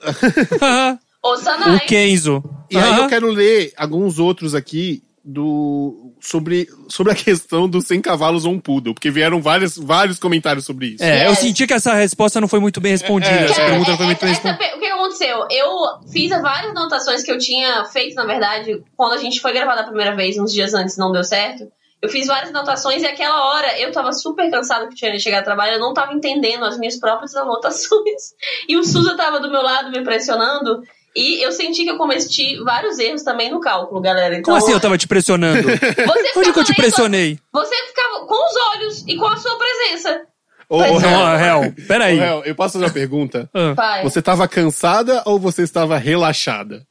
Ou Sanai. o Kenzo. E aí Aham. Ah, eu quero ler alguns outros aqui do sobre, sobre a questão dos 100 cavalos ou um poodle, porque vieram vários, vários comentários sobre isso. É, eu Yes. senti que essa resposta não foi muito bem respondida. essa Cara, pergunta não foi é- muito bem essa- respondida. essa- o que aconteceu? Eu fiz as várias anotações que eu tinha feito, na verdade, quando a gente foi gravar da primeira vez, uns dias antes, não deu certo. Eu fiz várias anotações e aquela hora eu tava super cansada que tinha chegado a trabalho, eu não tava entendendo as minhas próprias *laughs* anotações. E o Suza tava do meu lado me impressionando. E eu senti que eu cometi vários erros também no cálculo, galera. Então, Como assim eu tava *laughs* te pressionando? Você *laughs* Onde que ficava eu te lendo- pressionei? Você ficava com os olhos e com a sua presença. Ô, Pois ô, é. Hel, Não, real. Peraí. ô, Hel, eu posso fazer uma *laughs* pergunta? Ah. Pai. Você estava cansada ou você estava relaxada?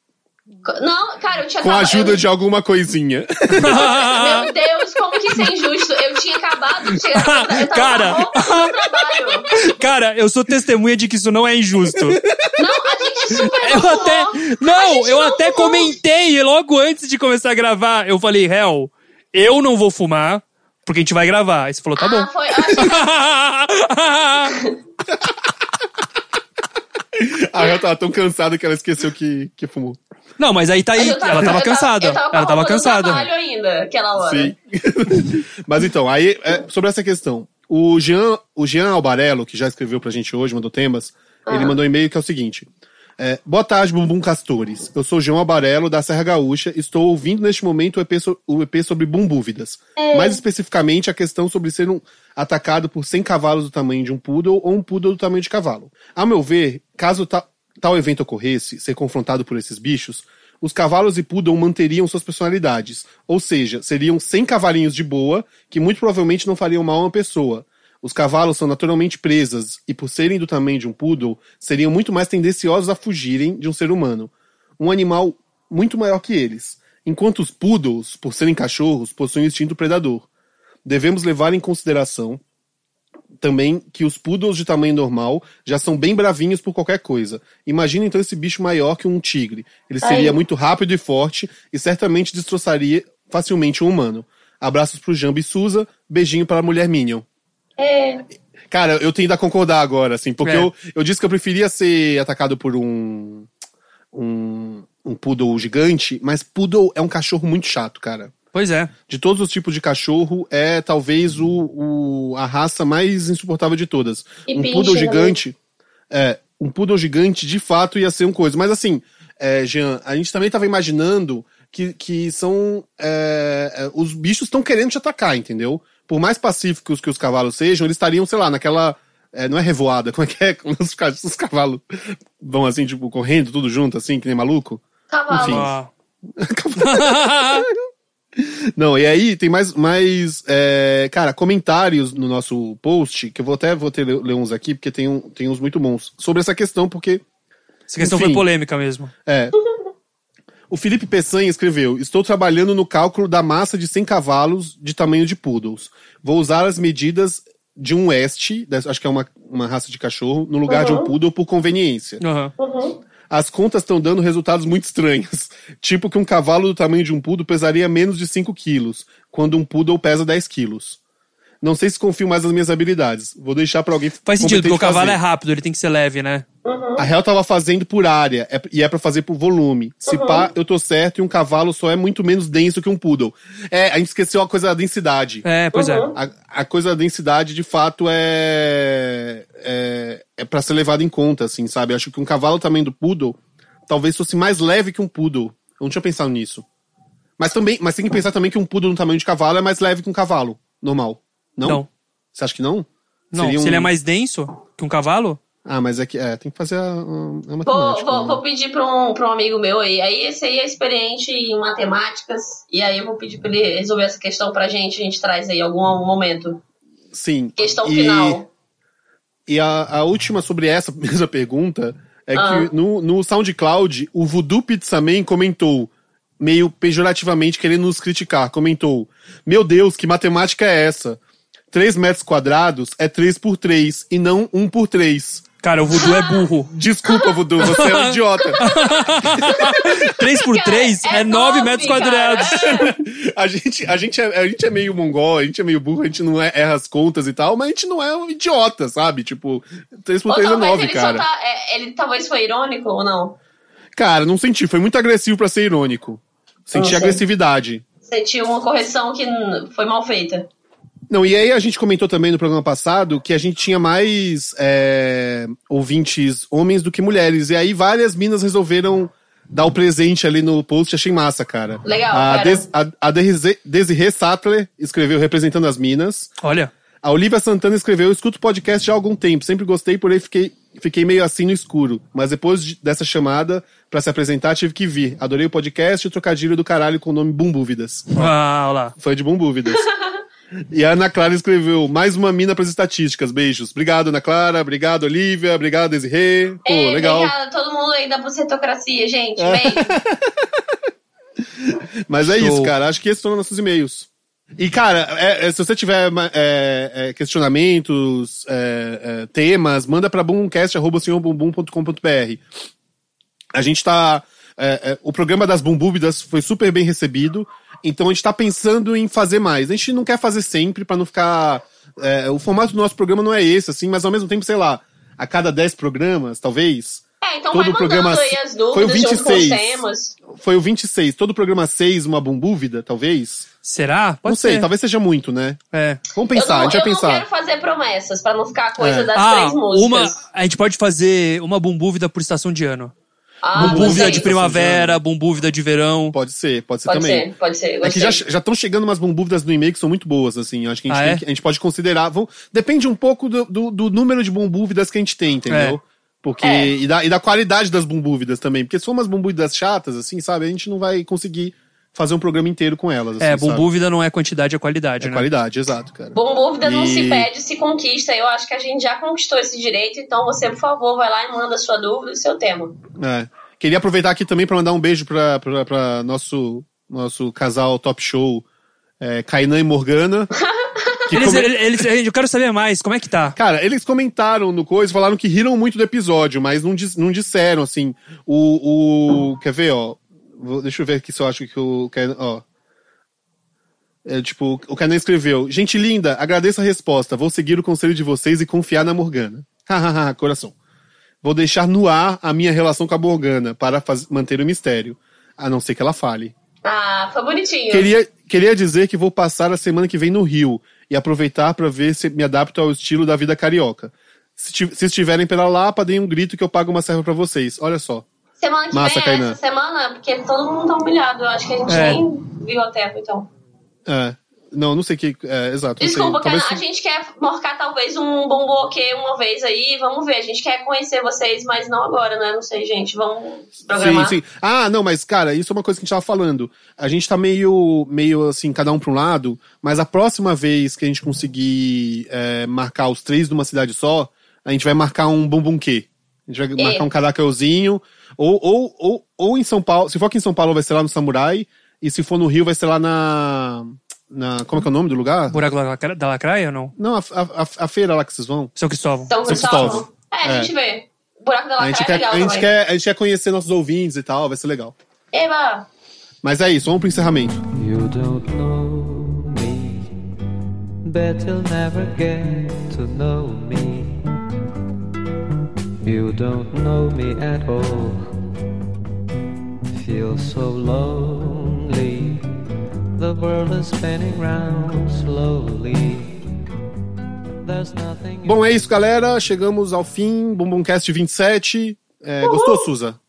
Não, cara, eu tinha Com a acaba- ajuda eu- de alguma coisinha. *laughs* *laughs* Meu Deus, como que isso é injusto? Eu tinha acabado de chegar no tra- eu tava Cara. na roupa do trabalho. Cara, eu sou testemunha de que isso não é *laughs* injusto. Não, a gente super Eu arrumou. até. A Não, gente eu até arrumou. comentei logo antes de começar a gravar. Eu falei, Hel, eu não vou fumar, porque a gente vai gravar. Aí você falou, tá Ah, bom. foi. ah, Ah, ela tava tão cansada que ela esqueceu que, que fumou. *laughs* não, mas aí tá mas aí. eu tava- ela eu tava tava- cansada. eu tava com a ela tava roupa do cansada. trabalho ainda, aquela hora. Sim. *laughs* Mas então, aí, é, sobre essa questão. O Jean, o Jean Albarello, que já escreveu pra gente hoje, mandou temas, ele mandou um e-mail que é o seguinte. é, Boa tarde, Bumbum Castores. Eu sou o Jean Albarello, da Serra Gaúcha. Estou ouvindo neste momento o EP, so- o EP sobre bumbúvidas. Mais especificamente, a questão sobre ser um, atacado por 100 cavalos do tamanho de um poodle ou um poodle do tamanho de cavalo. A meu ver, caso ta- tal evento ocorresse, ser confrontado por esses bichos, os cavalos e poodle manteriam suas personalidades. Ou seja, seriam 100 cavalinhos de boa, que muito provavelmente não fariam mal a uma pessoa. Os cavalos são naturalmente presas, e por serem do tamanho de um poodle, seriam muito mais tendenciosos a fugirem de um ser humano. Um animal muito maior que eles. Enquanto os poodles, por serem cachorros, possuem um instinto predador. Devemos levar em consideração também que os poodles de tamanho normal já são bem bravinhos por qualquer coisa. Imagina então esse bicho maior que um tigre. Ele seria Ai. muito rápido e forte e certamente destroçaria facilmente um humano. Abraços pro Jambi e Suza, beijinho para a mulher Minion. É, Cara, eu tendo a concordar agora, assim, porque É. eu, eu disse que eu preferia ser atacado por um, um. um poodle gigante, mas poodle é um cachorro muito chato, cara. Pois é. De todos os tipos de cachorro, é talvez o, o- a raça mais insuportável de todas. E um pinche poodle também. gigante. É, um poodle gigante de fato ia ser um coisa. Mas assim, é, Jean, a gente também tava imaginando que, que são. é, é, os bichos estão querendo te atacar, entendeu? Por mais pacíficos que os cavalos sejam, eles estariam, sei lá, naquela. é, não é revoada, *laughs* como é que é? Quando os, ca- os cavalos vão assim, tipo, correndo tudo junto, assim, que nem maluco. *laughs* cavalo. Enfim. Ah. *laughs* Não, e aí tem mais, mais é, cara, comentários no nosso post, que eu vou até vou ter, ler uns aqui, porque tem, um, tem uns muito bons, sobre essa questão, porque Essa questão Enfim. foi polêmica mesmo. o Felipe Peçanha escreveu, estou trabalhando no cálculo da massa de 100 cavalos de tamanho de poodles. Vou usar as medidas de um West, dessa- acho que é uma, uma raça de cachorro, no lugar de um Uhum. poodle por conveniência. Aham. Uhum. As contas estão dando resultados muito estranhos. *laughs* Tipo que um cavalo do tamanho de um poodle pesaria menos de 5 quilos, quando um poodle pesa 10 quilos. Não sei se confio mais nas minhas habilidades. Vou deixar pra alguém Faz sentido, porque competente o cavalo fazer. é rápido, ele tem que ser leve, né? A real tava fazendo por área, é- e é pra fazer por volume. Se pá, eu tô certo, e um cavalo só é muito menos denso que um poodle. É, a gente esqueceu a coisa da densidade. É, pois é. Uhum. A, a coisa da densidade, de fato, é. É, é para ser levado em conta, assim, sabe? Eu acho que um cavalo também do poodle talvez fosse mais leve que um poodle. Eu não tinha pensado nisso. Mas também, mas tem que pensar também que um poodle no tamanho de cavalo é mais leve que um cavalo normal. Não? Não. Você acha que não? Não, Seria se um- ele é mais denso que um cavalo, Ah, mas é que. É, tem que fazer a, a Vou, matemática. vou, né? vou pedir pra um, pra um amigo meu aí. Aí esse aí é experiente em matemáticas. E aí eu vou pedir pra ele resolver essa questão pra gente. A gente traz aí em algum momento. Sim. Questão E- final. E a, a última sobre essa *laughs* mesma pergunta é Ah. que no, no SoundCloud, o Voodoo Pizzaman comentou, meio pejorativamente querendo nos criticar, comentou: Meu Deus, que matemática é essa? 3 metros quadrados é 3 por 3 e não 1 por 3. cara, o *laughs* voodoo é burro. Desculpa, Voodoo, você é um idiota. 3x3 Cara, é 9 nove, metros cara. quadrados. A gente, a, gente é, a gente é meio mongol, a gente é meio burro, a gente não é- erra as contas e tal, mas a gente não é um idiota, sabe? Tipo, 3 por Ou 3 é talvez 9, ele cara. só tá. é, ele talvez foi irônico ou não. Cara, não senti. Foi muito agressivo pra ser irônico. Senti Nossa. agressividade. Sentiu uma correção que n- foi mal feita. Não, e aí a gente comentou também no programa passado que a gente tinha mais é, ouvintes homens do que mulheres. E aí várias minas resolveram dar o presente ali no post. Achei massa, cara. Legal, A, cara. Des, a, a Desirê- Desirê Sattler escreveu representando as minas. Olha, A Olivia Santana escreveu: Eu escuto podcast já há algum tempo, sempre gostei, porém fiquei, fiquei meio assim no escuro. Mas depois de- dessa chamada pra se apresentar, tive que vir. Adorei o podcast e o trocadilho do caralho com o nome Bumbúvidas. ah, olha lá. Fã de *laughs* Bumbúvidas. e a Ana Clara escreveu: Mais uma mina pras estatísticas. Beijos. Obrigado, Ana Clara. Obrigado, Olivia. Obrigado, Desirê. Pô, É, legal. É. Obrigada a todo mundo aí da bucetocracia, gente. Bem, Mas é isso, Show. cara. Acho que esses foram nossos e-mails. E, cara, é- é, se você tiver ma- é, é, questionamentos, é, é, temas, manda pra bumbumcast.com.br. A gente tá. é, é, o programa das bumbúbidas foi super bem recebido, então a gente tá pensando em fazer mais. A gente não quer fazer sempre pra não ficar. é, o formato do nosso programa não é esse, assim, mas ao mesmo tempo, sei lá, a cada 10 programas, talvez, é, então Todo vai mandando programa assim. aí as dúvidas foi o junto com os 26. temas. foi o 26, todo programa 6, uma bumbúvida, talvez. Será? Pode não sei, ser. talvez seja muito, né? É. Vamos pensar, a gente eu vai não, eu não pensar. quero fazer promessas pra não ficar a coisa É. das ah, três músicas. uma. A gente pode fazer uma bumbúvida por estação de ano. Ah, bumbúvida gostei. de primavera, bumbúvida de verão. Pode ser, pode ser Pode também. ser, pode ser. É que gostei. já estão chegando umas bombúvidas no e-mail que são muito boas, assim. Acho que a gente, Ah, tem é? que- a gente pode considerar. Vão, depende um pouco do, do, do número de bombúvidas que a gente tem, entendeu? É. Porque, É. E, da, e da qualidade das bombúvidas também. Porque se for umas bombúvidas chatas, assim, sabe? A gente não vai conseguir fazer um programa inteiro com elas. Assim, é, sabe? bumbúvida não é quantidade, é qualidade, É né? qualidade, exato, cara. Bom, dúvida não E- se pede, se conquista. Eu acho que a gente já conquistou esse direito, então você, por favor, vai lá e manda sua dúvida e seu tema. É. Queria aproveitar aqui também para mandar um beijo pra, pra, pra nosso, nosso casal top show, é, Kainan *laughs* e Morgana. que Eles, come- eles- eles- eu quero saber mais, como é que tá? Cara, eles comentaram no coisa, falaram que riram muito do episódio, mas não, dis- não disseram, assim. O, o- Quer ver, ó? Vou- deixa eu ver aqui se eu acho que o. que é- ó. É, tipo, o Canan escreveu: Gente linda, agradeço a resposta. Vou seguir o conselho de vocês e confiar na Morgana. Hahaha, coração. Vou deixar no ar a minha relação com a Morgana para faz- manter o mistério. A não ser que ela fale. Ah, foi bonitinho. Queria, queria dizer que vou passar a semana que vem no Rio e aproveitar para ver se me adapto ao estilo da vida carioca. Se, ti- se estiverem pela Lapa, deem um grito que eu pago uma serva para vocês. Olha só. Semana que Massa, vem é Kainan. essa semana, porque todo mundo tá humilhado. Eu acho que a gente É. nem viu a tempo, então. É, não, não sei que. É, exato. não sei. Desculpa, Kainan, Talvez- a gente quer marcar talvez um bomboquê uma vez aí, vamos ver. A gente quer conhecer vocês, mas não agora, né? Não sei, gente. Vamos programar. Sim, sim. Ah, não, mas, cara, isso é uma coisa que a gente tava falando. A gente tá meio, meio assim, cada um pra um lado, mas a próxima vez que a gente conseguir é, marcar os três numa cidade só, a gente vai marcar um bumbumquê. A gente vai É. marcar um caracauzinho. Ou, ou, ou, ou em São Paulo. Se for aqui em São Paulo, vai ser lá no Samurai. E se for no Rio, vai ser lá na. na como é que é o nome do lugar? Buraco da, lacra- da lacraia ou não? Não, a, a, a- a feira lá que vocês vão. São Cristóvão. Então, São Cristóvão. Cristóvão. É, a gente vê. Buraco da A gente, Lacraia é quer, legal a, gente também. quer, a gente quer conhecer nossos ouvintes e tal, vai ser legal. Eba! Mas é isso, vamos pro encerramento. You don't know me, bet you'll never get to know me. You don't know me at all. Feel so lonely. The world is spinning round slowly. There's nothing. Bom, é isso, galera. Chegamos ao fim. Bumbumcast 27. É, gostou, Suza?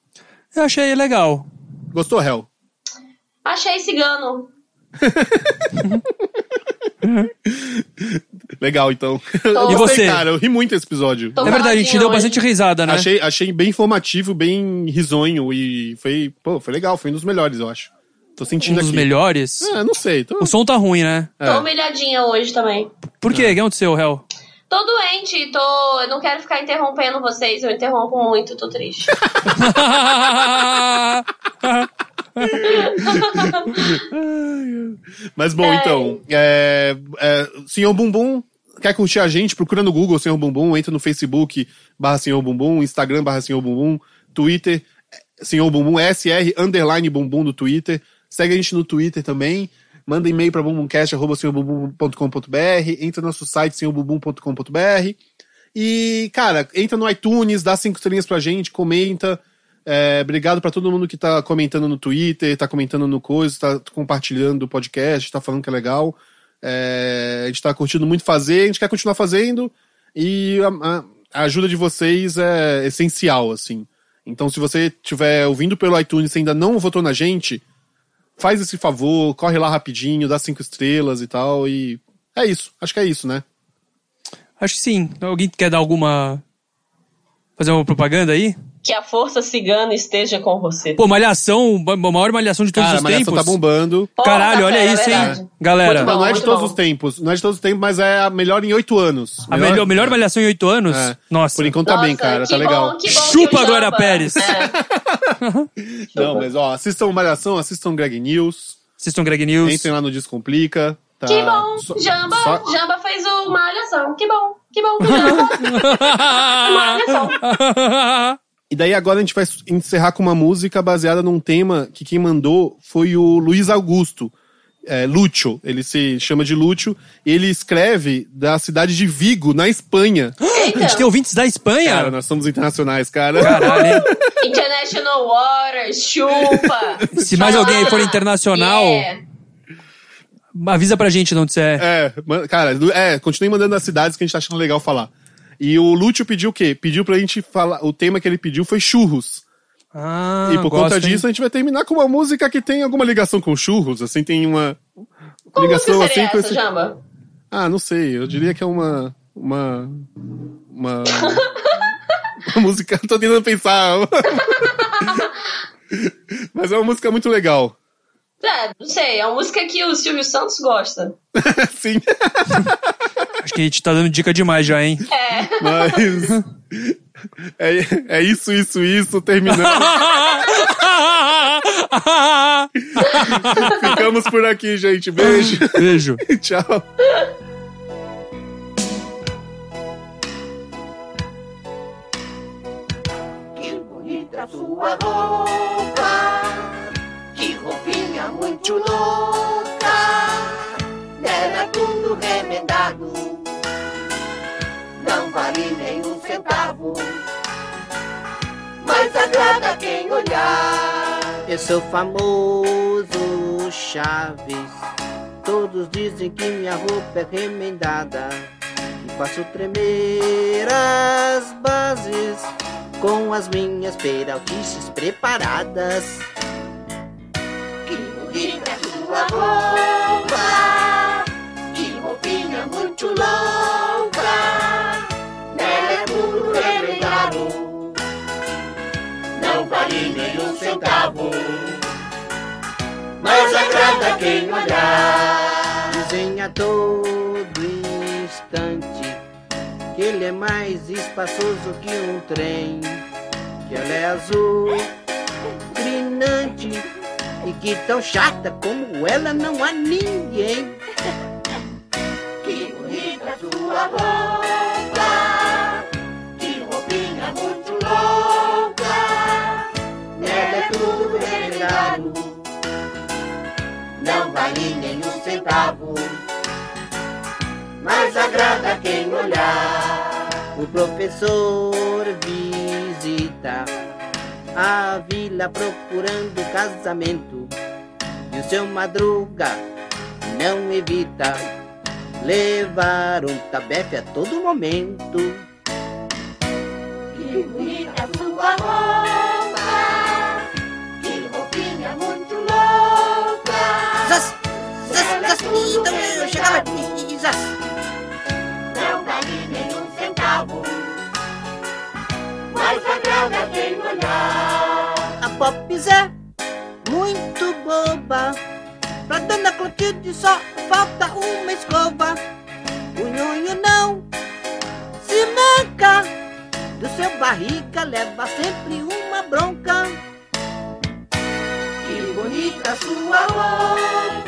Eu achei legal. Gostou, Hel? Achei cigano. Legal, então. *laughs* Eu E você? cara. Eu ri muito esse episódio. Tô é verdade, a gente caladinha deu hoje. bastante risada, né? Achei, achei bem informativo, bem risonho e foi, pô, foi legal. Foi um dos melhores, eu acho. Tô um sentindo dos aqui. melhores. É, não sei. Tô... O som tá ruim, né? Tô humilhadinha hoje também. Por É. quê? O que aconteceu, Hel? *laughs* Tô doente, tô. Eu não quero ficar interrompendo vocês, eu interrompo muito, tô triste. Mas bom, É. então. É, é, Senhor Bumbum, quer curtir a gente? Procura no Google Senhor Bumbum, entra no Facebook barra Senhor Bumbum, Instagram barra Senhor Bumbum, Twitter é, Senhor Bumbum, SR underline Bumbum no Twitter. Segue a gente no Twitter também. Manda e-mail para bumbumcast.com.br, entra no nosso site senhorbumbum.com.br. E, cara, entra no iTunes, dá cinco estrelinhas pra gente, comenta. É, obrigado pra todo mundo que tá comentando no Twitter, tá comentando no Coisa, tá compartilhando o podcast, tá falando que é legal. É, a gente tá curtindo muito fazer, a gente quer continuar fazendo. E a, a- a ajuda de vocês é essencial, assim. Então, se você estiver ouvindo pelo iTunes e ainda não votou na gente, faz esse favor, corre lá rapidinho, dá cinco estrelas e tal. E é isso, acho que é isso, né? Acho que sim. Alguém quer dar alguma. Fazer uma propaganda aí? que a força cigana esteja com você. Pô, malhação, a maior malhação de todos Cara, a os malhação tá tempos. bombando. Caralho, Porra, olha cara, isso, é hein? verdade. Galera, Muito bom. não é de todos bom. os tempos. Não é de todos os tempos, mas é a melhor em oito anos. a melhor, melhor malhação em oito anos? É. Nossa. Por enquanto tá Nossa, bem, cara. que Tá bom, legal. que bom que Chupa, o Jamba- Glória Pérez. É. Não, mas ó, assistam Malhação, assistam Greg News. Assistam Greg News. *laughs* Entrem lá no Descomplica. Tá. Que bom, Jamba, só- Jamba fez uma alhação. Que bom, que bom, que Jamba. uma alhação. E daí agora a gente vai encerrar com uma música baseada num tema que quem mandou foi o Luiz Augusto. É, Lúcio, ele se chama de Lúcio. E ele escreve da cidade de Vigo, na Espanha. *laughs* A gente tem ouvintes da Cara, Espanha? nós somos internacionais, cara. Caralho, hein? International Water, chupa. *laughs* É. Se mais alguém for Chama. internacional, Yeah. avisa pra gente de onde você é. É, man- cara, é, continue mandando as cidades que a gente tá achando legal falar. E o Lúcio pediu o quê? Pediu pra gente falar. O tema que ele pediu foi churros. Ah, e por gosto, conta hein? disso, a gente vai terminar com uma música que tem alguma ligação com churros. Assim, tem uma. Qual música ligação seria assim com essa, esse. Jamba? Ah, não sei. Eu diria que é uma. Uma. Uma. *laughs* uma música. Tô tentando pensar. *laughs* Mas é uma música muito legal. *laughs* É, não sei, é uma música que o Silvio Santos gosta. Sim. Acho que a gente tá dando dica demais já, hein? Mas. É, é isso, isso, isso. Terminando. Ficamos por aqui, gente. Beijo. *laughs* Beijo. Tchau. Que bonita sua roupa, que roupinha muito louca. remendado. Não vale nem um centavo, mas agrada quem olhar. Eu sou famoso Chaves. Todos dizem que minha roupa é remendada. E faço tremer as bases com as minhas peraltices preparadas. Que bonita sua roupa, que roupinha muito louca. Nela é tudo remendado, não vale nem um centavo, mas agrada quem olhar. Dizem a todo instante que ele é mais espaçoso que um trem, que ela é azul, brilhante e que tão chata como ela não há ninguém. *laughs* Que bonita sua roupa, que roupinha muito louca. Nela é tudo remendado, não vale nenhum centavo, mas agrada quem olhar. O professor visita a vila procurando casamento. E o seu madruga não evita levar um tabefe a todo momento. Que bonita sua roupa, que roupinha muito louca. Zas, zas, zas, então eu chegava e zas. não vale nenhum centavo. Mas agrada quem olhar. A Pops é muito boba. Pra Dona Clotilde só falta uma escova. O nhonho não se manca. Do seu barriga leva sempre uma bronca. Que bonita sua roupa. é é